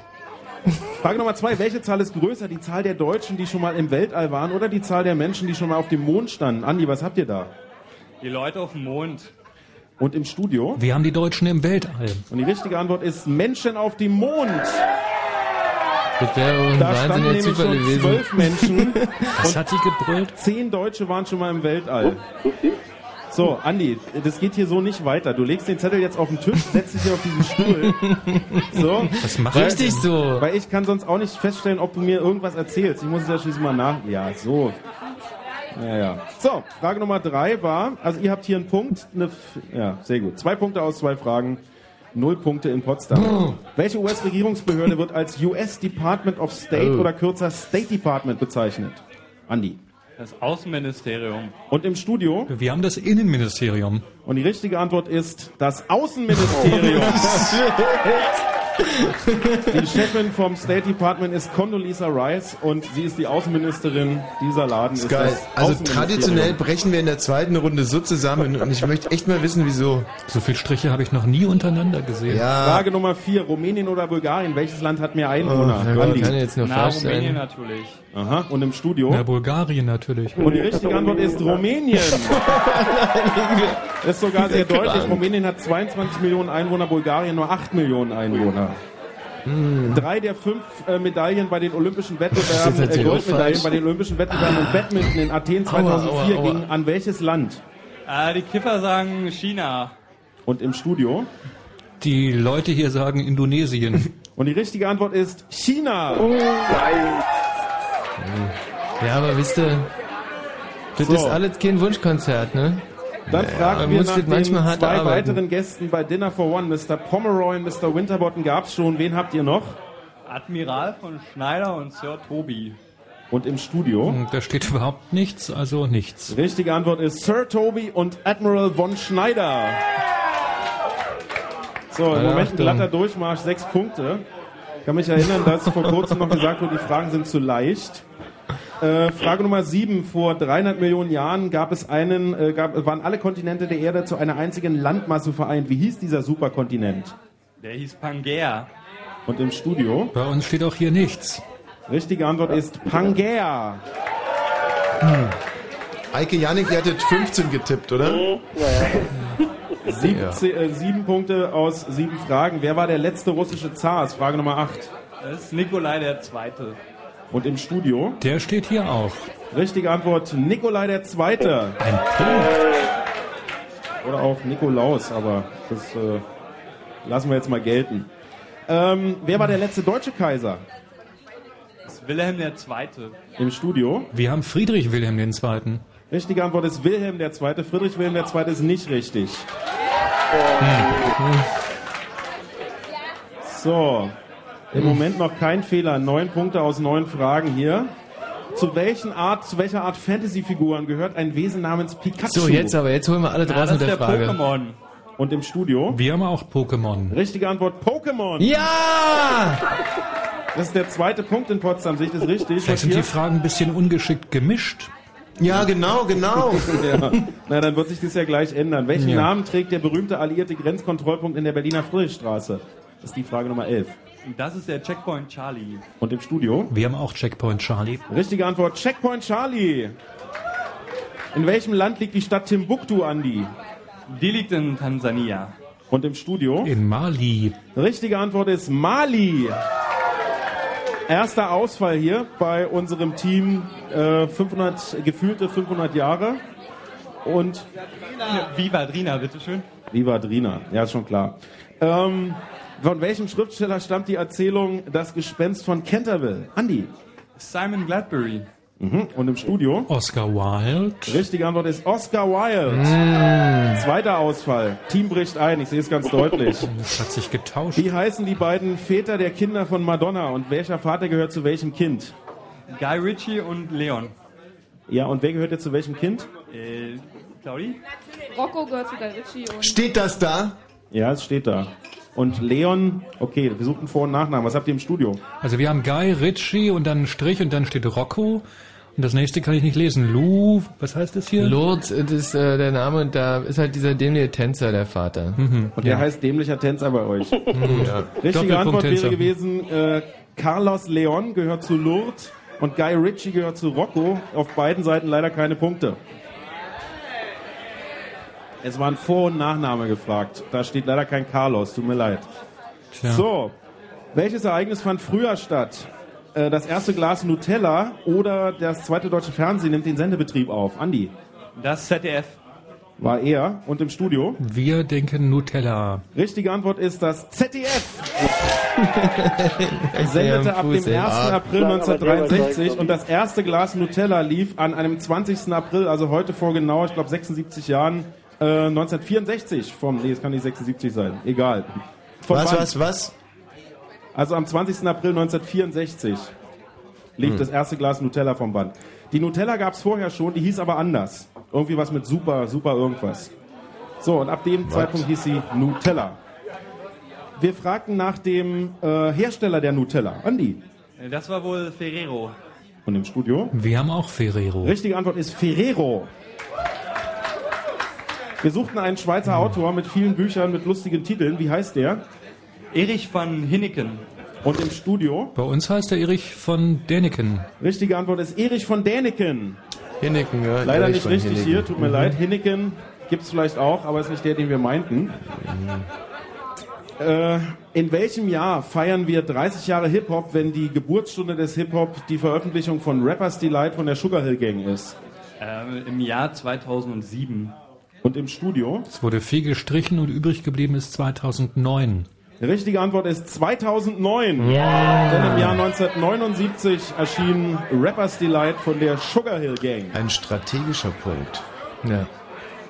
Frage Nummer zwei. Welche Zahl ist größer? Die Zahl der Deutschen, die schon mal im Weltall waren oder die Zahl der Menschen, die schon mal auf dem Mond standen? Andi, was habt ihr da?
Die Leute auf dem Mond.
Und im Studio?
Wir haben die Deutschen im Weltall.
Und die richtige Antwort ist Menschen auf dem Mond.
Das wäre ein
Da
wahnsinniger
standen nämlich
Zufall
schon
gewesen.
zwölf Menschen.
Was hat die gebrüllt?
Zehn Deutsche waren schon mal im Weltall. So, Andi, das geht hier so nicht weiter. Du legst den Zettel jetzt auf den Tisch, setzt dich hier auf diesen Stuhl. So.
Was macht er Richtig denn? so.
Weil ich kann sonst auch nicht feststellen, ob du mir irgendwas erzählst. Ich muss es ja schließlich mal nach. Ja,
Oh.
so. Ja, ja. So, Frage Nummer drei war, also ihr habt hier einen Punkt, eine, F- ja, sehr gut. Zwei Punkte aus zwei Fragen, null Punkte in Potsdam. Welche US-Regierungsbehörde wird als US Department of State
Oh.
oder kürzer State Department bezeichnet? Andi.
Das Außenministerium.
Und im Studio?
Wir haben das Innenministerium.
Und die richtige Antwort ist das Außenministerium.
Oh.
die Chefin vom State Department ist Condoleezza Rice und sie ist die Außenministerin dieser Laden.
Ist
Ist
geil.
das
Also
Außenministerium.
traditionell brechen wir in der zweiten Runde so zusammen und ich möchte echt mal wissen, wieso.
So viele Striche habe ich noch nie untereinander gesehen.
Ja.
Frage Nummer 4. Rumänien oder Bulgarien? Welches Land hat mehr Einwohner?
Oh, ja,
Andi.
kann jetzt nur Na, falsch sein. Rumänien
natürlich.
Aha, und im Studio?
Na, Bulgarien natürlich.
Und die richtige Antwort ist Rumänien. ist sogar sehr deutlich. Rumänien hat 22 Millionen Einwohner, Bulgarien nur 8 Millionen Einwohner.
Hm.
Drei der fünf äh, Medaillen bei den Olympischen
Das ist
Wettbewerben,
jetzt
äh,
hier auch
Goldmedaillen
falsch.
bei den Olympischen Wettbewerben und Badminton in Athen
Aua, aua,
2004
aua.
gingen an welches Land?
Äh, die Kiffer sagen China.
Und im Studio?
Die Leute hier sagen Indonesien.
Und die richtige Antwort ist China.
Ja, aber wisst ihr, das
So.
ist alles kein Wunschkonzert, ne?
Dann
man
fragen wir
muss
nach
das
den
manchmal hart
zwei
arbeiten.
weiteren Gästen bei Dinner for One. Mr. Pomeroy und Mr. Winterbottom gab's schon. Wen habt ihr noch?
Admiral von Schneider und Sir Toby.
Und im Studio?
Hm, Da steht überhaupt nichts, also nichts.
Richtige Antwort ist Sir Toby und Admiral von Schneider. So, im
Ja,
Moment ein
Achtung.
glatter Durchmarsch, sechs Punkte. Ich kann mich erinnern, dass vor kurzem noch gesagt wurde, die Fragen sind zu leicht. Äh, Frage Nummer sieben. Vor 300 Millionen Jahren gab es einen, äh, gab, waren alle Kontinente der Erde zu einer einzigen Landmasse vereint. Wie hieß dieser Superkontinent?
Der hieß Pangea.
Und im Studio?
Bei uns steht auch hier nichts.
Richtige Antwort ist Pangea.
Hm. Eike Janik, ihr hattet 15 getippt, oder?
Sieb,
Ja.
äh, sieben Punkte aus sieben Fragen. Wer war der letzte russische Zar? Ist Frage Nummer acht.
Das ist Nikolai der Zweite.
Und im Studio?
Der steht hier auch.
Richtige Antwort, Nikolai der Zweite. Ein Oder auch Nikolaus, aber das äh, lassen wir jetzt mal gelten. Ähm, wer war der letzte deutsche Kaiser
Das ist Wilhelm der Zweite.
im Studio?
Wir haben Friedrich Wilhelm II.
Richtige Antwort ist Wilhelm der Zweite. Friedrich Wilhelm der Zweite ist nicht richtig. So, im Moment noch kein Fehler. Neun Punkte aus neun Fragen hier. Zu welchen Art, zu welcher Art Fantasy-Figuren gehört ein Wesen namens Pikachu?
So, jetzt aber, jetzt holen wir alle
Na,
draußen
das
mit der
ist der
Frage.
Pokémon. Und im Studio?
Wir haben auch Pokémon.
Richtige Antwort, Pokémon.
Ja!
Das ist der zweite Punkt in Potsdam, sehe ich das richtig?
Vielleicht sind die
Matthias?
Fragen ein bisschen ungeschickt gemischt.
Ja, genau, genau.
ja. Na, dann wird sich das ja gleich ändern. Welchen
Ja.
Namen trägt der berühmte alliierte Grenzkontrollpunkt in der Berliner Friedrichstraße? Das ist die Frage Nummer 11.
Und das ist der Checkpoint Charlie.
Und im Studio?
Wir haben auch Checkpoint Charlie.
Richtige Antwort, Checkpoint Charlie. In welchem Land liegt die Stadt Timbuktu, Andi?
Die liegt in Tansania.
Und im Studio?
In Mali.
Richtige Antwort ist Mali. Erster Ausfall hier bei unserem Team. Äh, 500, gefühlte 500 Jahre. Und
Viva Drina, bitteschön.
Viva Drina, ja, ist schon klar. Ähm, von welchem Schriftsteller stammt die Erzählung Das Gespenst von Canterville? Andy.
Simon Gladbury.
Mhm. Und im Studio?
Oscar Wilde. Mm.
Richtige Antwort ist Oscar Wilde. Zweiter Ausfall. Team bricht ein, ich sehe es ganz deutlich.
Das hat sich getauscht.
Wie heißen die beiden Väter der Kinder von Madonna und welcher Vater gehört zu welchem Kind?
Guy Ritchie und Leon.
Ja, und wer gehört jetzt zu welchem Kind?
Äh, Claudi?
Rocco gehört zu Guy Ritchie und
Steht das da?
Ja, es steht da. Und Leon, okay, wir suchen Vor- und Nachnamen. Was habt ihr im Studio?
Also wir haben Guy, Ritchie und dann einen Strich und dann steht Rocco. Und das nächste kann ich nicht lesen. Lou, was heißt das hier?
Lourdes äh, das ist äh, der Name und da ist halt dieser dämliche Tänzer der Vater.
Mhm. Und der heißt dämlicher Tänzer bei euch.
Ja.
Richtige Mhm. Antwort wäre
Doppelpunkt-Tänzer.
gewesen, äh, Carlos Leon gehört zu Lourdes und Guy Ritchie gehört zu Rocco. Auf beiden Seiten leider keine Punkte. Es waren Vor- und Nachname gefragt. Da steht leider kein Carlos, tut mir leid. So, welches Ereignis fand früher statt? Äh, Das erste Glas Nutella oder das zweite deutsche Fernsehen nimmt den Sendebetrieb auf? Andi,
Das ZDF.
war er und im Studio?
Wir denken Nutella.
Richtige Antwort ist das ZDF.
Ja,
Sendete
am
ab dem
Fuß,
1.
ey. Ah.
April 1963 und das erste Glas Nutella lief an einem 20. April, also heute vor genau, ich glaube 76 Jahren, äh, 1964 vom, nee, es kann nicht 76 sein, egal.
Was, was,
was? Also am 20. April 1964 lief
Hm.
das erste Glas Nutella vom Band. Die Nutella gab es vorher schon, die hieß aber anders. Irgendwie was mit super, super irgendwas. So, und ab dem Zeitpunkt hieß sie Nutella. Wir fragten nach dem äh, Hersteller der Nutella, Andi.
Äh, Das war wohl Ferrero.
Und im Studio?
Wir haben auch Ferrero.
Richtige Antwort ist Ferrero. Wir suchten einen Schweizer Autor mit vielen Büchern, mit lustigen Titeln. Wie heißt der?
Erich van Hinneken.
Und im Studio?
Bei uns heißt er Erich von Däniken.
Richtige Antwort ist Erich von Däniken.
Hinneken,
Äh,
ja.
Leider nicht richtig hier, tut
Mhm.
mir
Mhm.
leid. Hinneken gibt es vielleicht auch, aber ist nicht der, den wir meinten. Äh, in welchem Jahr feiern wir 30 Jahre Hip-Hop, wenn die Geburtsstunde des Hip-Hop die Veröffentlichung von Rappers Delight von der Sugar Hill Gang ist?
Ähm, Im Jahr 2007.
Und im Studio?
Es wurde viel gestrichen und übrig geblieben ist 2009.
Die richtige Antwort ist 2009. Denn im Jahr 1979 erschien Rappers Delight von der Sugar Hill Gang.
Ein strategischer Punkt.
Ja.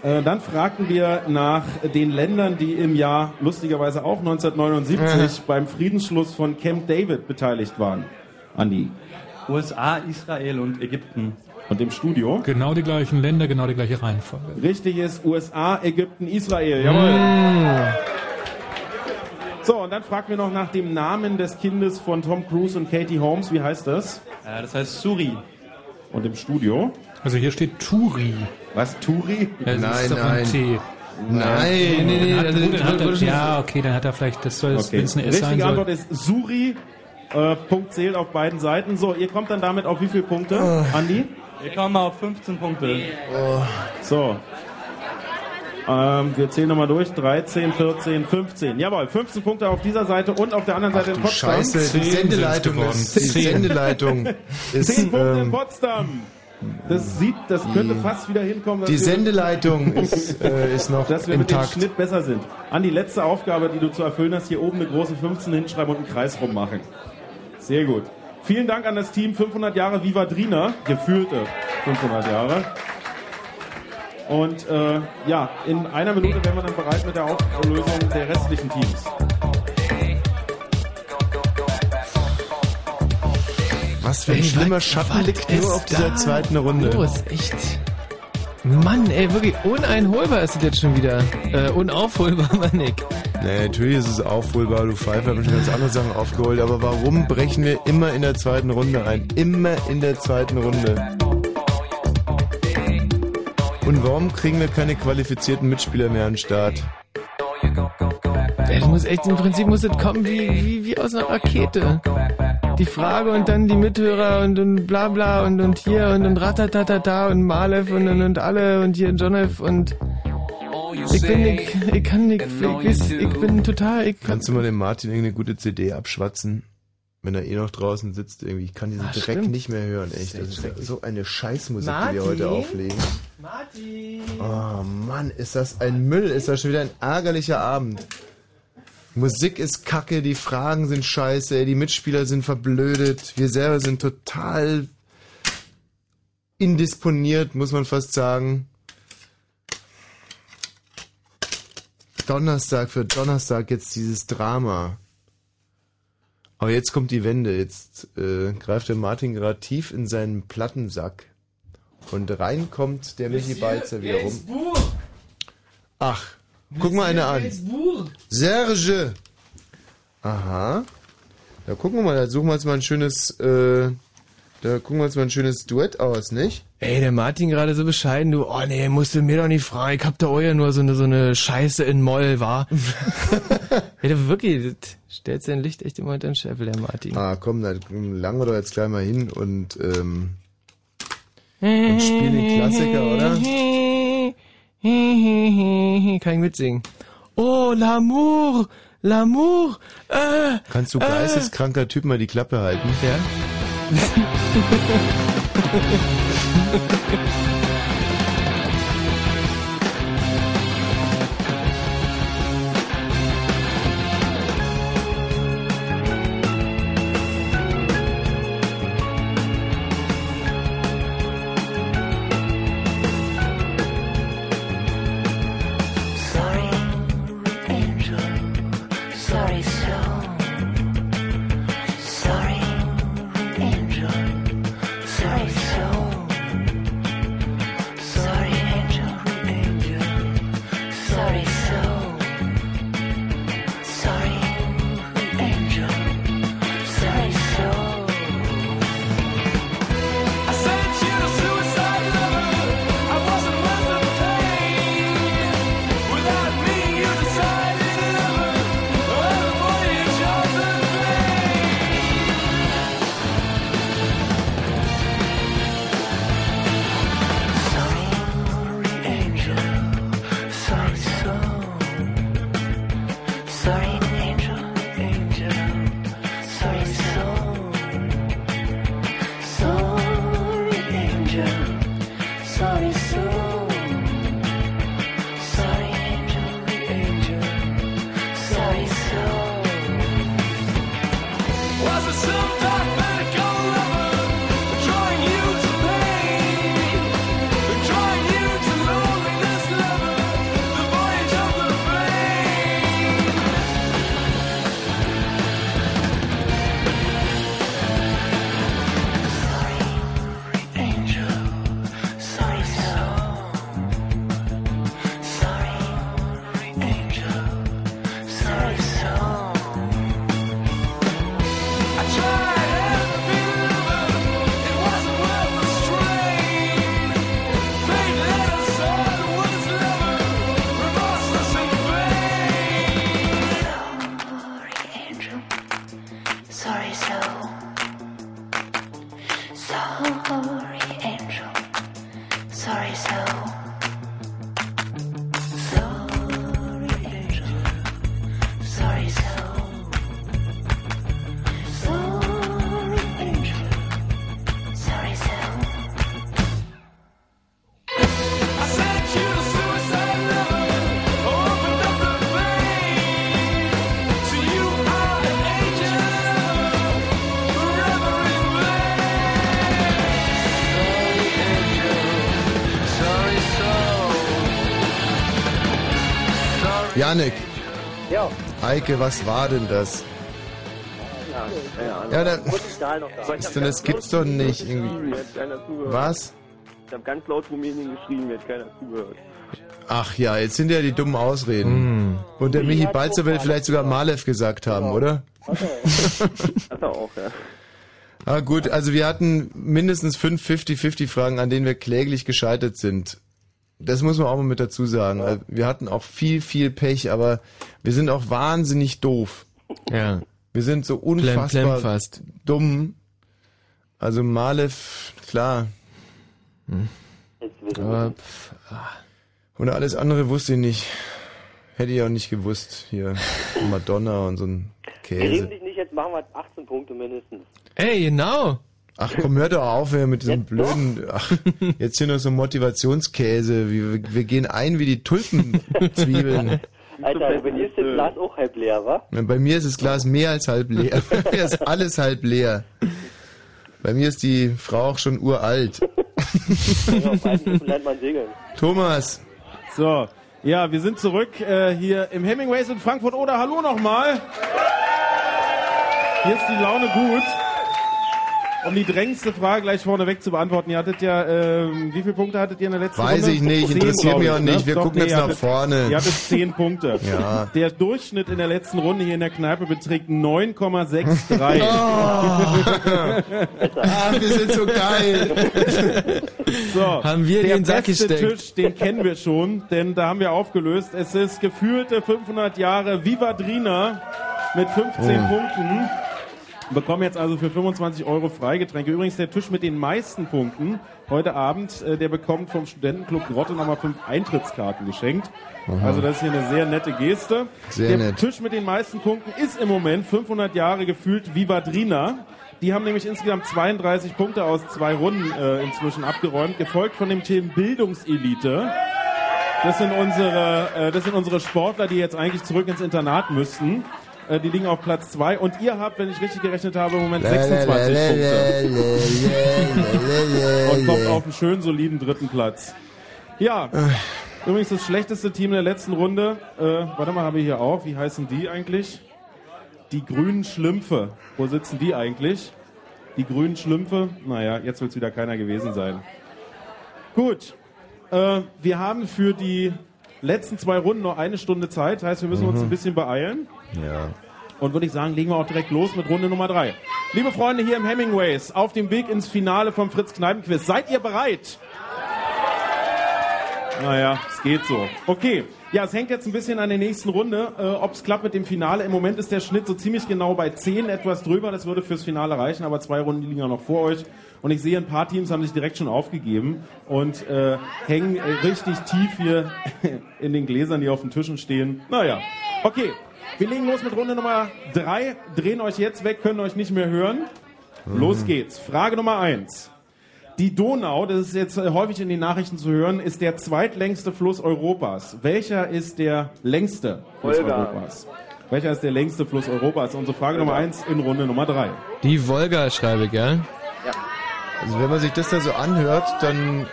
Äh, Dann fragten wir nach den Ländern, die im Jahr lustigerweise auch 1979 beim Friedensschluss von Camp David beteiligt waren. Andi.
USA, Israel und Ägypten.
Und im Studio?
Genau die gleichen Länder, genau die gleiche Reihenfolge.
Richtig ist USA, Ägypten, Israel. Jawohl. So, und dann fragten wir noch nach dem Namen des Kindes von Tom Cruise und Katie Holmes. Wie heißt das?
Äh, das heißt Suri.
Und im Studio?
Also hier steht Turi.
Was, Turi?
Also das ist doch ein T.
Nein.
Nee, nee, nee, also
Dann hat-
dann hat er,
wurde schon-
ja, okay, dann hat er vielleicht, das soll es,
Okay.
wenn es eine S sein
Richtige
soll.
Antwort ist Suri. Äh, Punkt zählt auf beiden Seiten. So, ihr kommt dann damit auf wie viele Punkte,
Äh.
Andi?
Wir kommen auf 15 Punkte.
So. Ähm, wir zählen nochmal durch. 13, 14, 15. Jawohl, 15 Punkte auf dieser Seite und auf der anderen Seite in Potsdam.
Scheiße, die Sendeleitung ist. Die Sendeleitung ist.
10 Punkte in
ähm,
Potsdam. Das sieht, das könnte fast wieder hinkommen. dass
die
wir-
Sendeleitung ist, äh, ist noch
dass wir mit
intakt.
dem Schnitt besser sind. Andi, letzte Aufgabe, die du zu erfüllen hast, hier oben eine große 15 hinschreiben und einen Kreis rummachen. Sehr gut. Vielen Dank an das Team 500 Jahre Viva Drina, gefühlte 500 Jahre. Und äh, ja, in einer Minute wären wir dann bereit mit der Auflösung der restlichen Teams.
Was für ein schlimmer Schatten liegt nur auf dieser zweiten Runde.
Los, echt. Mann, ey, wirklich uneinholbar ist es jetzt schon wieder. Äh, unaufholbar, Manik.
Nee, natürlich ist es aufholbar, du Pfeife, haben schon ganz andere Sachen aufgeholt, aber warum brechen wir immer in der zweiten Runde ein? Immer in der zweiten Runde. Und warum kriegen wir keine qualifizierten Mitspieler mehr an den Start?
Das muss echt, im Prinzip muss das kommen wie, wie, wie aus einer Rakete. Die Frage und dann die Mithörer und, und bla bla und, und hier und, und ratatatata und Malev und, und, und alle und hier Jonev und ich bin, ich, ich kann nicht, ich,
Genau.
weiß- ich bin total, ich
Kannst du mal dem Martin irgendeine gute CD abschwatzen? Wenn er eh noch draußen sitzt, irgendwie. Ich kann diesen
Ah,
Dreck
stimmt.
nicht mehr hören, echt. Das ist ja so eine Scheißmusik, die wir
Martin?
heute auflegen. Oh Mann, ist das ein Müll, ist das schon wieder ein ärgerlicher Abend. Musik ist kacke, die Fragen sind scheiße, die Mitspieler sind verblödet, wir selber sind total indisponiert, muss man fast sagen. Donnerstag für Donnerstag jetzt dieses Drama. Aber jetzt kommt die Wende. Jetzt äh, greift der Martin gerade tief in seinen Plattensack. Und rein kommt der Michi Balzer wieder rum. Ach, guck mal eine an. Serge! Aha. Da gucken wir mal, da suchen wir uns mal ein schönes äh, Da gucken wir uns mal ein schönes Duett aus, nicht?
Ey, der Martin gerade so bescheiden, du, oh nee, musst du mir doch nicht fragen, ich hab da euer nur so eine, so eine Scheiße in Moll, war. Ey, du wirklich, das stellt sein Licht echt immer unter den Scheffel, der Martin.
Ah, komm, dann langen wir doch jetzt gleich mal hin und, ähm,
Und
spiel den Klassiker, oder?
Kann ich mitsingen. Oh, l'amour, l'amour, äh,
kannst du geisteskranker Typ mal die Klappe halten?
Ja.
Sorry, angel. Sorry, soul. Sorry, angel. Sorry, soul. Sorry, angel, angel. Sorry, soul. Sorry, angel. Sorry, soul. I sent you to suicide lover. I wasn't worth the pain. Without me, you decided ever. Oh, voyage of the Sorry, soul. Sorry, angel, angel. Sorry, soul. Sorry, angel. Sorry, soul. Sorry, angel, angel. Sorry, soul. Was it some dark medical lover drawing you to pain? Drawing you to loneliness, lover? The voyage of the brain. Angel, sorry, soul. Sorry, angel, sorry, soul. I tried every lover, it wasn't worth the strain. Fate led us on, was lover, remorseless and vain. Sorry, angel, sorry, soul. Sorry, angel, sorry, soul. Sorry, angel. Sorry, soul. Sorry, angel. Sorry, soul. I sent you to suicide lover. Opened up the vein. So you are an angel. Forever in vain. Sorry, angel. Sorry, soul.
Janik.
Ja.
Eike, was war denn das?
Ja,
Ja, da-
da, noch da.
Ist denn, das gibt's doch nicht irgendwie. Was?
Ich habe ganz laut Rumänien geschrien, mir hat keiner zugehört.
Ach ja, jetzt sind ja die dummen Ausreden. Und der Michi Balzer will vielleicht sogar Malev gesagt haben, oder?
Hat er auch, ja.
Ah gut, also wir hatten mindestens fünf 50-50-Fragen, an denen wir kläglich gescheitert sind. Das muss man auch mal mit dazu sagen. Also Wir hatten auch viel, viel Pech, aber wir sind auch wahnsinnig doof.
Ja.
Wir sind so unfassbar
klemm fast.
dumm. Also Malef, klar.
Hm.
Aber, pff, ah. und alles andere wusste ich nicht. Hätte ich auch nicht gewusst. Hier Madonna und so ein
Gerimm
Käse.
dich nicht, jetzt machen wir 18 Punkte mindestens.
Ey, genau.
Ach komm, hör doch auf ey, mit diesem blöden. Ach, jetzt hier noch so Motivationskäse. Wir, wir gehen ein wie die Tulpenzwiebeln.
Alter, bei dir ist das Glas auch halb leer, wa?
Bei mir ist das Glas mehr als halb leer. Bei mir ist alles halb leer. Bei mir ist die Frau auch schon uralt.
Auf beiden Stufen lernt man segeln.
Thomas.
So, ja, wir sind zurück äh, hier im Hemingways in Frankfurt. Oder hallo nochmal. Hier ist die Laune gut. um die drängendste Frage gleich vorneweg zu beantworten, ihr hattet ja, ähm, wie viele Punkte hattet ihr in der letzten
Weiß
Runde?
ich nicht, interessiert
glaub
mich auch
ne?
nicht. Wir gucken jetzt
ihr
nach
hattet-
vorne.
Ihr hattet zehn Punkte.
Ja.
Der Durchschnitt in der letzten Runde hier in der Kneipe beträgt 9,63.
Ah, wir sind so geil.
So,
Haben wir
der
den Sack
beste
gesteckt.
Tisch, den kennen wir schon, denn da haben wir aufgelöst. Es ist gefühlte 500 Jahre Vivadrina mit 15
Oh.
Punkten. Bekommen jetzt also für 25 Euro Freigetränke. Übrigens der Tisch mit den meisten Punkten heute Abend, äh, der bekommt vom Studentenclub Grotte nochmal fünf Eintrittskarten geschenkt.
Aha.
Also das ist hier eine sehr nette Geste.
Sehr
der
nett.
Tisch mit den meisten Punkten ist im Moment 500 Jahre gefühlt Vivadrina. Die haben nämlich insgesamt 32 Punkte aus zwei Runden äh, inzwischen abgeräumt, gefolgt von dem Team Bildungselite. Das sind unsere, äh, das sind unsere Sportler, die jetzt eigentlich zurück ins Internat müssten. Äh, die liegen auf Platz zwei und ihr habt, wenn ich richtig gerechnet habe, im Moment 26 Punkte und kommt auf einen schönen soliden dritten Platz. Ja. Übrigens das schlechteste Team der letzten Runde. Äh, warte mal, habe ich hier auch. Wie heißen die eigentlich? Die grünen Schlümpfe. Wo sitzen die eigentlich? Die grünen Schlümpfe. Naja, jetzt wird es wieder keiner gewesen sein. Gut. Äh, wir haben für die letzten zwei Runden noch eine Stunde Zeit. Heißt, wir müssen uns
Mhm.
ein bisschen beeilen.
Ja.
Und würde ich sagen, legen wir auch direkt los mit Runde Nummer drei. Liebe Freunde hier im Hemingways, auf dem Weg ins Finale vom Fritz Kneipenquiz, seid ihr bereit? Naja, es geht so. Okay. Ja, es hängt jetzt ein bisschen an der nächsten Runde, äh, ob es klappt mit dem Finale. Im Moment ist der Schnitt so ziemlich genau bei 10, etwas drüber. Das würde fürs Finale reichen, aber zwei Runden liegen ja noch vor euch. Und ich sehe, ein paar Teams haben sich direkt schon aufgegeben und äh, hängen äh, richtig tief hier in den Gläsern, die auf den Tischen stehen. Naja, okay. Wir legen los mit Runde Nummer 3. Drehen euch jetzt weg, können euch nicht mehr hören. Los geht's. Frage Nummer 1. Die Donau, das ist jetzt äh, häufig in den Nachrichten zu hören, ist der zweitlängste Fluss Europas. Welcher ist der längste Fluss
Volga.
Europas? Welcher ist der längste Fluss Europas? Unsere Frage Nummer 1 in Runde Nummer 3.
Die Wolga schreibe ich, ja?
Also wenn man sich das da so anhört, dann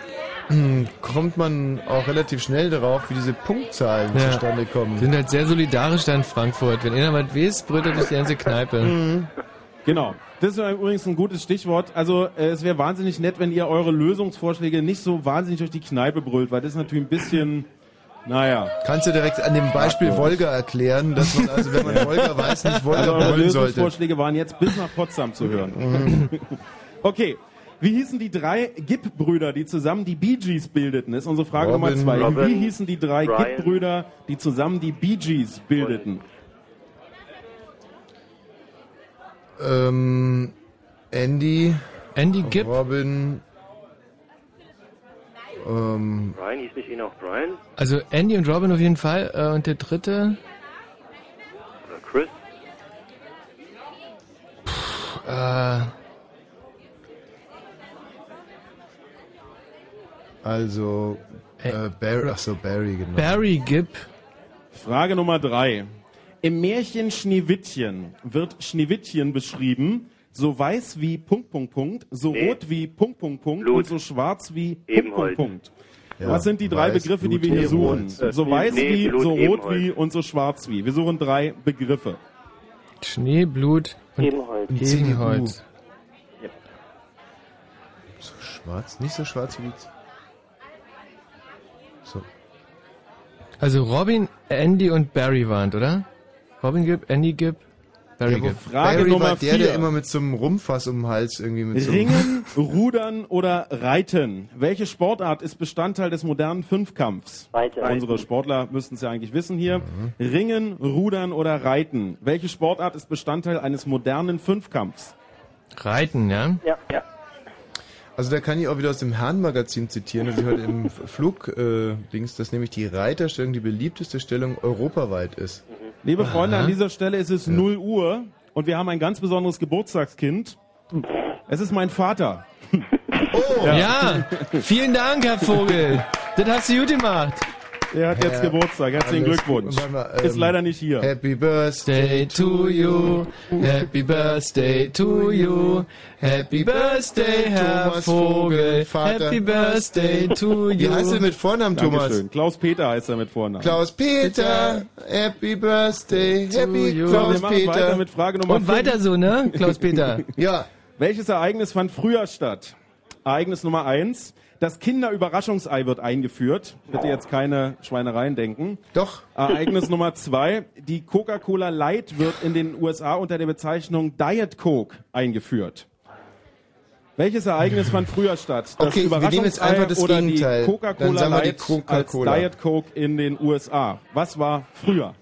hm, kommt man auch relativ schnell darauf, wie diese Punktzahlen
Ja.
zustande kommen.
Sind halt sehr solidarisch da in Frankfurt. Wenn einer was weiß, brüllt durch die ganze Kneipe.
Genau. Das ist übrigens ein gutes Stichwort. Also äh, es wäre wahnsinnig nett, wenn ihr eure Lösungsvorschläge nicht so wahnsinnig durch die Kneipe brüllt, weil das ist natürlich ein bisschen, naja.
Kannst du direkt an dem Beispiel
Fragwürdig.
Wolga erklären, dass man also, wenn man Wolga weiß, nicht Wolga
also eure
brüllen sollte. Mhm.
Lösungsvorschläge waren jetzt bis nach Potsdam zu hören. okay. Wie hießen die drei Gibb-Brüder, die zusammen die Bee Gees bildeten? Ist unsere Frage
Robin,
Nummer zwei.
Robin,
Wie hießen die drei
Brian.
Gibb-Brüder, die zusammen die Bee Gees bildeten?
Ähm, Andy.
Andy
Gibb. Robin. Ähm,
Brian hieß nicht ihn auch Brian?
Also Andy und Robin auf jeden Fall. Äh, Und der dritte?
Oder Chris?
Äh,
also äh, Barry. Achso, Barry, genau.
Barry Gibb.
Frage Nummer drei. Im Märchen Schneewittchen wird Schneewittchen beschrieben, so weiß wie Punkt, Punkt, Punkt, so
Nee.
rot wie Punkt, Punkt, Punkt und
Blut.
so schwarz wie
Ebenholz.
Punkt, Punkt, Punkt.
Ja,
Was sind die drei
weiß,
Begriffe,
Blut,
die wir hier suchen?
Ebenholz.
So
Äh,
weiß
nee,
wie,
Blut,
so rot
Ebenholz.
wie und so schwarz wie. Wir suchen drei Begriffe.
Schnee, Blut und
Ebenholz.
und Ebenholz.
So schwarz, nicht so schwarz wie. So.
Also Robin, Andy und Barry waren, oder? Robin Gibb, Andy Gibb, Barry
Ja, wo
genau.
Gibb.
Barry war der, der immer mit so einem Rumpfass um den Hals irgendwie mit so einem
Ringen, Rudern oder Reiten? Welche Sportart ist Bestandteil des modernen Fünfkampfs?
Reiten.
Unsere Sportler müssten es ja eigentlich wissen hier. Ringen, Rudern oder Reiten? Welche Sportart ist Bestandteil eines modernen Fünfkampfs?
Reiten, ja?
Ja, ja.
Also da kann ich auch wieder aus dem Herrenmagazin zitieren, dass ich heute im Flug-Dings, dass nämlich die Reiterstellung die beliebteste Stellung europaweit ist.
Liebe Freunde,
Aha.
an dieser Stelle ist es 0 Uhr und wir haben ein ganz besonderes Geburtstagskind. Es ist mein Vater.
Oh, ja. vielen Dank, Herr Vogel. Das hast du gut gemacht.
Er hat jetzt Geburtstag. Herzlichen
alles
Glückwunsch.
gut. Warte mal, ähm,
ist leider nicht hier.
Happy Birthday
to you, Happy Birthday to you, Happy Birthday, Herr
Thomas
Vogel,
Vater.
Happy Birthday to you.
Wie heißt du mit Vornamen, Thomas?
Dankeschön. Klaus Peter heißt er mit Vornamen.
Klaus Peter, Happy Birthday, Happy
you. So, wir
Klaus
machen
Peter.
weiter mit Frage Nummer Und fünf. weiter so, ne, Klaus Peter?
ja,
Welches Ereignis fand früher statt? Ereignis Nummer eins. Das Kinderüberraschungsei wird eingeführt. Bitte jetzt keine Schweinereien denken.
Doch.
Ereignis Nummer zwei. Die Coca-Cola Light wird in den USA unter der Bezeichnung Diet Coke eingeführt. Welches Ereignis fand früher statt? Das
Okay, wir nehmen jetzt
Überraschungsei
einfach das
oder
Gegenteil.
Die
Dann
Coca-Cola
sagen wir die
Light als
Coca-Cola.
Diet Coke in den USA. Was war früher?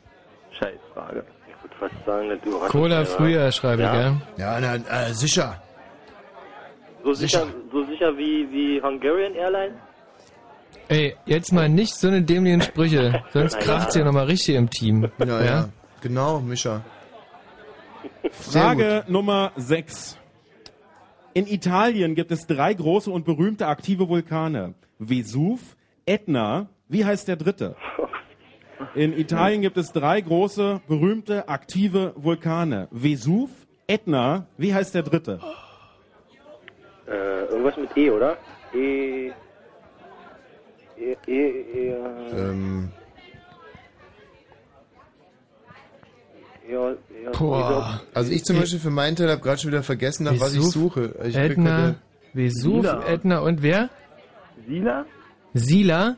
Scheißfrage. Ich würde fast sagen, das Überraschungsei
Cola
war-
früher, schreibe ich,
ja.
gell?
Ja, na, äh, sicher.
So sicher, so sicher wie, wie Hungarian Airlines?
Ey, jetzt mal nicht so eine dämlichen Sprüche, sonst
Naja.
kracht's hier nochmal richtig im Team.
Ja, ja. Genau, Mischa.
Frage Nummer 6. In Italien gibt es drei große und berühmte aktive Vulkane. Vesuv, Etna, wie heißt der dritte? In Italien gibt es drei große, berühmte, aktive Vulkane. Vesuv, Etna, wie heißt der dritte?
Äh, irgendwas mit E, oder? E. E. E. E. äh,
Ähm,
E- E-
Boah. Also ich zum Beispiel für meinen Teil habe gerade schon wieder vergessen, nach was ich
Vesuv,
suche. Ich krieg
Ätna,
heute-
Vesuv,
Sila.
Ätna und wer?
Sila?
Sila?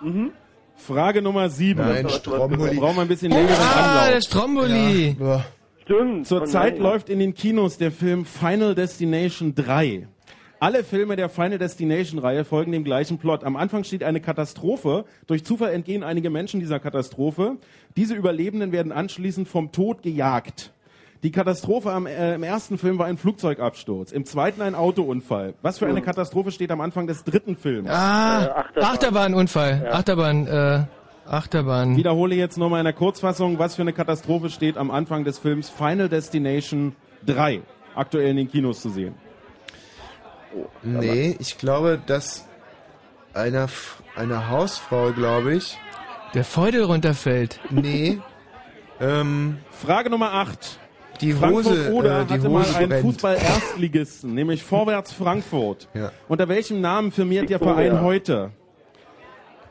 Mhm.
Frage Nummer 7.
Nein,
Stromboli. Brauchen wir ein bisschen
Ah,
längeren Anlauf.
der Stromboli.
Stimmt.
Zurzeit läuft in den Kinos der Film Final Destination 3. Alle Filme der Final Destination Reihe folgen dem gleichen Plot. Am Anfang steht eine Katastrophe. Durch Zufall entgehen einige Menschen dieser Katastrophe. Diese Überlebenden werden anschließend vom Tod gejagt. Die Katastrophe am, äh, im ersten Film war ein Flugzeugabsturz, im zweiten ein Autounfall. Was für eine Katastrophe steht am Anfang des dritten Films?
Ah, Achterbahnunfall.
Ja.
Achterbahn, äh, Achterbahn.
Wiederhole jetzt nochmal in der Kurzfassung, was für eine Katastrophe steht am Anfang des Films Final Destination 3, aktuell in den Kinos zu sehen.
Nee, ich glaube, dass einer, F- einer Hausfrau, glaube ich.
Der Feudel runterfällt.
Nee. ähm,
Frage Nummer 8.
Die Hose,
Frankfurt oder
äh, die
hatte
Hose
mal einen
brennt.
Fußball-Erstligisten, nämlich Vorwärts Frankfurt.
Ja.
Unter welchem Namen firmiert der
Victoria.
Verein heute?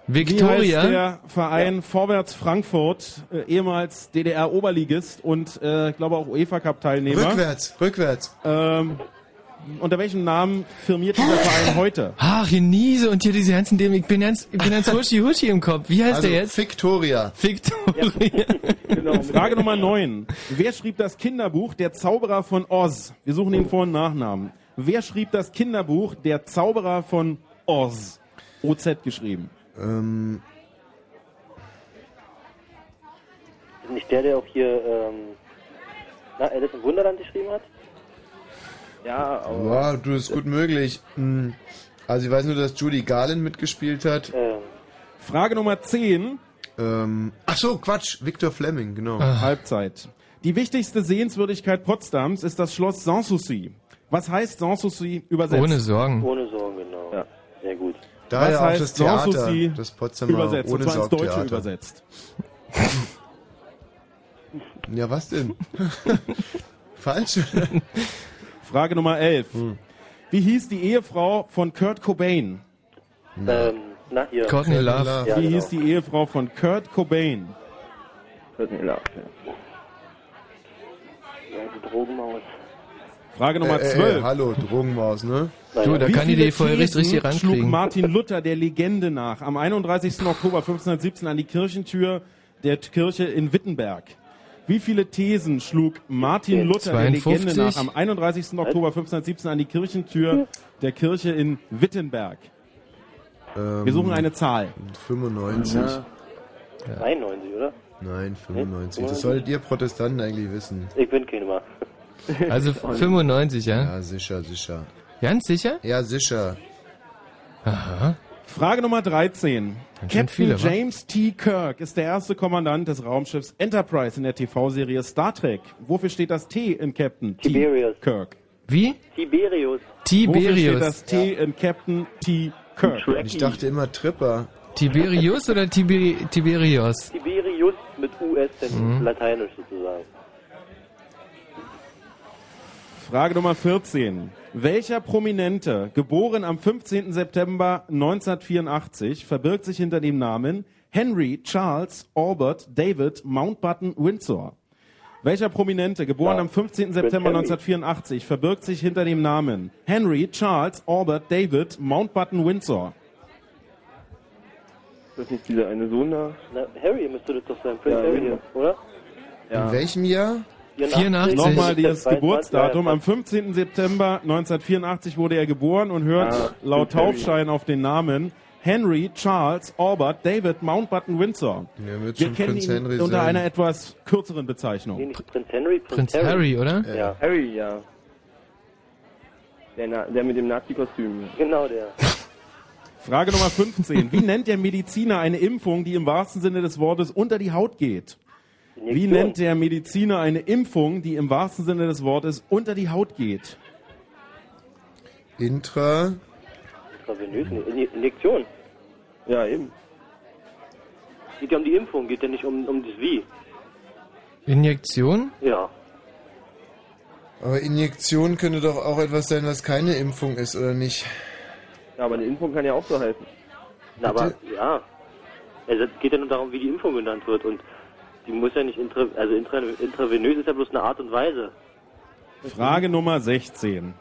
Wie
Victoria?
heißt der Verein Vorwärts Frankfurt, äh, ehemals DDR-Oberligist und äh, ich glaube auch UEFA-Cup-Teilnehmer?
Rückwärts, rückwärts.
Ähm, unter welchem Namen firmiert dieser Verein heute?
Ah, Renise und hier diese ganzen Dämen. Ich bin ganz, ich bin ganz huschi huschi im Kopf. Wie heißt
Also,
der jetzt?
Victoria.
Victoria.
Genau.
Frage Nummer 9. Wer schrieb das Kinderbuch Der Zauberer von Oz? Wir suchen den Vor- und Nachnamen. Wer schrieb das Kinderbuch Der Zauberer von Oz? OZ geschrieben.
Ähm,
Ist E, Nicht der, der auch hier, ähm, na, Alice im Wunderland geschrieben hat? Ja, aber.
Wow, du, das ist gut möglich. Hm. Also ich weiß nur, dass Judy Garland mitgespielt hat.
Frage Nummer 10.
Ähm, ach so, Quatsch, Victor Fleming, genau.
Ah. Halbzeit. Die wichtigste Sehenswürdigkeit Potsdams ist das Schloss Sanssouci. Was heißt Sanssouci übersetzt?
Ohne Sorgen.
Ohne Sorgen, genau. Ja. Sehr gut.
Daher
Was
auch
heißt
das Theater,
Sanssouci
das Potsdamer
übersetzt,
ohne
und zwar ins Deutsche
Sorgtheater.
übersetzt.
Ja, was denn? Falsch. Hm.
Frage Nummer 11. Wie hieß die Ehefrau von Kurt Cobain?
Ähm, na hier.
Courtney Love.
Ja,
Wie
genau.
hieß die Ehefrau von Kurt Cobain?
Courtney Love, ja. Also Drogenmaus.
Frage Nummer
Äh, äh,
12.
äh, hallo, Drogenmaus, ne?
Du, da
Wie
kann die
viele
Idee vorher richtig,
Thesen
richtig
schlug
rankriegen.
Martin Luther der Legende nach am 31. Oktober 1517 an die Kirchentür der Kirche in Wittenberg. Wie viele Thesen schlug Martin Luther der
52?
Legende nach am 31. Oktober 1517 an die Kirchentür der Kirche in Wittenberg? Wir suchen
Ähm,
eine Zahl.
95.
Ja.
91, oder?
Nein, 95. Das solltet ihr Protestanten eigentlich wissen.
Ich bin kein Mann.
Also 95, ja?
Ja, sicher, sicher.
Ganz sicher?
Ja, sicher.
Aha.
Frage Nummer 13. Captain
viele, wa?
James T. Kirk ist der erste Kommandant des Raumschiffs Enterprise in der TV-Serie Star Trek. Wofür steht das T in Captain
Tiberius.
T. Kirk?
Wie?
Tiberius.
Wofür steht das T in Captain T. Kirk?
Ich dachte immer Tripper.
Tiberius oder Tiberi Tiberius?
Tiberius mit US, denn
Mhm.
lateinisch sozusagen.
Frage Nummer 14. Welcher Prominente, geboren am 15. September 1984, verbirgt sich hinter dem Namen Henry Charles Albert David Mountbatten Windsor? Welcher Prominente, geboren am 15. September 1984, verbirgt sich hinter dem Namen Henry Charles Albert David Mountbatten Windsor?
Das ist nicht dieser eine Sohn da? Na, Harry müsste das doch sein, Prince
Ja,
Harry,
genau.
oder?
In welchem Jahr?
84.
Nochmal dieses
22,
Geburtsdatum.
ja, ja.
Am 15. September 1984 wurde er geboren und hört
Ah,
laut
Prince Harry.
Taufschein auf den Namen Henry Charles Albert David Mountbatten Windsor.
Ja, wird
Wir
schon
kennen
Prince
ihn
Henry
unter
sein.
einer etwas kürzeren Bezeichnung.
Nee, nicht Prinz Henry, Prinz,
Prinz Harry, oder?
Ja.
Ja.
Harry, ja.
Der, Na- der mit dem Nazi-Kostüm.
Genau der.
Frage Nummer 15. Wie nennt der Mediziner eine Impfung, die im wahrsten Sinne des Wortes unter die Haut geht? Wie
Injektion.
nennt der Mediziner eine Impfung, die im wahrsten Sinne des Wortes unter die Haut geht?
Intra.
Intravenös, ne, Inje- Injektion.
Ja, eben.
Geht ja um die Impfung, geht ja nicht um, um das Wie.
Injektion?
Ja.
Aber Injektion könnte doch auch etwas sein, was keine Impfung ist, oder nicht?
Ja, aber eine Impfung kann ja auch so heißen.
Na, aber ja. Also es geht ja nur darum, wie die Impfung genannt wird und die muss ja nicht intra, also intra, intravenös ist ja bloß eine Art und Weise.
Frage Nummer 16.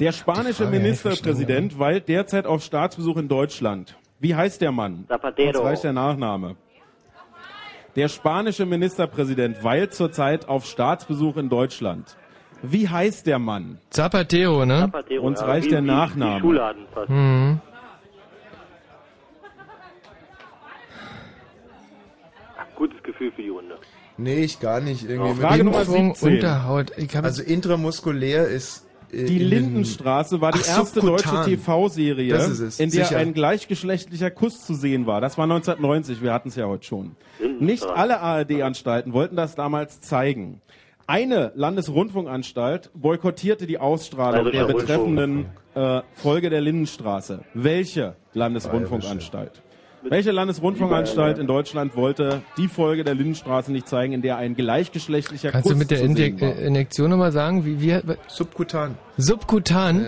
Der spanische
Frage nicht
Ministerpräsident weilt derzeit auf Staatsbesuch in Deutschland. Wie heißt der Mann? Was
Zapatero.
reicht der Nachname? Der spanische Ministerpräsident weilt zurzeit auf Staatsbesuch in Deutschland. Wie heißt der Mann?
Zapatero, ne?
Zapatero, Uns ja, reicht wie- der wie- wie Nachname. Schuhladen fast.
Mhm.
Gutes Gefühl für die Runde.
Nee, ich gar nicht. Irgendwie
Ja, Frage Nummer
Impfung
17.
Unterhaut. also intramuskulär ist. äh,
Die
in den-
Lindenstraße war die
Ach,
erste deutsche
subkutan.
TV-Serie,
Das ist es,
in der
sicher.
ein gleichgeschlechtlicher Kuss zu sehen war. Das war 1990, wir hatten es ja heute schon. Nicht alle ARD-Anstalten wollten das damals zeigen. Eine Landesrundfunkanstalt boykottierte die Ausstrahlung
Also
der
der
betreffenden äh, Folge der Lindenstraße. Welche Landesrundfunkanstalt? Welche Landesrundfunkanstalt in Deutschland wollte die Folge der Lindenstraße nicht zeigen, in der ein gleichgeschlechtlicher
Kannst
Kuss
du mit der
zu sehen
Injek
war?
äh, Injektion nochmal sagen? Wie, wie,
Subkutan.
Subkutan?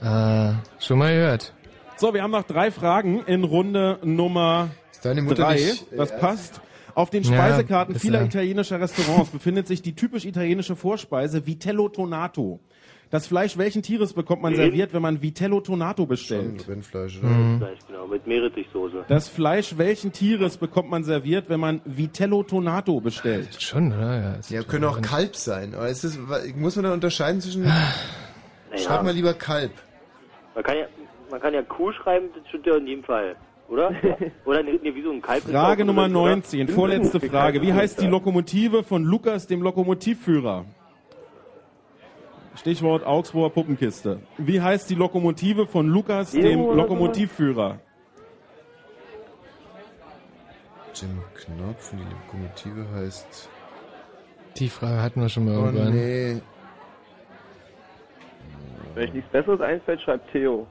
Ah, schon mal gehört.
So, wir haben noch drei Fragen in Runde Nummer
deine
Mutter
drei.
nicht, äh,
das
ernst?
passt. Auf den
Ja,
Speisekarten
ist
vieler
ja.
italienischer Restaurants befindet sich die typisch italienische Vorspeise Vitello Tonato. Das Fleisch welchen Tieres bekommt man
Mhm.
serviert, wenn man Vitello Tonato bestellt?
Rindfleisch,
oder? Mhm.
Vielleicht, genau, mit Meerrettichsoße.
Das Fleisch welchen Tieres bekommt man serviert, wenn man Vitello Tonato bestellt?
Schon, oder?
Ja, können auch Kalb sein. Aber es ist, muss man da unterscheiden zwischen.
Ah.
Schreib mal lieber Kalb.
Man kann ja, man kann ja Kuh schreiben, das stimmt ja in jedem Fall, oder? oder nee, nee, wie so ein Kalb.
Frage Nummer
oder?
19, vorletzte Frage. Wie heißt die Lokomotive von Lukas, dem Lokomotivführer? Stichwort Augsburger Puppenkiste. Wie heißt die Lokomotive von Lukas,
Nero
dem
oder
Lokomotivführer?
Jim Knopf, die Lokomotive heißt.
Die Frage hatten wir schon mal
Oh,
irgendwann.
nee.
Wenn euch nichts Besseres einfällt, schreibt Theo.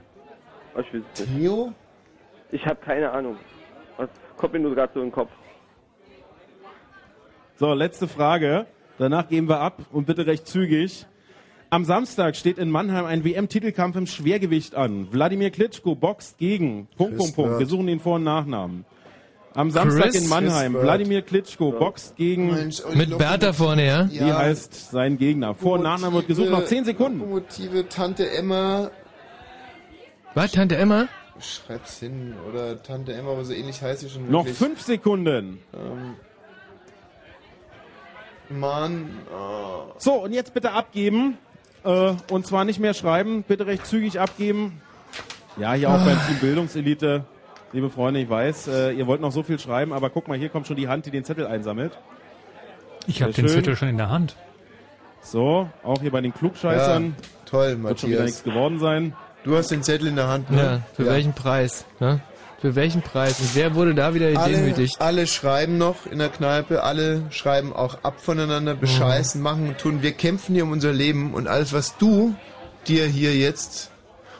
Aber Ich weiß es nicht.
Theo?
Ich habe keine Ahnung. Was kommt mir nur gerade so in den Kopf?
So, letzte Frage. Danach geben wir ab und bitte recht zügig. Am Samstag steht in Mannheim ein WM-Titelkampf im Schwergewicht an. Wladimir Klitschko boxt gegen. Punkt, Punkt, Punkt. Wir suchen den Vor- und Nachnamen. Am Samstag
Chris
in Mannheim.
Bird.
Wladimir Klitschko boxt gegen.
Mit Bertha vorne, ja?
Wie heißt sein Gegner? Vor- und Nachname wird gesucht. Noch 10 Sekunden.
Lokomotive Tante Emma.
Was, Tante Emma?
Schreib's hin. Oder Tante Emma, aber so ähnlich heißt sie schon
Noch
wirklich.
5 Sekunden.
Ähm, Mann. Oh.
So, und jetzt bitte abgeben. Äh, und zwar nicht mehr schreiben. Bitte recht zügig abgeben. Ja, hier auch beim Team Bildungselite. Liebe Freunde, ich weiß, äh, ihr wollt noch so viel schreiben, aber guck mal, hier kommt schon die Hand, die den Zettel einsammelt.
Ich habe
Sehr
den
schön.
Zettel schon in der Hand.
So, auch hier bei den Klugscheißern.
Ja, toll,
Wird schon wieder
Matthias.
nichts geworden sein.
Du hast den Zettel in der Hand, ne?
Ja, für
Ja.
welchen Preis? Ne? Für welchen Preis? Und wer wurde da wieder
Alle,
demütigt?
alle schreiben noch in der Kneipe, alle schreiben auch ab voneinander, bescheißen, machen und tun. Wir kämpfen hier um unser Leben und alles, was du dir hier jetzt.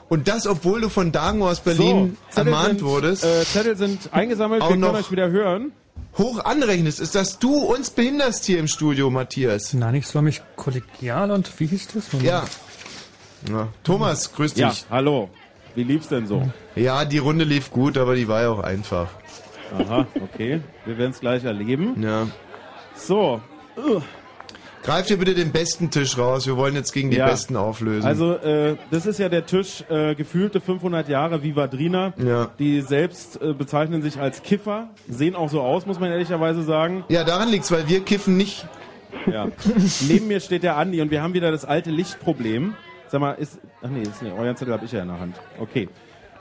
Und das, obwohl du von Dagen aus Berlin
So, Zettel
ermahnt
sind,
wurdest.
äh, Zettel sind eingesammelt,
auch
wir können
noch
euch wieder hören.
Hoch anrechnest, ist, dass du uns behinderst hier im Studio, Matthias.
Nein, ich soll mich kollegial und wie hieß das?
Ja. Na, Thomas, grüß dich.
Ja, hallo. Wie lief's denn so?
Ja, die Runde lief gut, aber die war ja auch einfach.
Aha, okay. Wir werden es gleich erleben.
Ja.
So. Ugh.
Greif dir bitte den besten Tisch raus. Wir wollen jetzt gegen die
Ja.
Besten auflösen.
Also äh, das ist ja der Tisch äh, gefühlte 500 Jahre Vivadrina.
Ja.
Die selbst äh, bezeichnen sich als Kiffer, sehen auch so aus, muss man ehrlicherweise sagen.
Ja, daran liegt's, weil wir kiffen nicht.
Ja. Neben mir steht der Andi und wir haben wieder das alte Lichtproblem. Sag mal, ist ach nee, ist nicht, euren Zettel habe ich ja in der Hand. Okay.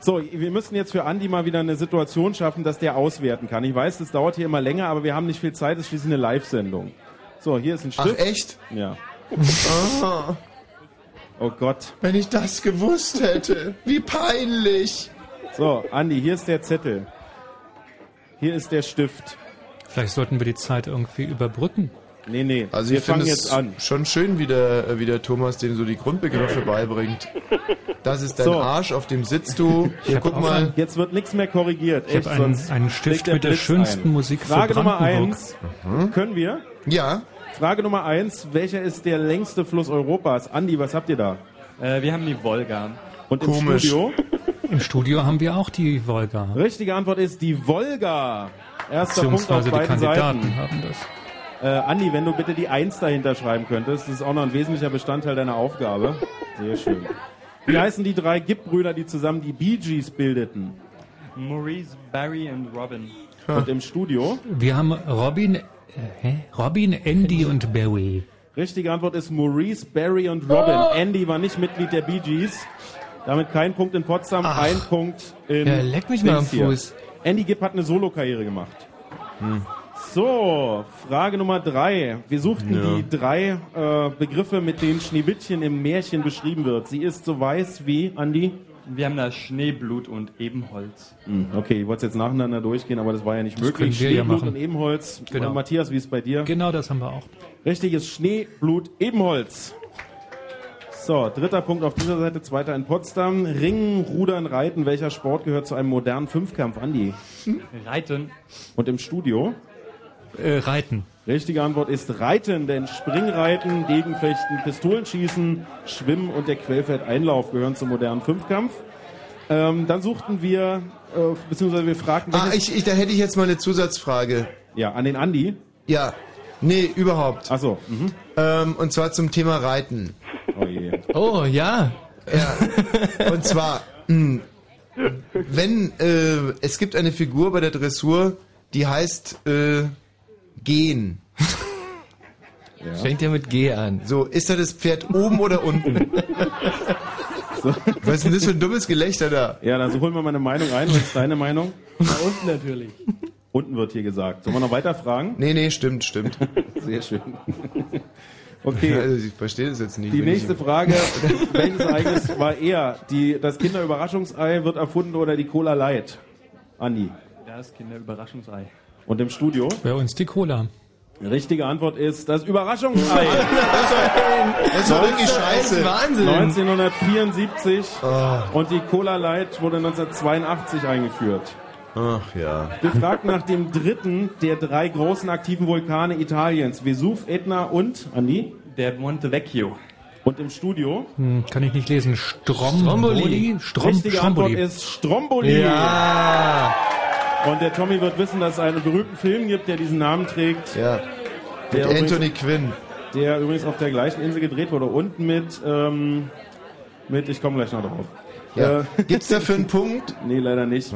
So, wir müssen jetzt für Andi mal wieder eine Situation schaffen, dass der auswerten kann. Ich weiß, das dauert hier immer länger, aber wir haben nicht viel Zeit, es ist schließlich eine Live-Sendung. So, hier ist ein Stift.
Ach, echt?
Ja.
Ah,
Oh Gott.
wenn ich das gewusst hätte. Wie peinlich.
So, Andi, hier ist der Zettel. Hier ist der Stift.
Vielleicht sollten wir die Zeit irgendwie überbrücken.
Nee, nee.
Also ich finde es schon schön, wie der, äh, wie der Thomas dem so die Grundbegriffe beibringt. Das ist dein
So.
Arsch, auf dem sitzt du. Hier, guck mal.
Jetzt wird nichts mehr korrigiert.
Ich hab
Echt,
einen-
sonst
einen Stift
schlägt der
mit der
Blitz
schönsten
ein.
Musik für
Frage Nummer
Brandenburg.
eins. Können wir?
Hm? Ja.
Frage Nummer eins. Welcher ist der längste Fluss Europas? Andi, was habt ihr da?
Äh, wir haben die Wolga.
Und
Komisch.
im Studio?
Im Studio haben wir auch die Wolga.
Richtige Antwort ist die Wolga. Erster Punkt auf
Beziehungsweise die
beiden
Kandidaten
Seiten.
haben das.
Äh, Andi, wenn du bitte die Eins dahinter schreiben könntest, das ist auch noch ein wesentlicher Bestandteil deiner Aufgabe. Sehr schön. Wie heißen die drei Gibb-Brüder, die zusammen die Bee Gees bildeten?
Maurice, Barry und Robin.
Und im Studio?
Wir haben Robin, äh, hä? Robin, Andy und Barry.
Richtige Antwort ist Maurice, Barry und Robin.
Oh.
Andy war nicht Mitglied der Bee Gees. Damit kein Punkt in Potsdam, ein Punkt in.
Ja, leck mich mal am
Dings hier.
Fuß.
Andy Gibb hat eine Solo-Karriere gemacht.
Hm.
So, Frage Nummer drei. Wir suchten
Ja.
die drei äh, Begriffe, mit denen Schneewittchen im Märchen beschrieben wird. Sie ist so weiß wie, Andi?
Wir haben da Schneeblut und Ebenholz.
Hm, Okay, ich wollte es jetzt nacheinander durchgehen, aber das war ja nicht
Das
möglich.
können wir ja
Schneeblut
machen.
und Ebenholz.
Genau.
Und Matthias, wie ist es bei dir?
Genau, das haben wir auch.
Richtiges Schneeblut Ebenholz. So, dritter Punkt auf dieser Seite, zweiter in Potsdam. Ringen, Rudern, Reiten. Welcher Sport gehört zu einem modernen Fünfkampf, Andi?
Reiten. Äh,
Und im Studio?
reiten.
Richtige Antwort ist Reiten, denn Springreiten, Degenfechten, Pistolenschießen, Schwimmen und der Quellfeldeinlauf gehören zum modernen Fünfkampf. Ähm, dann suchten wir, äh, beziehungsweise wir fragten...
Ah, ich, ich, da hätte ich jetzt mal eine Zusatzfrage.
Ja, an den Andi?
Ja. Nee, überhaupt.
Ach so. mhm.
Ähm, und zwar zum Thema Reiten.
Oh, je.
oh ja. ja. Und zwar, mh, wenn äh, es gibt eine Figur bei der Dressur, die heißt äh, Gehen.
Fängt ja mit G an.
So, ist da das Pferd oben oder unten? Was ist denn das für ein dummes Gelächter da?
Ja, dann holen wir meine Meinung ein. Was ist deine Meinung?
Da unten natürlich.
Unten wird hier gesagt. Sollen wir noch weiter fragen?
Nee, nee, stimmt, stimmt.
Sehr schön. Okay.
Also, ich verstehe das jetzt nicht.
Die
wenn ich-
nächste Frage, welches Ereignis war eher? Die, das Kinderüberraschungsei wird erfunden oder die Cola Light? Andi.
Da ist Kinderüberraschungsei.
Und im Studio?
Bei uns die Cola.
Richtige Antwort ist das Überraschungsei.
Das war wirklich Also scheiße. Ah.
1974 und die Cola Light wurde 1982 eingeführt.
Ach ja.
Wir fragten nach dem dritten der drei großen aktiven Vulkane Italiens. Vesuv, Etna und, Andi?
Der Monte Vecchio.
Und im Studio?
Hm, kann ich nicht lesen. Stromboli. Strom,
Richtige
Stromboli.
Antwort ist Stromboli.
Ja.
Und der Tommy wird wissen, dass es einen berühmten Film gibt, der diesen Namen trägt.
Ja. Mit Anthony Quinn.
Der übrigens auf der gleichen Insel gedreht wurde. Und mit, ähm, mit ich komme gleich noch drauf.
Ja.
Gibt's dafür einen Punkt? Nee, leider nicht.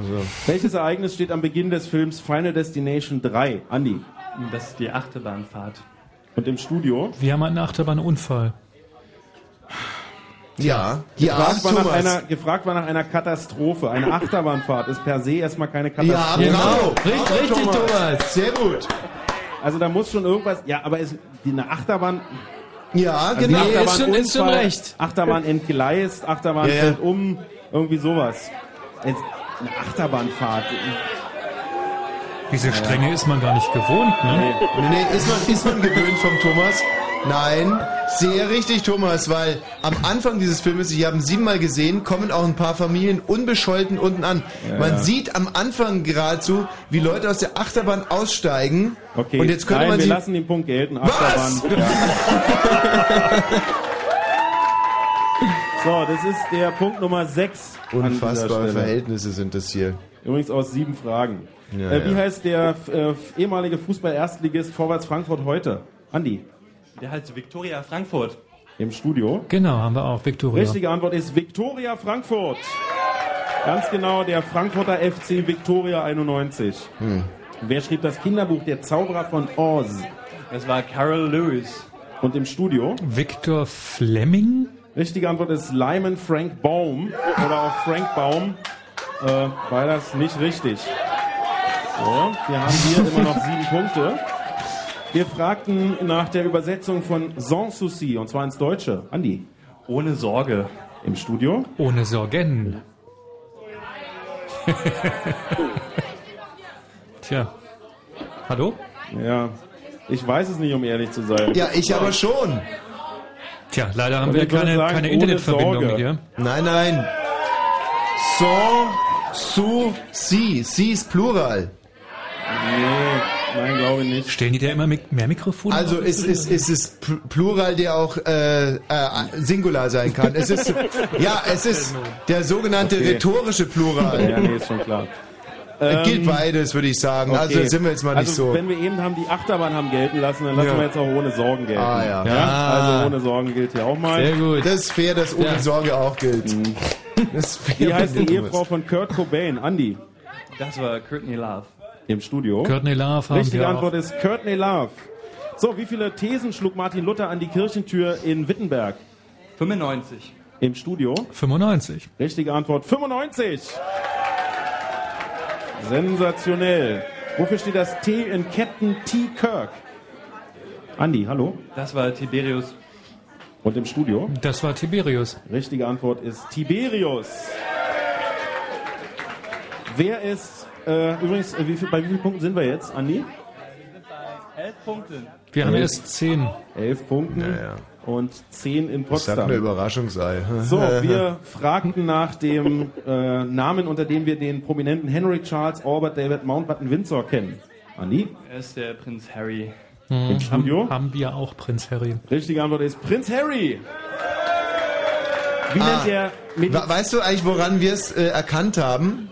Welches Ereignis steht am Beginn des Films Final Destination 3? Andi.
Das ist die Achterbahnfahrt.
Und im Studio?
Wir haben einen Achterbahnunfall.
Ja,
gefragt, war nach einer, gefragt war nach einer Katastrophe. Eine Achterbahnfahrt ist per se erstmal keine Katastrophe.
Ja, bravo. Richtig, Bravo, richtig, Thomas. Thomas.
Sehr gut. Also da muss schon irgendwas. Ja, aber ist die eine Achterbahn.
Ja,
Also
genau.
die
Nee, ist schon-
Achterbahn-
ist schon
Unfall,
recht.
Achterbahn entgleist, Achterbahn
Ja, ja.
fällt um, irgendwie sowas. Jetzt eine Achterbahnfahrt.
Diese Strenge ist man gar nicht gewohnt, ne?
Nee, nee, ist man, ist man gewöhnt vom Thomas? Nein, sehr richtig, Thomas, weil am Anfang dieses Filmes, ich habe ihn siebenmal gesehen, kommen auch ein paar Familien unbescholten unten an.
Ja,
man
ja.
sieht am Anfang geradezu, wie Leute aus der Achterbahn aussteigen.
Okay,
und jetzt könnte
nein,
man
wir
sie.
lassen den Punkt gelten. Achterbahn.
Was?
Ja. so, das ist der Punkt Nummer 6.
Unfassbare Verhältnisse sind das hier.
Übrigens aus sieben Fragen.
Ja,
äh, wie
ja.
heißt der äh, ehemalige Fußball-Erstligist Vorwärts Frankfurt heute? Andi.
Der heißt Viktoria Frankfurt.
Im Studio?
Genau, haben wir auch, Victoria.
Richtige Antwort ist Viktoria Frankfurt. Ganz genau, der Frankfurter FC Viktoria 91. Wer schrieb das Kinderbuch Der Zauberer von Oz?
Das war Carol Lewis.
Und im Studio?
Victor Fleming?
Richtige Antwort ist Lyman Frank Baum oder auch Frank Baum. Äh, beides nicht richtig. So, wir haben hier immer noch sieben Punkte. Wir fragten nach der Übersetzung von Sans Souci und zwar ins Deutsche. Andi.
Ohne Sorge.
Im Studio?
Ohne Sorgen. Tja. Hallo?
Ja. Ich weiß es nicht, um ehrlich zu sein.
Ja, ich aber schon.
Tja, leider haben
Und
wir
ich würde
keine,
sagen,
keine
ohne
Internetverbindung
Sorge.
mit dir.
Nein, nein. Sans, sous, si. Si ist Plural.
Nee, nein, glaube nicht.
Stellen die da immer mit mehr Mikrofone?
Also
auf?
es ist, es ist Pl- Plural, der auch äh, äh, Singular sein kann. Es ist, ja, es ist
Genau.
der sogenannte
Okay.
rhetorische Plural.
Ja, nee, ist schon klar. Ähm,
Äh, Gilt beides, würde ich sagen. Also
Okay.
sind wir jetzt mal nicht
also,
so.
Wenn wir eben haben die Achterbahn haben gelten lassen, dann lassen
Ja.
wir jetzt auch ohne Sorgen gelten.
Ah, ja. Ah.
Also ohne Sorgen gilt hier auch mal. Mhm.
Sehr gut.
Das ist fair, dass ohne
Ja.
Sorge auch gilt. Das ist fair,
Wie heißt
wenn
die
du
Ehefrau von Kurt Cobain? Andy
Das war Courtney Love.
im Studio.
Courtney Love haben
Richtige
wir
Antwort ist Courtney Love. So, wie viele Thesen schlug Martin Luther an die Kirchentür in Wittenberg?
95.
Im Studio.
auch. 95.
Richtige Antwort 95. Sensationell. Wofür steht das T in Captain T. Kirk? Andy, hallo.
Das war Tiberius.
Und im Studio?
Das war Tiberius.
Richtige Antwort ist Tiberius. Wer ist, äh, übrigens, äh, wie viel, bei wie vielen Punkten sind wir jetzt, Andi?
Elf Punkte.
Wir haben erst 10.
Elf Punkten
Naja.
und zehn in
Das hat eine
Potsdam.
Überraschung sei.
So, wir fragten nach dem äh, Namen, unter dem wir den prominenten Henry Charles Albert David Mountbatten Windsor kennen. Andi,
Er ist der Prinz Harry.
im Studio.
Mhm. Haben, haben wir auch Prinz Harry.
Richtige Antwort ist Prinz Harry. Wie nennt er Mediz
We- Ah, Weißt du eigentlich, woran wir es äh, erkannt haben?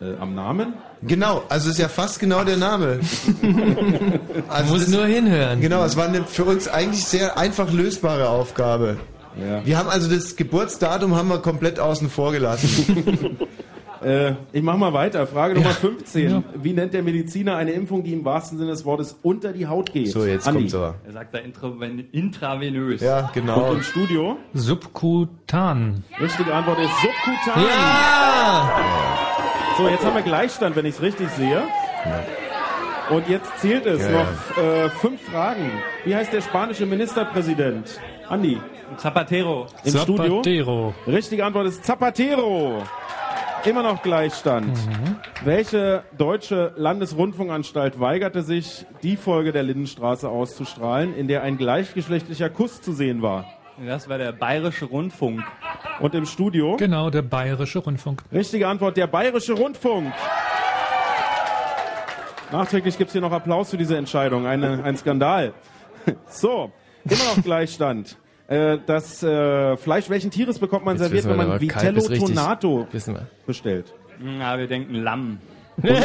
äh, am Namen?
Genau, also ist ja fast genau der Name.
Man
also
muss
das,
nur hinhören.
genau, es war eine für uns eigentlich sehr einfach lösbare Aufgabe.
Ja.
Wir haben also das Geburtsdatum haben wir komplett außen vor gelassen.
Äh, ich mach mal weiter. Frage Nummer 15. Wie nennt der Mediziner eine Impfung, die im wahrsten Sinne des Wortes unter die Haut geht?
So, jetzt
Andi.
kommt's aber.
Er sagt da intraven- intravenös.
Ja,
Und
genau.
im Studio?
Subkutan.
Richtige Antwort ist subkutan.
Ja!
So, jetzt haben wir Gleichstand, wenn ich es richtig sehe. Und jetzt zählt es
Ja,
noch Äh, fünf Fragen. Wie heißt der spanische Ministerpräsident? Andi,
Zapatero.
im Studio?
Zapatero.
Richtige Antwort ist Zapatero. Immer noch Gleichstand.
Mhm.
Welche deutsche Landesrundfunkanstalt weigerte sich, die Folge der Lindenstraße auszustrahlen, in der ein gleichgeschlechtlicher Kuss zu sehen war?
Das war der Bayerische Rundfunk.
Und im Studio?
Genau, der Bayerische Rundfunk.
Richtige Antwort, der Bayerische Rundfunk. Nachträglich gibt es hier noch Applaus für diese Entscheidung. Eine, ein Skandal. So, immer noch Gleichstand. Äh, das äh, Fleisch welchen Tieres bekommt man
Jetzt
serviert,
wissen
wenn
wir
man
aber, Kai,
Vitello
bist richtig.
Tonato
Wissen wir.
bestellt?
Na, wir denken Lamm. selber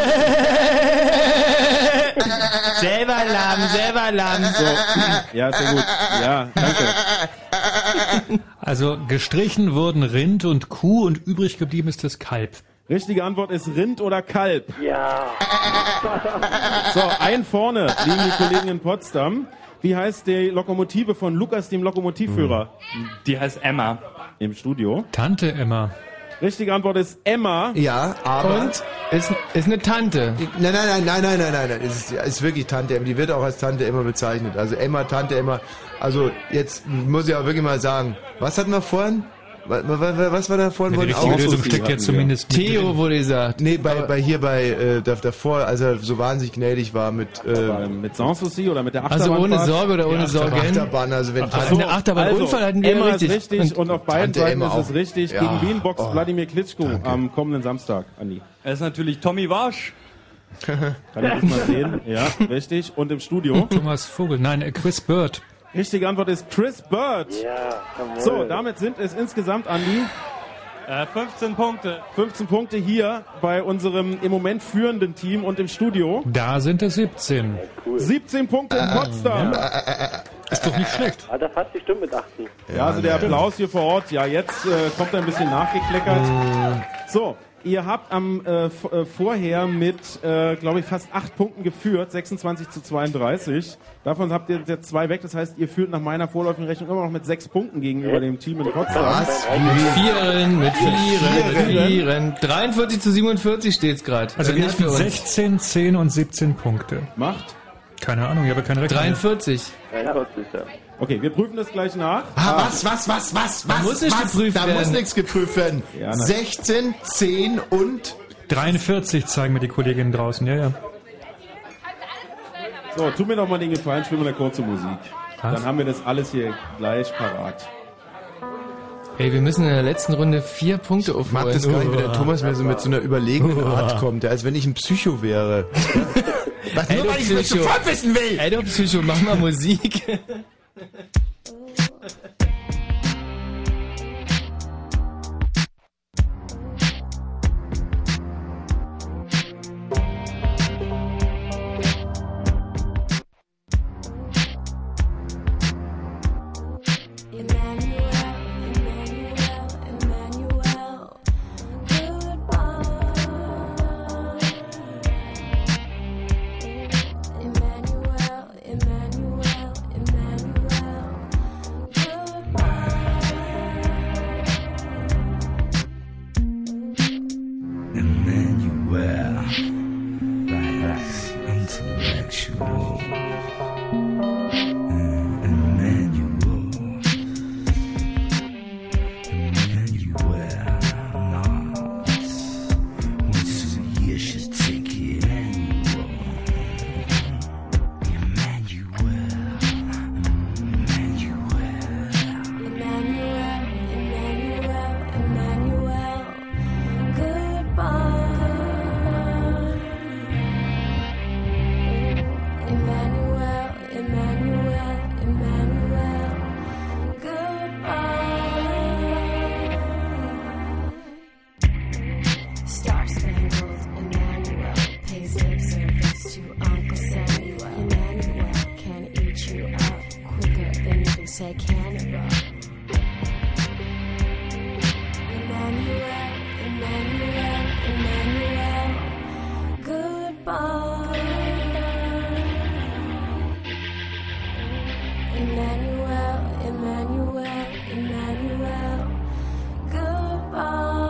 Lamm, selber Lamm.
So. Ja, sehr gut. Ja, danke.
Also gestrichen wurden Rind und Kuh und übrig geblieben ist das Kalb.
Richtige Antwort ist Rind oder Kalb.
Ja.
So, ein vorne liegen die Kollegen in Potsdam. Wie heißt die Lokomotive von Lukas, dem Lokomotivführer?
Die heißt Emma.
Im Studio.
Tante Emma.
Richtige Antwort ist Emma.
Ja, aber.
Und? Ist, ist eine Tante.
Nein, nein, nein, nein, nein, nein, nein, nein. Es ist, es ist wirklich Tante Emma. Die wird auch als Tante Emma bezeichnet. Also Emma, Tante Emma. Also jetzt muss ich auch wirklich mal sagen, was hatten wir vorhin? Was, was war da vorhin?
Die
Wollen
richtige
auch so
Lösung
viel
steckt ja
hatten wir.
zumindest mit
Theo
drin.
wurde gesagt.
Nee, bei, bei hier bei äh, da- davor, als er so wahnsinnig gnädig war mit äh,
Ähm, Mit Sans Souci oder mit der
Also
Achterbahnfahrt?
ohne Sorge oder ohne Sorgen.
Achterbahn, also wenn
Ach so. Eine Achterbahn. Unfall hatten wir
Also, Emma
richtig.
ist richtig und, auf beiden
Tante
Seiten
Emma
ist es
auch.
richtig.
Ja.
Gegen Wien boxt
Oh.
Wladimir Klitschko am kommenden Samstag, Andi.
Er ist natürlich Tommy Wasch.
Kann ich das mal sehen? Ja, richtig. Und im Studio?
Thomas Vogel, nein, äh, Chris Bird.
Richtige Antwort ist Chris Bird.
Ja, jawohl.
So, damit sind es insgesamt, Andi,
Äh, 15 Punkte.
15 Punkte hier bei unserem im Moment führenden Team und im Studio.
Da sind es 17.
17 Punkte in Potsdam.
Ist doch nicht schlecht.
Ah, da fast die Stimme mit 18.
Ja, also der Applaus hier vor Ort. Ja, jetzt äh, kommt er ein bisschen nachgekleckert. So, ihr habt am äh, v- äh, vorher mit, äh, glaube ich, fast acht Punkten geführt, 26 zu 32. Davon habt ihr jetzt zwei weg. Das heißt, ihr führt nach meiner vorläufigen Rechnung immer noch mit sechs Punkten
Äh?
gegenüber dem Team in Potsdam.
Was? Mit Vieren, mit Vieren, mit Vieren. 43 zu 47 steht's gerade.
Also wir hatten 16, 10 und 17 Punkte.
Macht?
Keine Ahnung, ich habe keinen Rechner.
43.
Okay, wir prüfen das gleich nach.
Ah, was, was, was, was,
Da
was?
muss nicht
was?
geprüft
da
werden.
muss nichts geprüft werden.
Ja, na-
16, 10 und
43 zeigen mir die Kolleginnen draußen, ja, ja.
So, tu mir doch mal den Gefallen, spiel mal eine kurze Musik. Dann haben wir das alles hier gleich parat.
Ey, wir müssen in der letzten Runde vier Punkte
Ich mag
aufholen.
das gar nicht, wenn der Thomas mir so mit so einer überlegenen
Uah.
Art kommt, als wenn ich ein Psycho wäre. Was,
Ey,
nur
du
weil ich es
Psycho.
sofort wissen will!
Ey, du Psycho, mach mal Musik.
Emmanuel, perhaps intellectual. Mm, Emmanuel, Emmanuel, not. Once a year should take it annual.
Star Spangled Emmanuel pays lip service to Uncle Samuel. Emmanuel can eat you up quicker than you can say cannibal. Emmanuel, Emmanuel, Emmanuel, goodbye. Emmanuel, Emmanuel, Emmanuel, goodbye.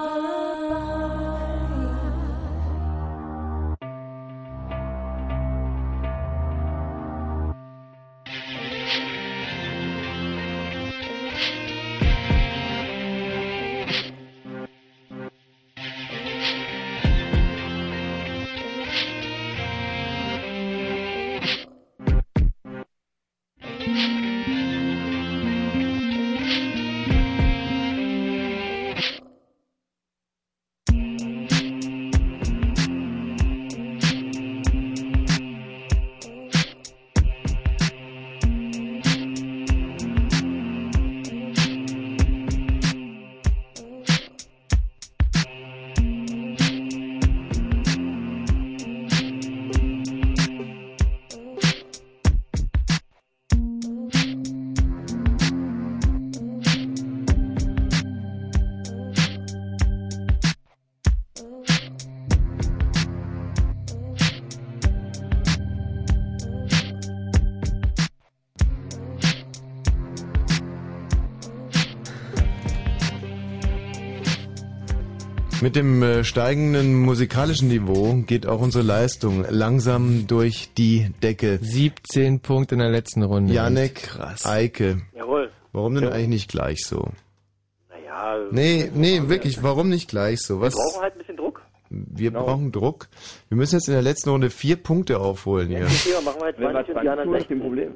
Mit dem äh, steigenden musikalischen Niveau geht auch unsere Leistung langsam durch die Decke.
17 Punkte in der letzten Runde.
Janek, Eike.
Jawohl.
Warum denn eigentlich nicht gleich so?
Naja,
Nee, nee, wirklich, warum nicht gleich so? Was?
wir brauchen halt ein bisschen Druck.
Wir
Genau.
brauchen Druck. Wir müssen jetzt in der letzten Runde vier Punkte aufholen hier.
Thema machen wir jetzt 20 und die anderen 16.
Problem.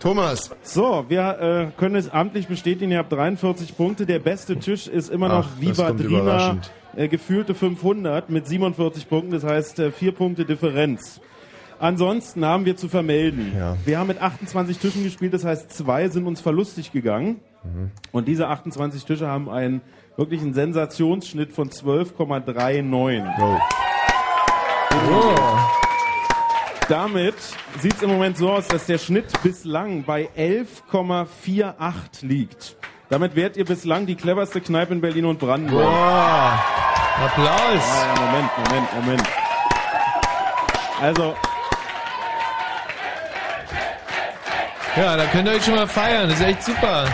Thomas.
So, wir äh, können es amtlich bestätigen, ihr habt 43 Punkte. Der beste Tisch ist immer noch
Ach, das
Viva
kommt
Drina,
überraschend.
äh, gefühlte 500 mit 47 Punkten, das heißt äh, vier Punkte Differenz. Ansonsten haben wir zu vermelden, wir haben mit 28 Tischen gespielt, das heißt zwei sind uns verlustig gegangen. Und diese 28 Tische haben einen wirklichen Sensationsschnitt von
Oh.
12,39. Damit sieht es im Moment so aus, dass der Schnitt bislang bei 11,48 liegt. Damit wärt ihr bislang die cleverste Kneipe in Berlin und Brandenburg.
Wow. Applaus.
Ah, ja, Moment, Moment, Moment. Also,
Ja, da könnt ihr euch schon mal feiern. Das ist echt super.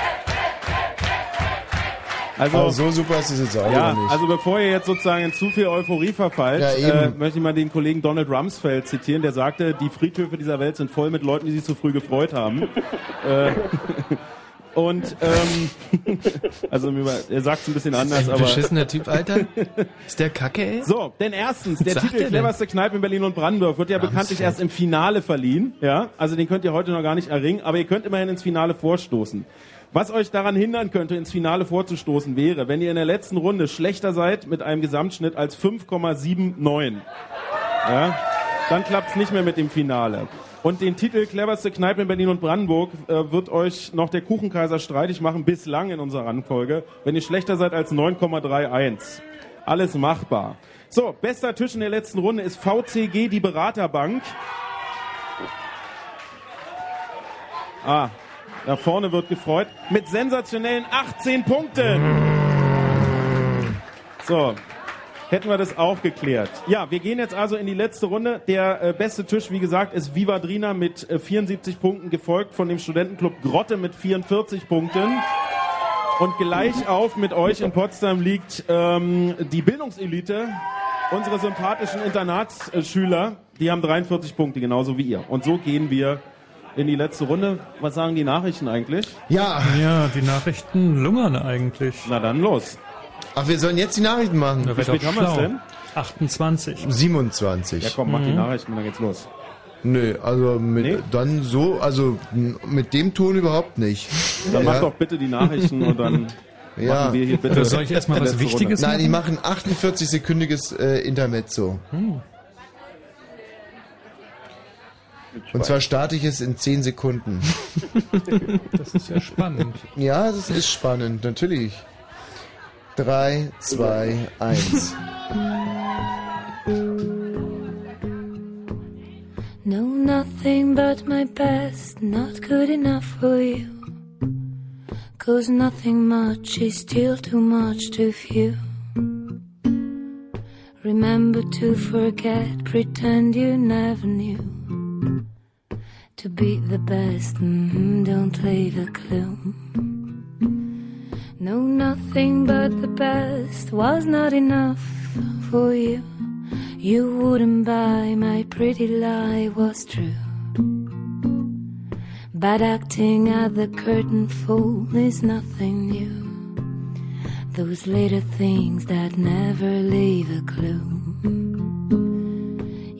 Also,
Aber so super ist es jetzt auch
ja,
wieder nicht.
also bevor ihr jetzt sozusagen in zu viel Euphorie verfallt,
um Ja, eben.
äh, möchte ich mal den Kollegen Donald Rumsfeld zitieren, der sagte, die Friedhöfe dieser Welt sind voll mit Leuten, die sich zu früh gefreut haben. äh, und ähm, also mir war- er sagt es ein bisschen anders,
Ein
aber
beschissener Typ, Alter. Ist der Kacke, ey?
So, denn erstens, der
sagt
Titel
er
cleverste Kneipe in Berlin und Brandenburg wird ja
Rumsfeld.
bekanntlich erst im Finale verliehen. Ja, also den könnt ihr heute noch gar nicht erringen, aber ihr könnt immerhin ins Finale vorstoßen. Was euch daran hindern könnte, ins Finale vorzustoßen, wäre, wenn ihr in der letzten Runde schlechter seid mit einem Gesamtschnitt als 5,79. Ja, dann klappt's nicht mehr mit dem Finale. Und den Titel cleverste Kneipe in Berlin und Brandenburg äh, wird euch noch der Kuchenkaiser streitig machen, bislang in unserer Rangfolge, wenn ihr schlechter seid als 9,31. Alles machbar. So, bester Tisch in der letzten Runde ist VCG, die Beraterbank. Ah, da vorne wird gefreut. Mit sensationellen 18 Punkten. So, hätten wir das auch geklärt. Ja, wir gehen jetzt also in die letzte Runde. Der äh, beste Tisch, wie gesagt, ist Vivadrina mit äh, 74 Punkten, gefolgt von dem Studentenclub Grotte mit 44 Punkten. Und gleich auf mit euch in Potsdam liegt ähm, die Bildungselite, unsere sympathischen Internatsschüler. Die haben 43 Punkte, genauso wie ihr. Und so gehen wir in die letzte Runde. Was sagen die Nachrichten eigentlich?
Ja.
Ja, die Nachrichten lungern eigentlich.
Na dann los.
Ach, wir sollen jetzt die Nachrichten machen.
Da wird
Wie spät
doch
haben wir's
schlau. Hm.
denn?
28.
27.
Ja, komm, mach die Nachrichten, dann geht's los.
Nö, also mit, dann so, also m- mit dem Ton überhaupt nicht.
Dann mach doch bitte die Nachrichten und dann machen wir hier bitte
Also
Oder soll ich erst mal die was letzte Wichtiges
Nein,
machen?
ich mache ein 48-sekündiges äh, Intermezzo.
Hm?
Und zwar starte ich es in 10 Sekunden.
Das ist ja spannend.
Ja, das ist spannend, natürlich. 3, 2, 1.
No, nothing but my best, not good enough for you. Cause nothing much is still too much too few. Remember to forget, pretend you never knew. To be the best, mhm, don't leave a clue. No, nothing but the best was not enough for you. You wouldn't buy my pretty lie was true. Bad acting at the curtain fool is nothing new. Those little things that never leave a clue.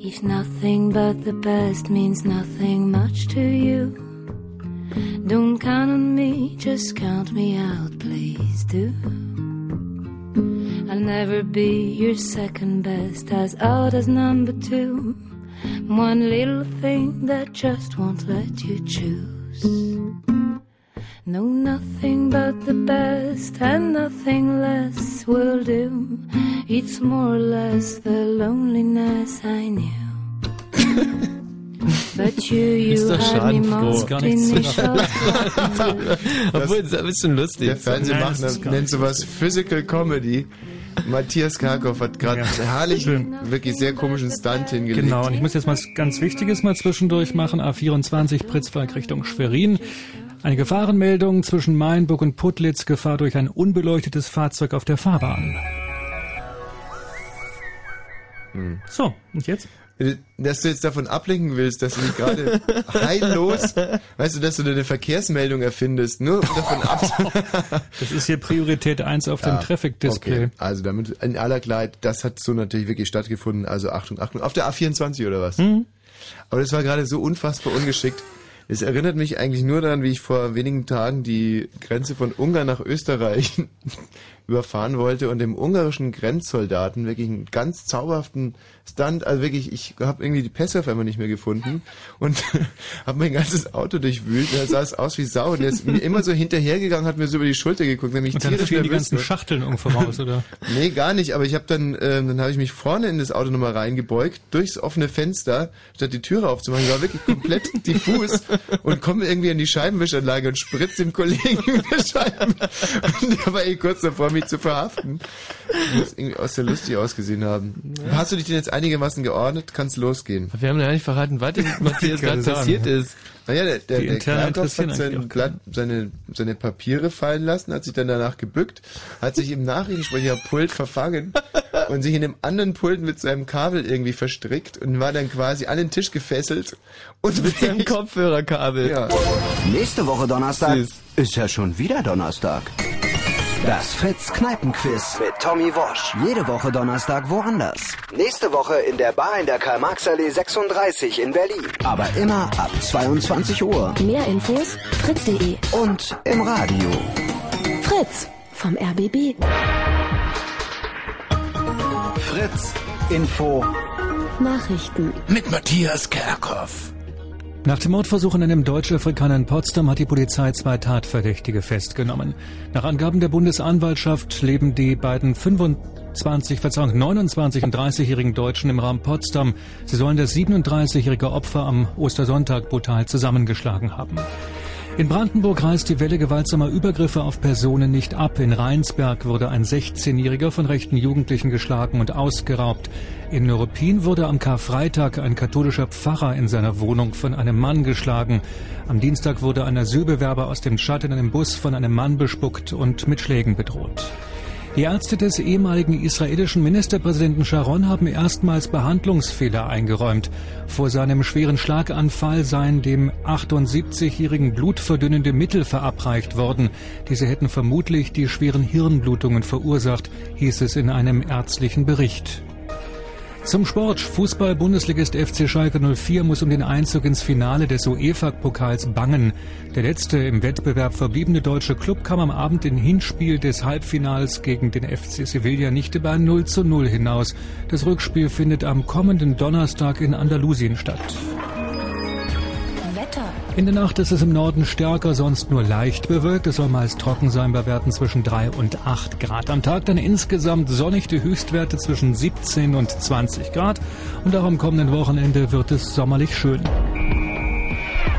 If nothing but the best means nothing much to you, don't count on me, just count me out, please do. I'll never be your second best, as odd as number two. One little thing that just won't let you choose. No, nothing but the best, and nothing less will do. It's more or less the loneliness I knew. But you,
Ist
you
doch
had me
schadenfroh.
most
Ist gar nichts
in
zu
short.
Obwohl, das ist ein bisschen lustig.
Der Fernsehmacher nennt sowas Physical Comedy. Matthias Karkow hat gerade einen herrlichen, wirklich sehr komischen Stunt hingelegt.
Genau, und ich muss jetzt mal was ganz Wichtiges mal zwischendurch machen. A24 Pritzwalk Richtung Schwerin. Eine Gefahrenmeldung zwischen Mainburg und Putlitz. Gefahr durch ein unbeleuchtetes Fahrzeug auf der Fahrbahn. Hm. So, Oh, und jetzt?
Äh, Dass du jetzt davon ablenken willst, dass du dich gerade heillos, weißt du, dass du eine Verkehrsmeldung erfindest, nur um davon ab.
Das ist hier Priorität 1 auf dem Traffic-Display.
Ah, Okay. Also damit in aller Klarheit, das hat so natürlich wirklich
Mhm.
stattgefunden. Also Achtung, Achtung. Auf der A24 oder was? Aber das war gerade so unfassbar ungeschickt. Es erinnert mich eigentlich nur daran, wie ich vor wenigen Tagen die Grenze von Ungarn nach Österreich überfahren wollte und dem ungarischen Grenzsoldaten wirklich einen ganz zauberhaften Stunt, also wirklich, ich habe irgendwie die Pässe auf einmal nicht mehr gefunden und habe mein ganzes Auto durchwühlt. Da sah es aus wie Sau und der ist mir immer so hinterhergegangen, hat mir so über die Schulter geguckt. Nämlich
Und dann fielen die ganzen
ne?
Schachteln irgendwo raus, oder?
Nee, gar nicht. Aber ich habe dann, ähm, dann habe ich mich vorne in das Auto nochmal reingebeugt, durchs offene Fenster, statt die Türe aufzumachen. Ich war wirklich komplett diffus und komme irgendwie an die Scheibenwischanlage und spritzt dem Kollegen mit der Scheiben. Und der war eh kurz davor, mich zu verhaften. Muss irgendwie aus der lustig ausgesehen haben.
Ja.
Hast du dich denn jetzt einigermaßen geordnet? Kannst losgehen.
Wir haben ja nicht verraten, was jetzt Matthias gerade passiert ist.
Naja, der, der,
Die
der
internen
Kleintopf
interessieren
hat
eigentlich
sein Blatt, seine, seine Papiere fallen lassen, hat sich dann danach gebückt, hat sich im Nachrichtensprecherpult verfangen und sich in dem anderen Pult mit seinem Kabel irgendwie verstrickt und war dann quasi an den Tisch gefesselt und mit seinem
Kopfhörerkabel.
Ja.
Nächste Woche Donnerstag ist ja schon wieder Donnerstag. Das Fritz Kneipenquiz mit Tommy Wosch. Jede Woche Donnerstag woanders. Nächste Woche in der Bar in der Karl-Marx-Allee 36 in Berlin. Aber immer ab 22 Uhr.
Mehr Infos fritz.de
und im Radio.
Fritz vom RBB.
Fritz Info.
Nachrichten.
Mit Matthias Kerkhoff.
Nach dem Mordversuch an einem Deutsch-Afrikaner in Potsdam hat die Polizei zwei Tatverdächtige festgenommen. Nach Angaben der Bundesanwaltschaft leben die beiden 25, Verzeihung, 29 und 30-jährigen Deutschen im Raum Potsdam. Sie sollen das 37-jährige Opfer am Ostersonntag brutal zusammengeschlagen haben. In Brandenburg reißt die Welle gewaltsamer Übergriffe auf Personen nicht ab. In Rheinsberg wurde ein 16-Jähriger von rechten Jugendlichen geschlagen und ausgeraubt. In Neuruppin wurde am Karfreitag ein katholischer Pfarrer in seiner Wohnung von einem Mann geschlagen. Am Dienstag wurde ein Asylbewerber aus dem Tschad in einem Bus von einem Mann bespuckt und mit Schlägen bedroht. Die Ärzte des ehemaligen israelischen Ministerpräsidenten Sharon haben erstmals Behandlungsfehler eingeräumt. Vor seinem schweren Schlaganfall seien dem 78-jährigen blutverdünnende Mittel verabreicht worden. Diese hätten vermutlich die schweren Hirnblutungen verursacht, hieß es in einem ärztlichen Bericht. Zum Sport. Fußball-Bundesligist FC Schalke 04 muss um den Einzug ins Finale des UEFA-Pokals bangen. Der letzte im Wettbewerb verbliebene deutsche Club kam am Abend im Hinspiel des Halbfinals gegen den FC Sevilla nicht über ein 0 zu 0 hinaus. Das Rückspiel findet am kommenden Donnerstag in Andalusien statt.
Wetter.
In der Nacht ist es im Norden stärker, sonst nur leicht bewölkt. Es soll meist trocken sein bei Werten zwischen 3 und 8 Grad. Am Tag dann insgesamt sonnig, die Höchstwerte zwischen 17 und 20 Grad. Und auch am kommenden Wochenende wird es sommerlich schön.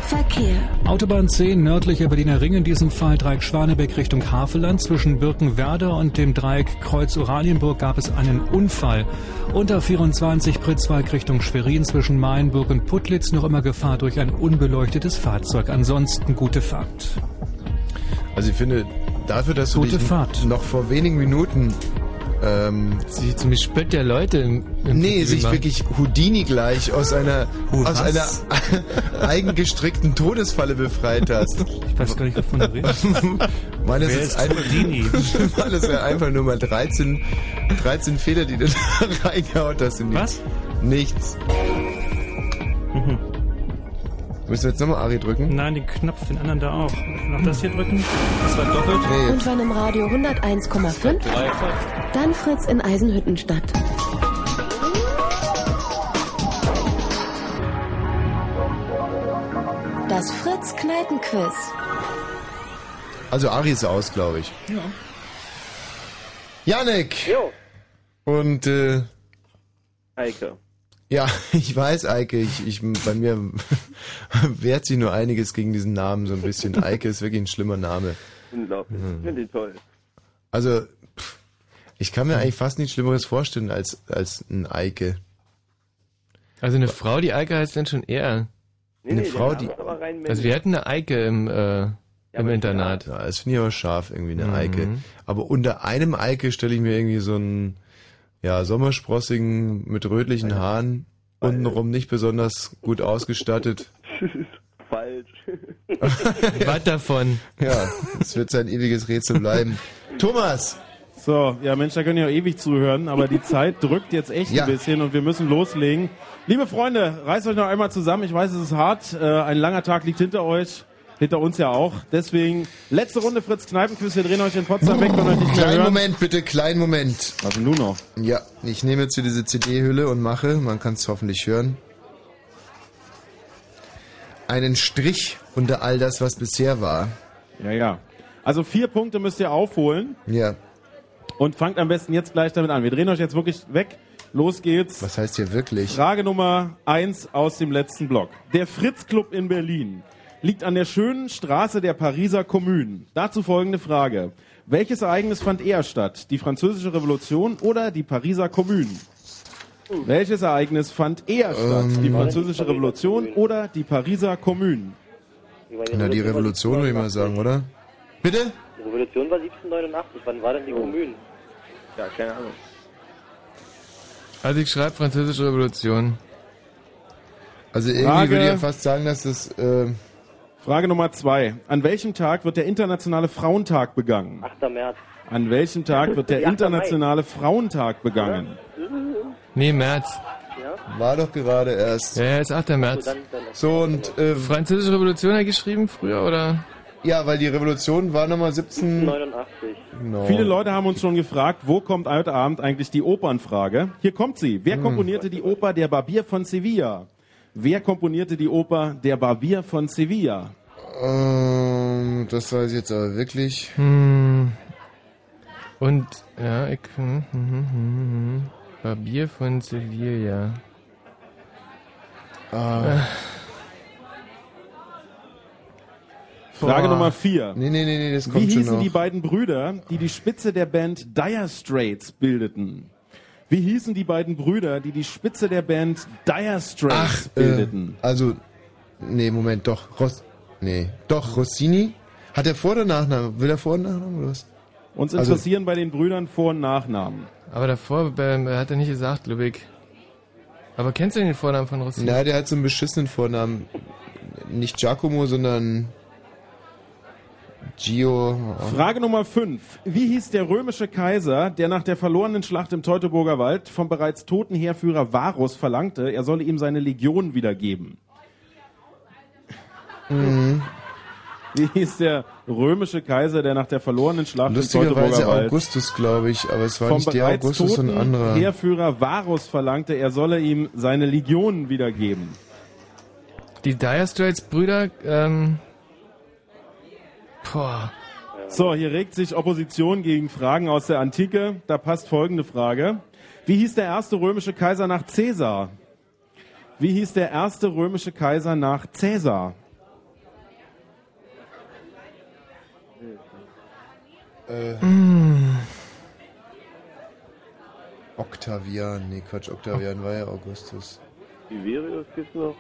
Verkehr.
Autobahn 10 nördlicher Berliner Ring, in diesem Fall Dreieck Schwanebeck Richtung Havelland. Zwischen Birkenwerder und dem Dreieck Kreuz Oranienburg gab es einen Unfall. Unter 24 Pritzwalk Richtung Schwerin zwischen Mayenburg und Putlitz noch immer Gefahr durch ein unbeleuchtetes Fahrzeug. Ansonsten gute Fahrt.
Also ich finde, dafür, dass du
Gute
dich noch vor wenigen Minuten ähm,
sich zum Spött der Leute im,
Nee,
Prinzip
sich
gemacht.
wirklich Houdini gleich aus einer aus
was?
einer eigengestrickten Todesfalle befreit hast. Ich
weiß gar nicht, wovon du redest.
Weil das
Wer
ist
ist
einfach,
Houdini?
Weil das ja einfach nur mal 13, 13 Fehler, die du da reingehaut hast. In
Was?
Nichts. Müssen wir jetzt nochmal Ari drücken?
Nein, den Knopf, den anderen da auch. Noch das hier drücken. Das war doppelt.
Und wenn im Radio 101,5, dann Fritz in Eisenhüttenstadt. Das Fritz Kneipenquiz.
Also Ari ist aus, glaube ich.
Ja.
Janik! Jo. Und äh,
Heike.
Ja, ich weiß, Eike. Ich, ich, bei mir wehrt sich nur einiges gegen diesen Namen so ein bisschen. Eike ist wirklich ein schlimmer Name.
Unglaublich.
Mhm.
Finde ich toll.
Also, pff, ich kann mir eigentlich fast nichts Schlimmeres vorstellen als, als ein Eike.
Also eine Frau, die Eike heißt dann schon eher.
Nee, Eine nee, der Frau, Name die- ist aber rein
Also wir hatten eine Eike im, äh, im Internat.
Ja, das finde ich aber scharf, irgendwie eine
Mhm.
Eike. Aber unter einem Eike stelle ich mir irgendwie so einen ja, sommersprossigen mit rötlichen Haaren, untenrum nicht besonders gut ausgestattet.
Falsch.
Was davon?
Ja, es wird sein ewiges Rätsel bleiben. Thomas!
So, ja Mensch, da könnt ihr auch ewig zuhören, aber die Zeit drückt jetzt echt
Ja.
ein bisschen und wir müssen loslegen. Liebe Freunde, reißt euch noch einmal zusammen. Ich weiß, es ist hart. Äh, ein langer Tag liegt hinter euch, hinter uns ja auch. Deswegen letzte Runde Fritz Kneipenquiz. Wir drehen euch in Potsdam weg, wenn euch nicht mehr
Kleinen
hören.
Moment, bitte, kleinen Moment.
Was denn du noch?
Ja, ich nehme jetzt hier diese CD-Hülle und mache, man kann es hoffentlich hören, einen Strich unter all das, was bisher war.
Ja, ja. Also vier Punkte müsst ihr aufholen.
Ja.
Und fangt am besten jetzt gleich damit an. Wir drehen euch jetzt wirklich weg. Los geht's.
Was heißt hier wirklich?
Frage Nummer eins aus dem letzten Block. Der Fritz Club in Berlin liegt an der schönen Straße der Pariser Kommune. Dazu folgende Frage. Welches Ereignis fand eher statt? Die Französische Revolution oder die Pariser Kommune? Welches Ereignis fand eher statt?
Ähm.
Die Französische Revolution oder die Pariser Kommune?
Na, die Revolution würde ich mal sagen, oder? Bitte?
Die Revolution war 1789. Wann war denn die Kommune? Oh. Ja, keine Ahnung.
Also ich schreibe Französische Revolution.
Also
irgendwie
Frage-
würde ich
ja fast sagen, dass das... ähm,
Frage Nummer zwei. An welchem Tag wird der Internationale Frauentag begangen?
8. März.
An welchem Tag wird der
Ja, dabei.
Internationale Frauentag begangen?
Nee, März.
War doch gerade erst.
Ja, ja, ist 8. März.
So, und... Äh,
Französische Revolution hat geschrieben früher, oder?
Ja, weil die Revolution war nochmal 17...
89.
Genau.
Viele Leute haben uns schon gefragt, wo kommt heute Abend eigentlich die Opernfrage? Hier kommt sie.
Hm.
Wer komponierte die Oper Der Barbier von Sevilla? Wer komponierte die Oper Der Barbier von Sevilla?
Ähm, das weiß ich jetzt aber wirklich.
Hm. Und, ja, ich... Hm, hm, hm, hm, hm. Barbier von Sevilla. Äh.
Ah.
Frage
Boah.
Nummer vier.
Nee, nee, nee, nee, das
Wie
kommt schon
hießen
noch.
die beiden Brüder, die die Spitze der Band Dire Straits bildeten? Wie hießen die beiden Brüder, die die Spitze der Band Dire Straits
äh,
bildeten?
also, nee, Moment, doch. Ros nee, doch, Rossini. Hat er Vor- oder Nachname? Will er Vor- und Nachname oder was?
Uns
Also-
interessieren bei den Brüdern Vor- und Nachnamen.
Aber davor ähm, hat er nicht gesagt, Lübeck. Aber kennst du den Vornamen von Rossini?
Na, der hat so einen beschissenen Vornamen. Nicht Giacomo, sondern Gio.
Frage Nummer 5. Wie hieß der römische Kaiser, der nach der verlorenen Schlacht im Teutoburger Wald vom bereits toten Heerführer Varus verlangte, er solle ihm seine Legion wiedergeben?
Mhm.
Wie hieß der römische Kaiser, der nach der verlorenen Schlacht im
Lustigerweise
Teutoburger Wald
Augustus, glaube ich, aber es war
vom
nicht der
bereits
Augustus,
toten
sondern ein anderer.
Heerführer Varus verlangte, er solle ihm seine Legionen wiedergeben?
Die Dire Straits Brüder, ähm... Boah.
So, hier regt sich Opposition gegen Fragen aus der Antike. Da passt folgende Frage. Wie hieß der erste römische Kaiser nach Cäsar? Wie hieß der erste römische Kaiser nach Cäsar?
Äh, Octavian, nee, Quatsch, Octavian war ja Augustus.
Tiberius gibt's noch.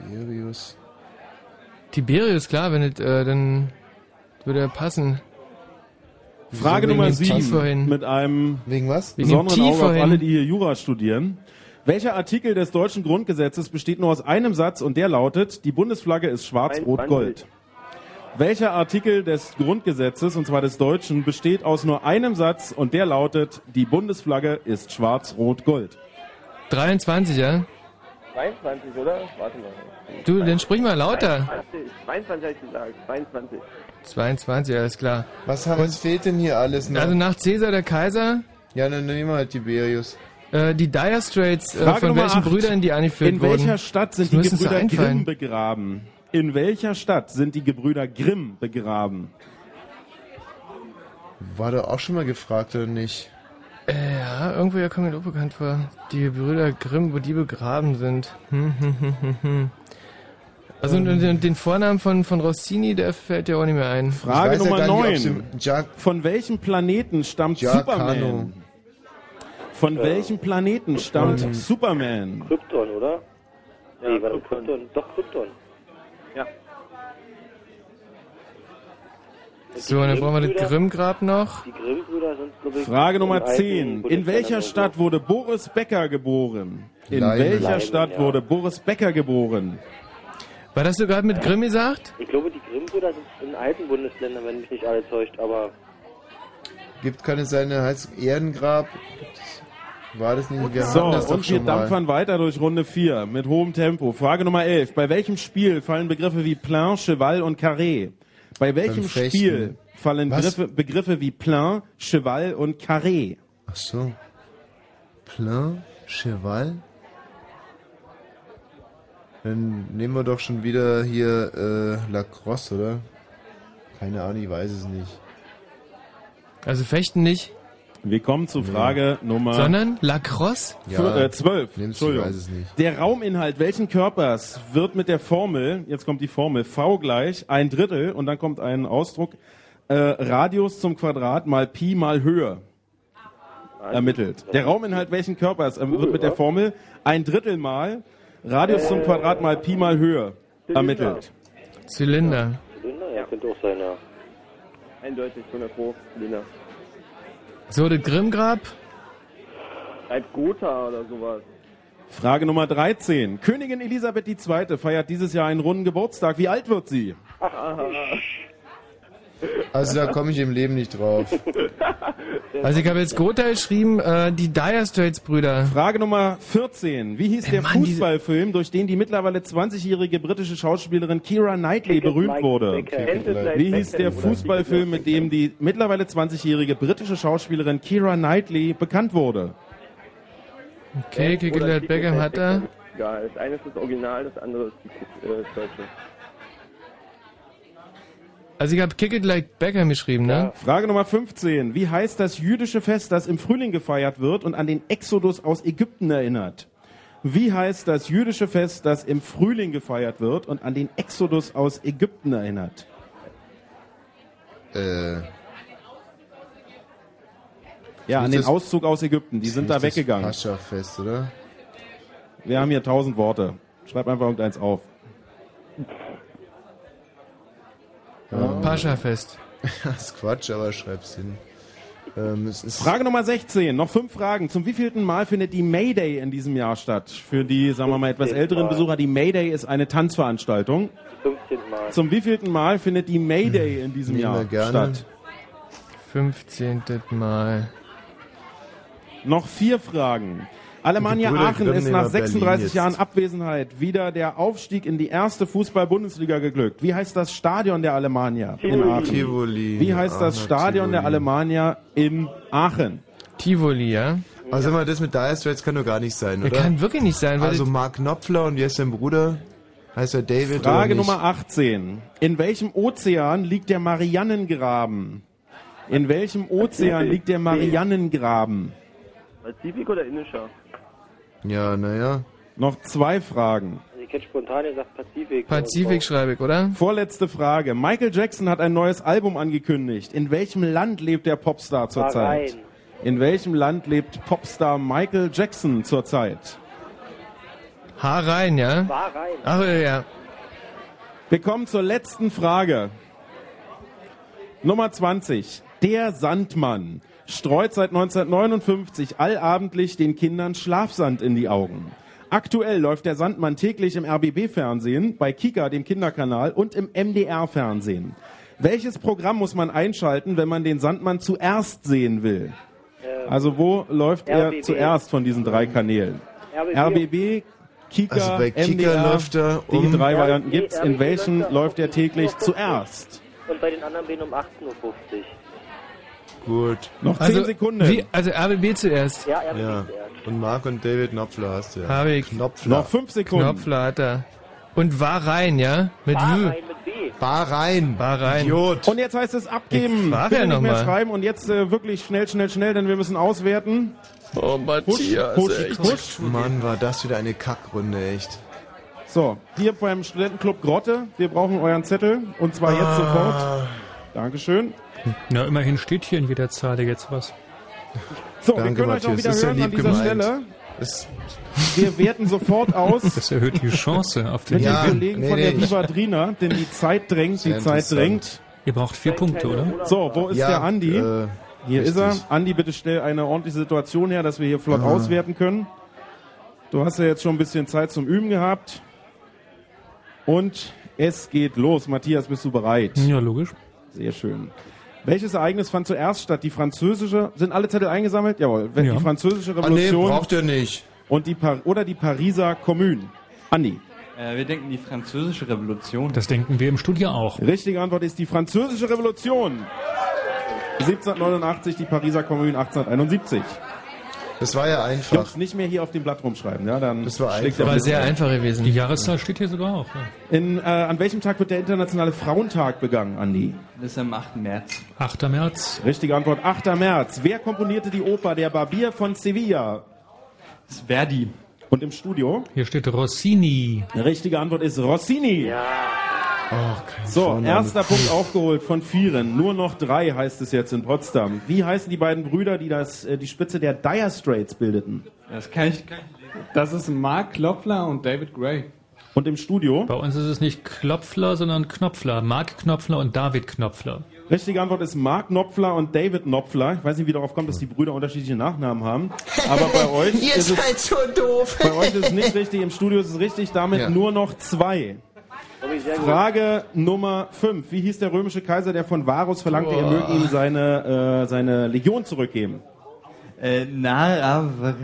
Tiberius.
Tiberius, klar, wenn nicht, äh, dann würde er passen.
Frage
Wegen
Nummer
dem Tief vorhin.
7 mit einem
Wegen was?
Wegen dem
besonderen
Tief
Auge auf
vorhin.
alle, die hier Jura studieren. Welcher Artikel des deutschen Grundgesetzes besteht nur aus einem Satz und der lautet, die Bundesflagge ist schwarz,
Ein
rot,
Band.
gold. Welcher Artikel des Grundgesetzes, und zwar des deutschen, besteht aus nur einem Satz und der lautet, die Bundesflagge ist schwarz, rot, gold?
23, ja?
22, oder? Warte mal.
Du, dann spring mal lauter.
22, 22 hab ich gesagt. 22.
22, alles klar.
Was, haben, was fehlt denn hier alles noch?
Also nach Cäsar der Kaiser,
ja, dann nehmen wir halt Tiberius.
äh, die Dire Straits, äh,
Frage
von
Nummer
welchen
acht.
Brüdern die angeführt
In
wurden.
welcher Stadt sind
Das
die
müssen sie
Gebrüder
einfallen.
Grimm begraben? In welcher Stadt sind die Gebrüder Grimm begraben?
War da auch schon mal gefragt oder nicht?
Äh, ja, irgendwoher kommt mir das bekannt vor. Die Brüder Grimm, wo die begraben sind. Hm, hm, hm, hm, hm. Also und, und, und den Vornamen von, von Rossini, der fällt dir auch nicht mehr ein.
Frage Nummer neun.
9.
Von welchem Planeten stammt
Giacarlo.
Superman? Von welchem Planeten stammt Superman?
Krypton, oder? Ja, nee, war doch Krypton. Doch, Krypton. Ja.
So, und dann brauchen wir das Grimm-Grab noch.
Die Grimm-Brüder sind, glaube ich...
Frage Nummer
im alten
10. In
Bundesland
welcher
oder so.
Stadt wurde Boris Becker geboren? In
Leimen.
welcher
Leimen,
Stadt
ja.
wurde Boris Becker geboren?
War das sogar mit Grimm gesagt?
Ich glaube, die Grimm-Brüder sind in alten Bundesländern, wenn mich nicht alle täuscht, aber
Gibt keine seine Heizung Erdengrab. War das nicht? Wir
so,
hatten das doch
und wir
schon mal.
dampfern weiter durch Runde 4 mit hohem Tempo. Frage Nummer 11. Bei welchem Spiel fallen Begriffe wie Plein, Cheval und Carré? Bei welchem
Beim Fechten.
Spiel fallen
Was?
Begriffe, Begriffe wie Plein, Cheval und Carré?
Ach so. Plein, Cheval. Dann nehmen wir doch schon wieder hier äh, Lacrosse, oder? Keine Ahnung, ich weiß es nicht.
Also Fechten nicht.
Wir kommen zu Frage Äh, Nummer...
Sondern Lacrosse?
Fü- äh, 12.
Nimm's, ich
Entschuldigung.
weiß es nicht.
Der Rauminhalt welchen Körpers wird mit der Formel, jetzt kommt die Formel, V gleich ein Drittel und dann kommt ein Ausdruck, äh, Radius zum Quadrat mal Pi mal Höhe ermittelt. Der Rauminhalt welchen Körpers äh, wird mit der Formel ein Drittel mal Radius zum Quadrat mal Pi mal Höhe ermittelt.
Zylinder.
Zylinder? Ja, könnte auch sein, ja.
Eindeutig 100 Pro, Lina.
So, das Grimmgrab.
Schreibt Halt Gotha oder sowas.
Frage Nummer 13. Königin Elisabeth II. feiert dieses Jahr einen runden Geburtstag. Wie alt wird sie?
Ah.
Also da komme ich im Leben nicht drauf.
Also ich habe jetzt Gotha geschrieben, äh, die Dire Straits Brüder. Äh,
Frage Nummer 14. Wie hieß der Fußballfilm, durch den die mittlerweile 20-jährige britische Schauspielerin Kira Knightley
Ticket
berühmt
Mike
wurde?
Becker. Ticket Mike
Wie hieß
Becker,
der
oder?
Fußballfilm, mit dem die mittlerweile 20-jährige britische Schauspielerin Kira Knightley bekannt wurde?
Okay, Kickelet Beckham hat er.
Egal, das eine ist das Original, das andere ist die äh, das Deutsche.
Also ich habe Kick It Like Beckham geschrieben, ne?
Frage Nummer 15. Wie heißt das jüdische Fest, das im Frühling gefeiert wird und an den Exodus aus Ägypten erinnert? Wie heißt das jüdische Fest, das im Frühling gefeiert wird und an den Exodus aus Ägypten erinnert?
äh,
Ja, an
Nicht
den
das-
Auszug aus Ägypten. Die sind
nicht
da
das
weggegangen.
Pascha-Fest, oder?
Wir haben hier tausend Worte. Schreib einfach irgendeins auf.
Pascha-Fest.
das ist Quatsch, aber schreib's hin. Ähm, es ist
Frage Nummer 16. Noch fünf Fragen. Zum wievielten Mal findet die Mayday in diesem Jahr statt? Für die, sagen wir mal, etwas älteren Besucher, die Mayday ist eine Tanzveranstaltung.
15 Mal.
Zum wievielten Mal findet die Mayday in diesem
Nehmen wir
Jahr
gerne.
statt?
15. Mal.
Noch vier Fragen. Alemannia
Die Brüder
Aachen
Grimm
ist
nehmen
nach
wir Berlin
36
jetzt.
Jahren Abwesenheit wieder der Aufstieg in die erste Fußball-Bundesliga geglückt. Wie heißt das Stadion der Alemannia in Aachen?
Tivoli.
Wie heißt das
Ah,
Aachener
Stadion der
Tivoli.
Alemannia in Aachen?
Tivoli, ja?
Also sag mal, das mit Dire Straits kann doch gar nicht sein,
Der
oder?
kann wirklich nicht sein, weil
Also
das-
Mark Knopfler und wie heißt sein Bruder? Heißt er David
Frage
oder nicht?
Nummer 18. In welchem Ozean liegt der Marianengraben? In welchem Ozean liegt der Marianengraben?
Pazifik oder Indischer?
Ja, naja.
Noch zwei Fragen.
Also ich hätte spontan gesagt Pazifik.
schreibe ich, oder?
Vorletzte Frage. Michael Jackson hat ein neues Album angekündigt. In welchem Land lebt der Popstar zurzeit?
Bahrain.
In welchem Land lebt Popstar Michael Jackson zurzeit?
Haar rein, ja?
Haar rein.
Ach, ja.
Wir kommen zur letzten Frage. Nummer 20. Der Sandmann streut seit 1959 allabendlich den Kindern Schlafsand in die Augen. Aktuell läuft der Sandmann täglich im RBB-Fernsehen, bei Kika, dem Kinderkanal, und im MDR-Fernsehen. Welches Programm muss man einschalten, wenn man den Sandmann zuerst sehen will?
Ähm,
Also wo läuft er
RBB.
zuerst von diesen drei Kanälen?
RBB.
RBB, Kika,
Also bei Kika
MDR,
läuft er
die
um-
drei
RBB
Varianten gibt's. In
läuft
welchen
er um
läuft er
15 Uhr
täglich
15 Uhr.
zuerst?
Und bei den anderen bin um 18.50 Uhr.
Gut.
Noch
Also, Wie, also RBB zuerst.
Ja,
RBB ja. Und Mark und David Knopfler hast du ja.
Habe ich.
Knopfler.
Knopfler hat er. Und war rein, ja? Mit W.
Bar rein.
Bar rein.
Idiot.
Und jetzt heißt es abgeben.
Ich frag
Hm. Bitte
ja
nicht
noch
mehr
mal.
schreiben und jetzt äh, wirklich schnell, schnell, schnell, denn wir müssen auswerten.
Oh,
Matthias, Husch, husch, echt. husch.
Mann, war das wieder eine Kackrunde, echt.
So, hier beim Studentenclub Grotte. Wir brauchen euren Zettel und zwar
Ah.
jetzt sofort. Dankeschön.
Na, immerhin steht hier in jeder Zeile jetzt was.
So, wir können euch auch wieder hören an dieser Stelle. Wir werten sofort aus.
Das erhöht die Chance auf den
mit
Gewinn.
den Kollegen von der Viva Drina, denn die Zeit drängt, die
Sehr
Zeit
interessant.
drängt.
Ihr braucht vier Punkte, oder?
So, wo ist
Ja,
der Andi?
äh,
hier ist er.
richtig.
Andi, bitte stell eine ordentliche Situation her, dass wir hier flott
Ah.
auswerten können. Du hast ja jetzt schon ein bisschen Zeit zum Üben gehabt. Und es geht los. Matthias, bist du bereit?
Ja, logisch.
Sehr schön. Welches Ereignis fand zuerst statt? Die französische, sind alle Zettel eingesammelt? Jawohl. Wenn
Ja.
Die französische
Ah, nee,
Revolution.
braucht ihr nicht.
Und die Par oder die Pariser Kommune. Andi.
Äh, wir denken die französische Revolution.
Das denken wir im Studio auch.
Richtige Antwort ist die französische Revolution. 1789, die Pariser Kommune 1871.
Das war ja einfach.
Jungs, nicht mehr hier auf dem Blatt rumschreiben, ja? Dann das war
gewesen. Die Jahreszahl steht hier sogar auch. Ja.
In, äh, an welchem Tag wird der internationale Frauentag begangen, Andi?
Das ist am 8. März.
8. März.
Richtige Antwort, 8. März. Wer komponierte die Oper Der Barbier von Sevilla? Das ist Verdi. Und im Studio?
Hier steht Rossini.
Richtige Antwort ist Rossini. Ja.
Oh,
so,
Vorname.
erster Punkt aufgeholt von vieren. Nur noch drei heißt es jetzt in Potsdam. Wie heißen die beiden Brüder, die das, äh, die Spitze der Dire Straits bildeten?
Das kann ich.
Das ist Mark Klopfler und David Gray. Und im Studio?
Bei uns ist es nicht Klopfler, sondern Knopfler. Mark Knopfler und David Knopfler.
Richtige Antwort ist Mark Knopfler und David Knopfler. Ich weiß nicht, wie darauf kommt, dass die Brüder unterschiedliche Nachnamen haben. Aber bei euch
Ihr
ist
seid
es,
so doof.
bei euch ist es nicht richtig. Im Studio ist es richtig. Damit nur noch zwei. Frage Nummer 5. Wie hieß der römische Kaiser, der von Varus verlangte, er
Boah.
möge ihm seine, äh, seine Legion zurückgeben?
Äh, na, aber.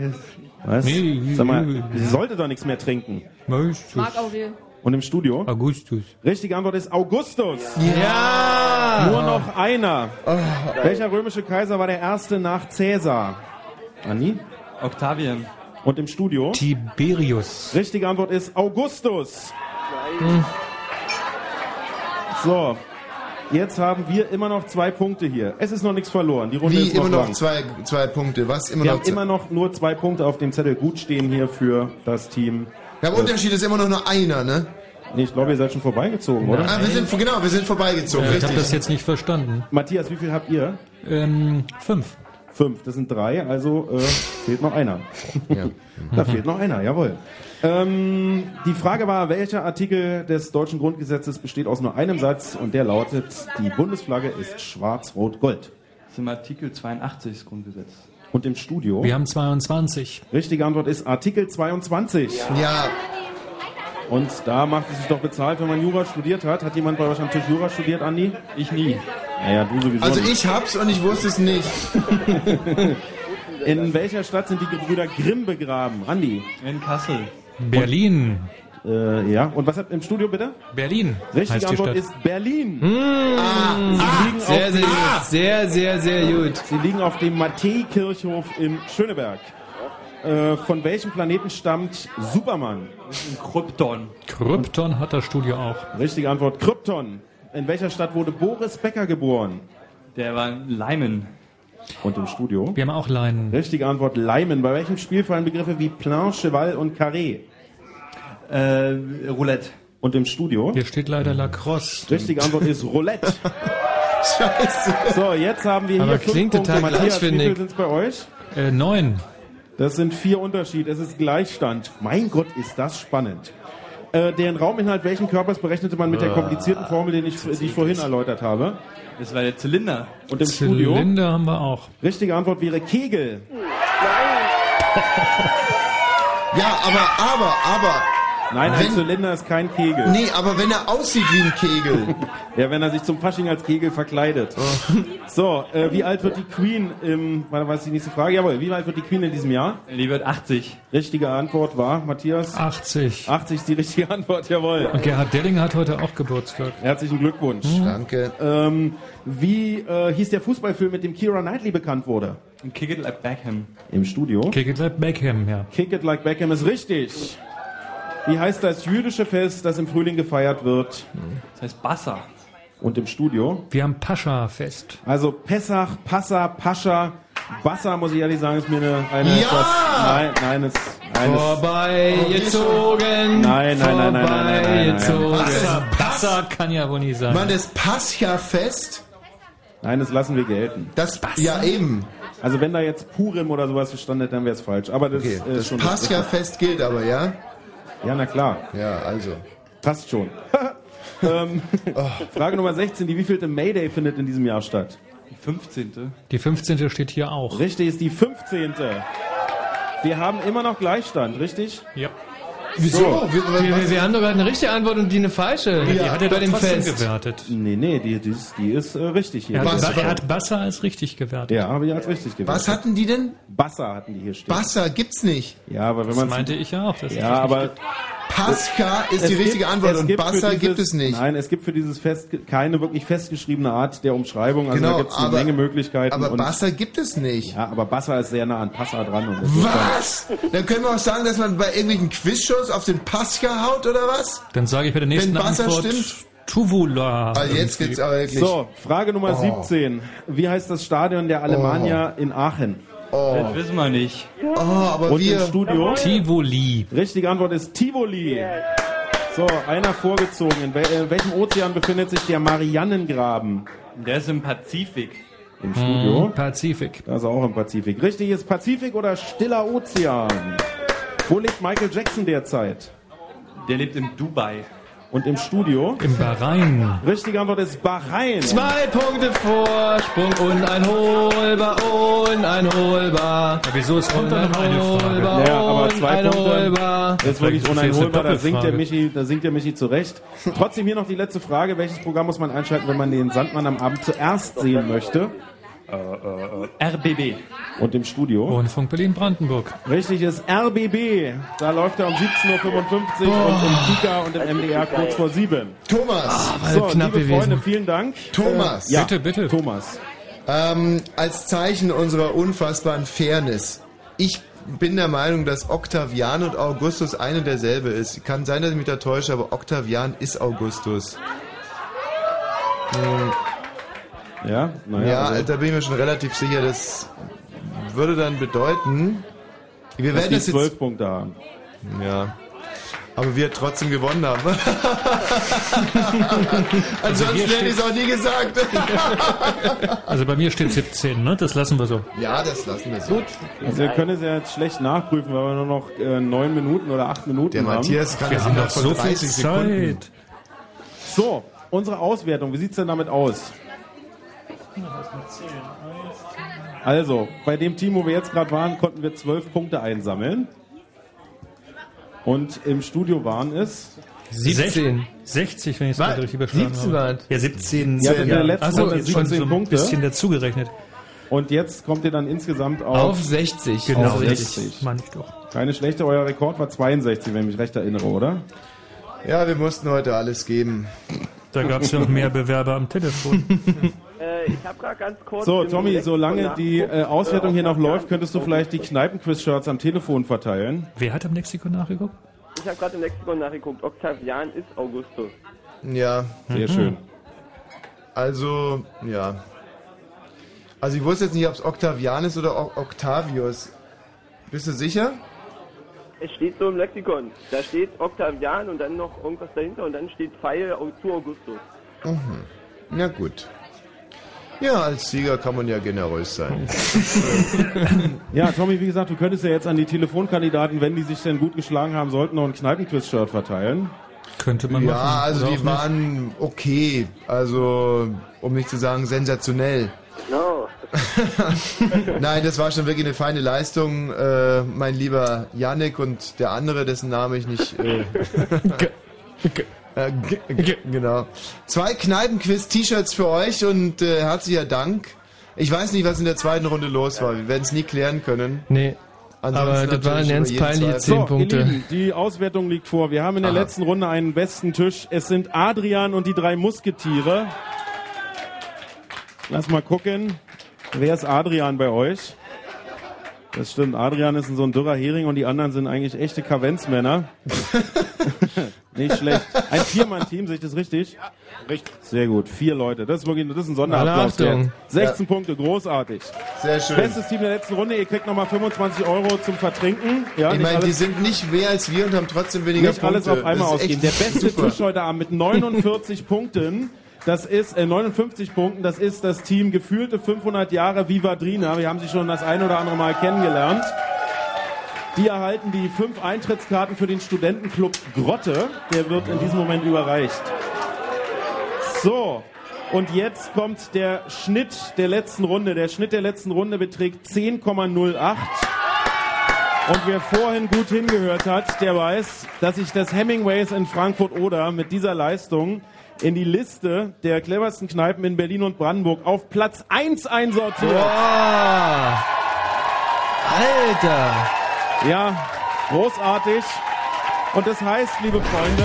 Was?
Nee,
Sag mal, sie sollte doch nichts mehr trinken.
Marc Aurel.
Und im Studio? Augustus. Richtige Antwort ist Augustus.
Ja.
Nur noch einer. Welcher römische Kaiser war der erste nach Cäsar? Anni? Octavian. Und im Studio? Tiberius. Richtige Antwort ist Augustus. So. Jetzt haben wir immer noch zwei Punkte hier. Es ist noch nichts verloren. Die Runde
Wie
ist noch
immer noch
lang.
zwei, zwei Punkte. Was immer
wir
noch
haben immer noch nur zwei Punkte auf dem Zettel. Gut stehen hier für das Team.
Ja, aber
Äh,
Unterschied ist immer noch nur einer, ne?
Nee, ich glaube, ihr seid schon vorbeigezogen, oder?
Ah, wir sind, genau, wir sind vorbeigezogen,
Ja, ich
richtig.
habe das jetzt nicht verstanden. Ähm,
Matthias, wie viel habt ihr? fünf. Fünf, das sind drei, also äh, fehlt noch einer. da fehlt noch einer, jawohl. Ähm, die Frage war, welcher Artikel des deutschen Grundgesetzes besteht aus nur einem Satz und der lautet, die Bundesflagge ist schwarz-rot-gold.
Das ist im Artikel 82 des Grundgesetzes.
Und im Studio?
Wir haben 22.
Richtige Antwort ist Artikel 22.
Ja.
Und da macht es sich doch bezahlt, wenn man Jura studiert hat. Hat jemand bei euch am Tisch Jura studiert, Andi? Ich nie. Naja, du sowieso
Also
nicht.
ich hab's und ich wusste es nicht.
In welcher Stadt sind die Gebrüder Grimm begraben? Andi? In Kassel.
Berlin.
äh, ja, und was habt ihr im Studio bitte?
Berlin.
Richtige
heißt die
Antwort
Stadt.
ist Berlin.
Ah, ah, sehr, sehr gut.
sehr, sehr, sehr gut. Sie liegen auf dem Matthäi-Kirchhof in Schöneberg. Äh, von welchem Planeten stammt Superman? Krypton.
Krypton hat das Studio auch.
Richtige Antwort, Krypton. In welcher Stadt wurde Boris Becker geboren? Der war in Leimen. Und im Studio?
Wir haben auch Leinen.
Richtige Antwort, Leimen. Bei welchem Spiel fallen Begriffe wie Plan, Cheval und Carré? Äh, Roulette. Und im Studio?
Hier steht leider Lacrosse.
Richtige Antwort ist Roulette. Scheiße. So, jetzt haben wir
Aber
hier fünf
klingt
Punkte.
total
Matthias, wie
gleich, finde
viel
ich.
sind es bei euch?
Äh, neun.
Das sind vier Unterschied. Es ist Gleichstand. Mein Gott, ist das spannend. Äh, den Rauminhalt welchen Körpers berechnete man mit der komplizierten Formel, den ich, die ich vorhin erläutert habe? Das war der Zylinder. Und im Studio?
Zylinder haben wir auch.
Richtige Antwort wäre Kegel.
Ja, aber, aber, aber.
Nein, ein
Wenn-
Zylinder ist kein Kegel.
Nee, aber wenn er aussieht wie ein Kegel. Oh.
ja, wenn er sich zum Fasching als Kegel verkleidet. So, äh, wie alt wird die Queen im, warte, was ist die nächste Frage? Jawohl, wie alt wird die Queen in diesem Jahr? Die wird 80. Richtige Antwort war, Matthias?
80.
80 ist die richtige Antwort, jawohl.
Und Gerhard Delling hat heute auch Geburtstag.
Herzlichen Glückwunsch.
Mhm.
Danke.
Ähm, wie äh, hieß der Fußballfilm, mit dem Kira Knightley bekannt wurde? Kick It Like Beckham. Im Studio?
Kick it like Beckham, ja.
Kick It Like Beckham ist richtig. Wie heißt das jüdische Fest, das im Frühling gefeiert wird? Das heißt Bassa. Und im Studio?
Wir haben Pascha-Fest.
Also Pessach, Passa, Pascha, Bassa, muss ich ehrlich sagen, ist mir eine... eine
Ja!
etwas, nein, nein, es... Nein, es-
Vorbeigezogen.
Nein, nein, nein, nein, nein, nein, nein, nein.
Oh, Pascha, Pascha kann ja wohl nicht sein.
Mann, das passt ja fest.
Nein, das lassen wir gelten.
Das passt. Ja, eben.
Also wenn da jetzt Purim oder sowas verstanden hätte, dann wäre es falsch. Aber das,
Okay,
äh,
das
schon
passt ja fest gilt aber, ja?
Ja, na klar.
Ja, also. Oh.
Passt schon. ähm, Frage Nummer 16. Die wievielte Mayday findet in diesem Jahr statt? Die 15.
Die 15. steht hier auch.
Richtig, ist die 15. Wir haben immer noch Gleichstand, richtig?
Ja.
Wieso? Wir, wir, wir haben doch gerade eine richtige Antwort und die eine falsche.
Ja, die hat er
bei
doch
dem
trotzdem
Fest.
gewertet. Nee, nee, die, die, ist- die ist äh, richtig hier.
Er hat, Ba- er hat Basser als richtig gewertet.
ja, aber die hat richtig gewertet.
Was
hatten die denn? Basser hatten die hier stehen.
Wasser gibt's nicht.
Ja, aber wenn
Das
man
meinte ich ja auch, dass es
Ja,
richtig
aber
gibt. Pascha ist die richtige Antwort
es
und
für
Basser
dieses-
gibt es nicht.
Nein, es gibt für dieses Fest keine wirklich festgeschriebene Art der Umschreibung. Also
Genau,
da gibt es eine
aber-
Menge Möglichkeiten.
aber Basser
gibt es nicht. Ja, aber Basser ist sehr nah an Passer dran. Und das ist dann-
Was? Dann können wir auch sagen, dass man bei irgendwelchen Quizshows auf den Pascha haut oder was?
Dann sage ich bei der nächsten
Wenn Basser
Antwort
stimmt.
Tuvula.
Also jetzt geht's aber wirklich.
So, Frage Nummer
Oh.
17. Wie heißt das Stadion der Alemannia in Aachen?
Das
wissen wir nicht.
Oh, aber
Und
wir-
im Studio?
Tivoli.
Richtige Antwort ist Tivoli. So, einer vorgezogen. In wel äh, welchem Ozean befindet sich der Marianengraben?
Der ist im Pazifik.
Im Studio?
Hm,
Pazifik.
Das ist auch im Pazifik. Richtig ist Pazifik oder Stiller Ozean? Wo lebt Michael Jackson derzeit?
Der lebt in Dubai.
Und im Studio?
Im Bahrain.
Richtige Antwort ist Bahrain.
Zwei Punkte Vorsprung uneinholbar, uneinholbar.
wieso? Es kommt doch noch eine Frage.
Ja, aber zwei Punkte.
Uneinholbar.
Das ist
Vielleicht ist
wirklich
es eine
uneinholbar. Da singt, der
Doppelfrage.
Michi, da singt der Michi zurecht. Trotzdem hier noch die letzte Frage. Welches Programm muss man einschalten, wenn man den Sandmann am Abend zuerst sehen möchte? Äh,
RBB.
Und im Studio?
Rundfunk Berlin-Brandenburg.
Richtig ist RBB. Da läuft er um 17.55 Uhr und im Kika und im MDR kurz vor 7.
Thomas.
Ah,
So, liebe Freunde, vielen Dank.
Thomas.
Äh, ja.
Bitte,
bitte.
Thomas.
Ähm, als Zeichen unserer unfassbaren Fairness. Ich bin der Meinung, dass Octavian und Augustus ein und derselbe ist. Kann sein, dass ich mich da täusche, aber Octavian ist Augustus. Hm.
Ja, naja,
ja
also-
da bin ich mir schon relativ sicher, das würde dann bedeuten, wir
Dass
werden
die
das jetzt
12 Punkte haben.
Ja. Aber wir trotzdem gewonnen haben. Ansonsten
hier
hätte
steht-
ich es auch nie gesagt.
Also bei mir steht 17, ne? Das lassen wir so.
ja, das lassen wir so. Gut.
Also wir können es ja jetzt schlecht nachprüfen, weil wir nur noch äh, neun Minuten oder acht Minuten
Der
haben.
Matthias kann Wir das haben innerhalb doch so von viel 30 Sekunden. Zeit.
So, unsere Auswertung, wie sieht's denn damit aus? Also, bei dem Team, wo wir jetzt gerade waren, konnten wir zwölf Punkte einsammeln. Und im Studio waren es
17. 60, wenn ich es gerade richtig überschlagen
17
habe.
waren.
Ja, 17.
Ja, in der letzten
Ach so,
Runde
jetzt Also schon
17
so ein
Also Punkte.
bisschen dazugerechnet.
Und jetzt kommt ihr dann insgesamt auf,
Auf 60. Genau,
auf
richtig.
60.
Meine ich doch.
Keine schlechte, euer Rekord war 62, wenn ich mich recht erinnere, oder?
Ja, wir mussten heute alles geben.
Da gab es ja noch mehr Bewerber am Telefon.
Äh, ich habe gar ganz kurz.
So,
im
Tommy,
Direkt-
solange die äh, Auswertung hier noch
Ja,
läuft, könntest du vielleicht die Kneipenquiz-Shirts am Telefon verteilen.
Wer hat am Lexikon nachgeguckt?
Ich habe gerade im Lexikon nachgeguckt. Octavian ist Augustus.
Ja. Mhm.
Sehr schön.
Also, ja. Also ich wusste jetzt nicht, ob es Octavian ist oder O- Octavius. Bist du sicher?
Es steht so im Lexikon. Da steht Octavian und dann noch irgendwas dahinter und dann steht Pfeil au- zu Augustus.
Mhm. Na gut. Ja, als Sieger kann man ja generös sein.
Ja, Tommy, wie gesagt, du könntest ja jetzt an die Telefonkandidaten, wenn die sich denn gut geschlagen haben sollten, noch ein Kneipenquiz-Shirt verteilen.
Könnte
ja, also die waren okay. Also, um nicht zu sagen, sensationell.
No.
Nein, das war schon wirklich eine feine Leistung. Äh, mein lieber Yannick und der andere, dessen Name ich nicht. Äh, äh, g- g- genau. Zwei Kneipenquiz-T-Shirts für euch und äh, herzlicher Dank. Ich weiß nicht, was in der zweiten Runde los war. Wir werden es nie klären können.
Nee. Aber das
natürlich
waren
über
ganz
jeden
peinliche 10
Zweifel.
Punkte.
Ihr Lieben, die Auswertung liegt vor. Wir haben in der
Aha.
letzten Runde einen besten Tisch. Es sind Adrian und die drei Musketiere. Lass mal gucken. Wer ist Adrian bei euch? Das stimmt. Adrian ist so ein dürrer Hering und die anderen sind eigentlich echte Kavenzmänner. Nicht schlecht. Ein Viermann-Team, sehe ich das richtig? Richtig. Sehr gut. Vier Leute. Das ist wirklich das ist ein Sonderapplaus.
Alle Achtung.
wert. 16 Punkte, großartig.
Sehr schön.
Bestes Team der letzten Runde. Ihr kriegt nochmal 25 Euro zum Vertrinken. Ja,
ich
nicht
meine, die
alles-
sind nicht mehr als wir und haben trotzdem weniger
nicht
Punkte.
alles auf einmal
Das ist
ausgeben. Der
echt
beste
super.
Tisch heute Abend mit 49 Punkten. Das ist äh, 59 Punkten. Das ist das Team gefühlte 500 Jahre Vivadrina. Wir haben sie schon das ein oder andere Mal kennengelernt. Die erhalten die fünf Eintrittskarten für den Studentenclub Grotte. Der wird in diesem Moment überreicht. So. Und jetzt kommt der Schnitt der letzten Runde. Der Schnitt der letzten Runde beträgt 10,08. und wer vorhin gut hingehört hat, der weiß, dass ich das Hemingways in Frankfurt-Oder mit dieser Leistung in die Liste der cleversten Kneipen in Berlin und Brandenburg auf Platz 1 einsortiert. Alter! Ja, großartig. Und das heißt, liebe Freunde,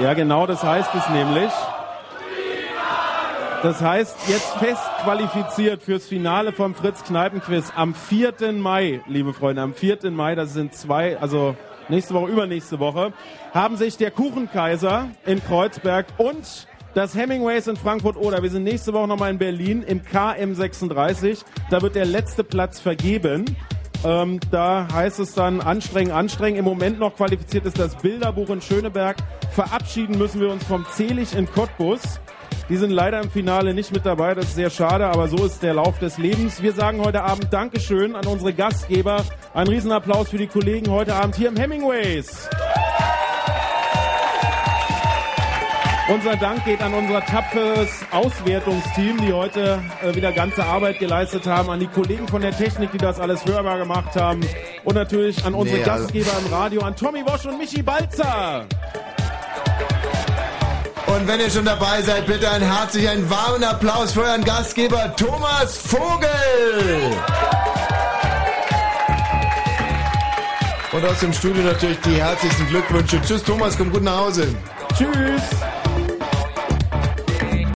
Ja, genau, das heißt es nämlich. Das heißt, jetzt fest qualifiziert fürs Finale vom Fritz Kneipenquiz am 4. Mai, liebe Freunde, am 4. Mai, das sind zwei, also nächste Woche, übernächste Woche, haben sich der Kuchenkaiser in Kreuzberg und das Hemingways in Frankfurt oder wir sind nächste Woche nochmal in Berlin im KM36. Da wird der letzte Platz vergeben. Ähm, da heißt es dann anstrengen, anstrengen. Im Moment noch qualifiziert ist das Bilderbuch in Schöneberg. Verabschieden müssen wir uns vom Zelig in Cottbus. Die sind leider im Finale nicht mit dabei, das ist sehr schade, aber so ist der Lauf des Lebens. Wir sagen heute Abend Dankeschön an unsere Gastgeber. Einen Riesenapplaus für die Kollegen heute Abend hier im Hemingways. Unser Dank geht an unser tapferes Auswertungsteam, die heute äh, wieder ganze Arbeit geleistet haben, an die Kollegen von der Technik, die das alles hörbar gemacht haben und natürlich an unsere
Nee, also-
Gastgeber im Radio, an Tommy Wosch und Michi Balzer.
Und wenn ihr schon dabei seid, bitte ein herzlich einen warmen Applaus für euren Gastgeber Thomas Vogel. Und aus dem Studio natürlich die herzlichsten Glückwünsche. Tschüss Thomas, komm gut nach Hause.
Tschüss.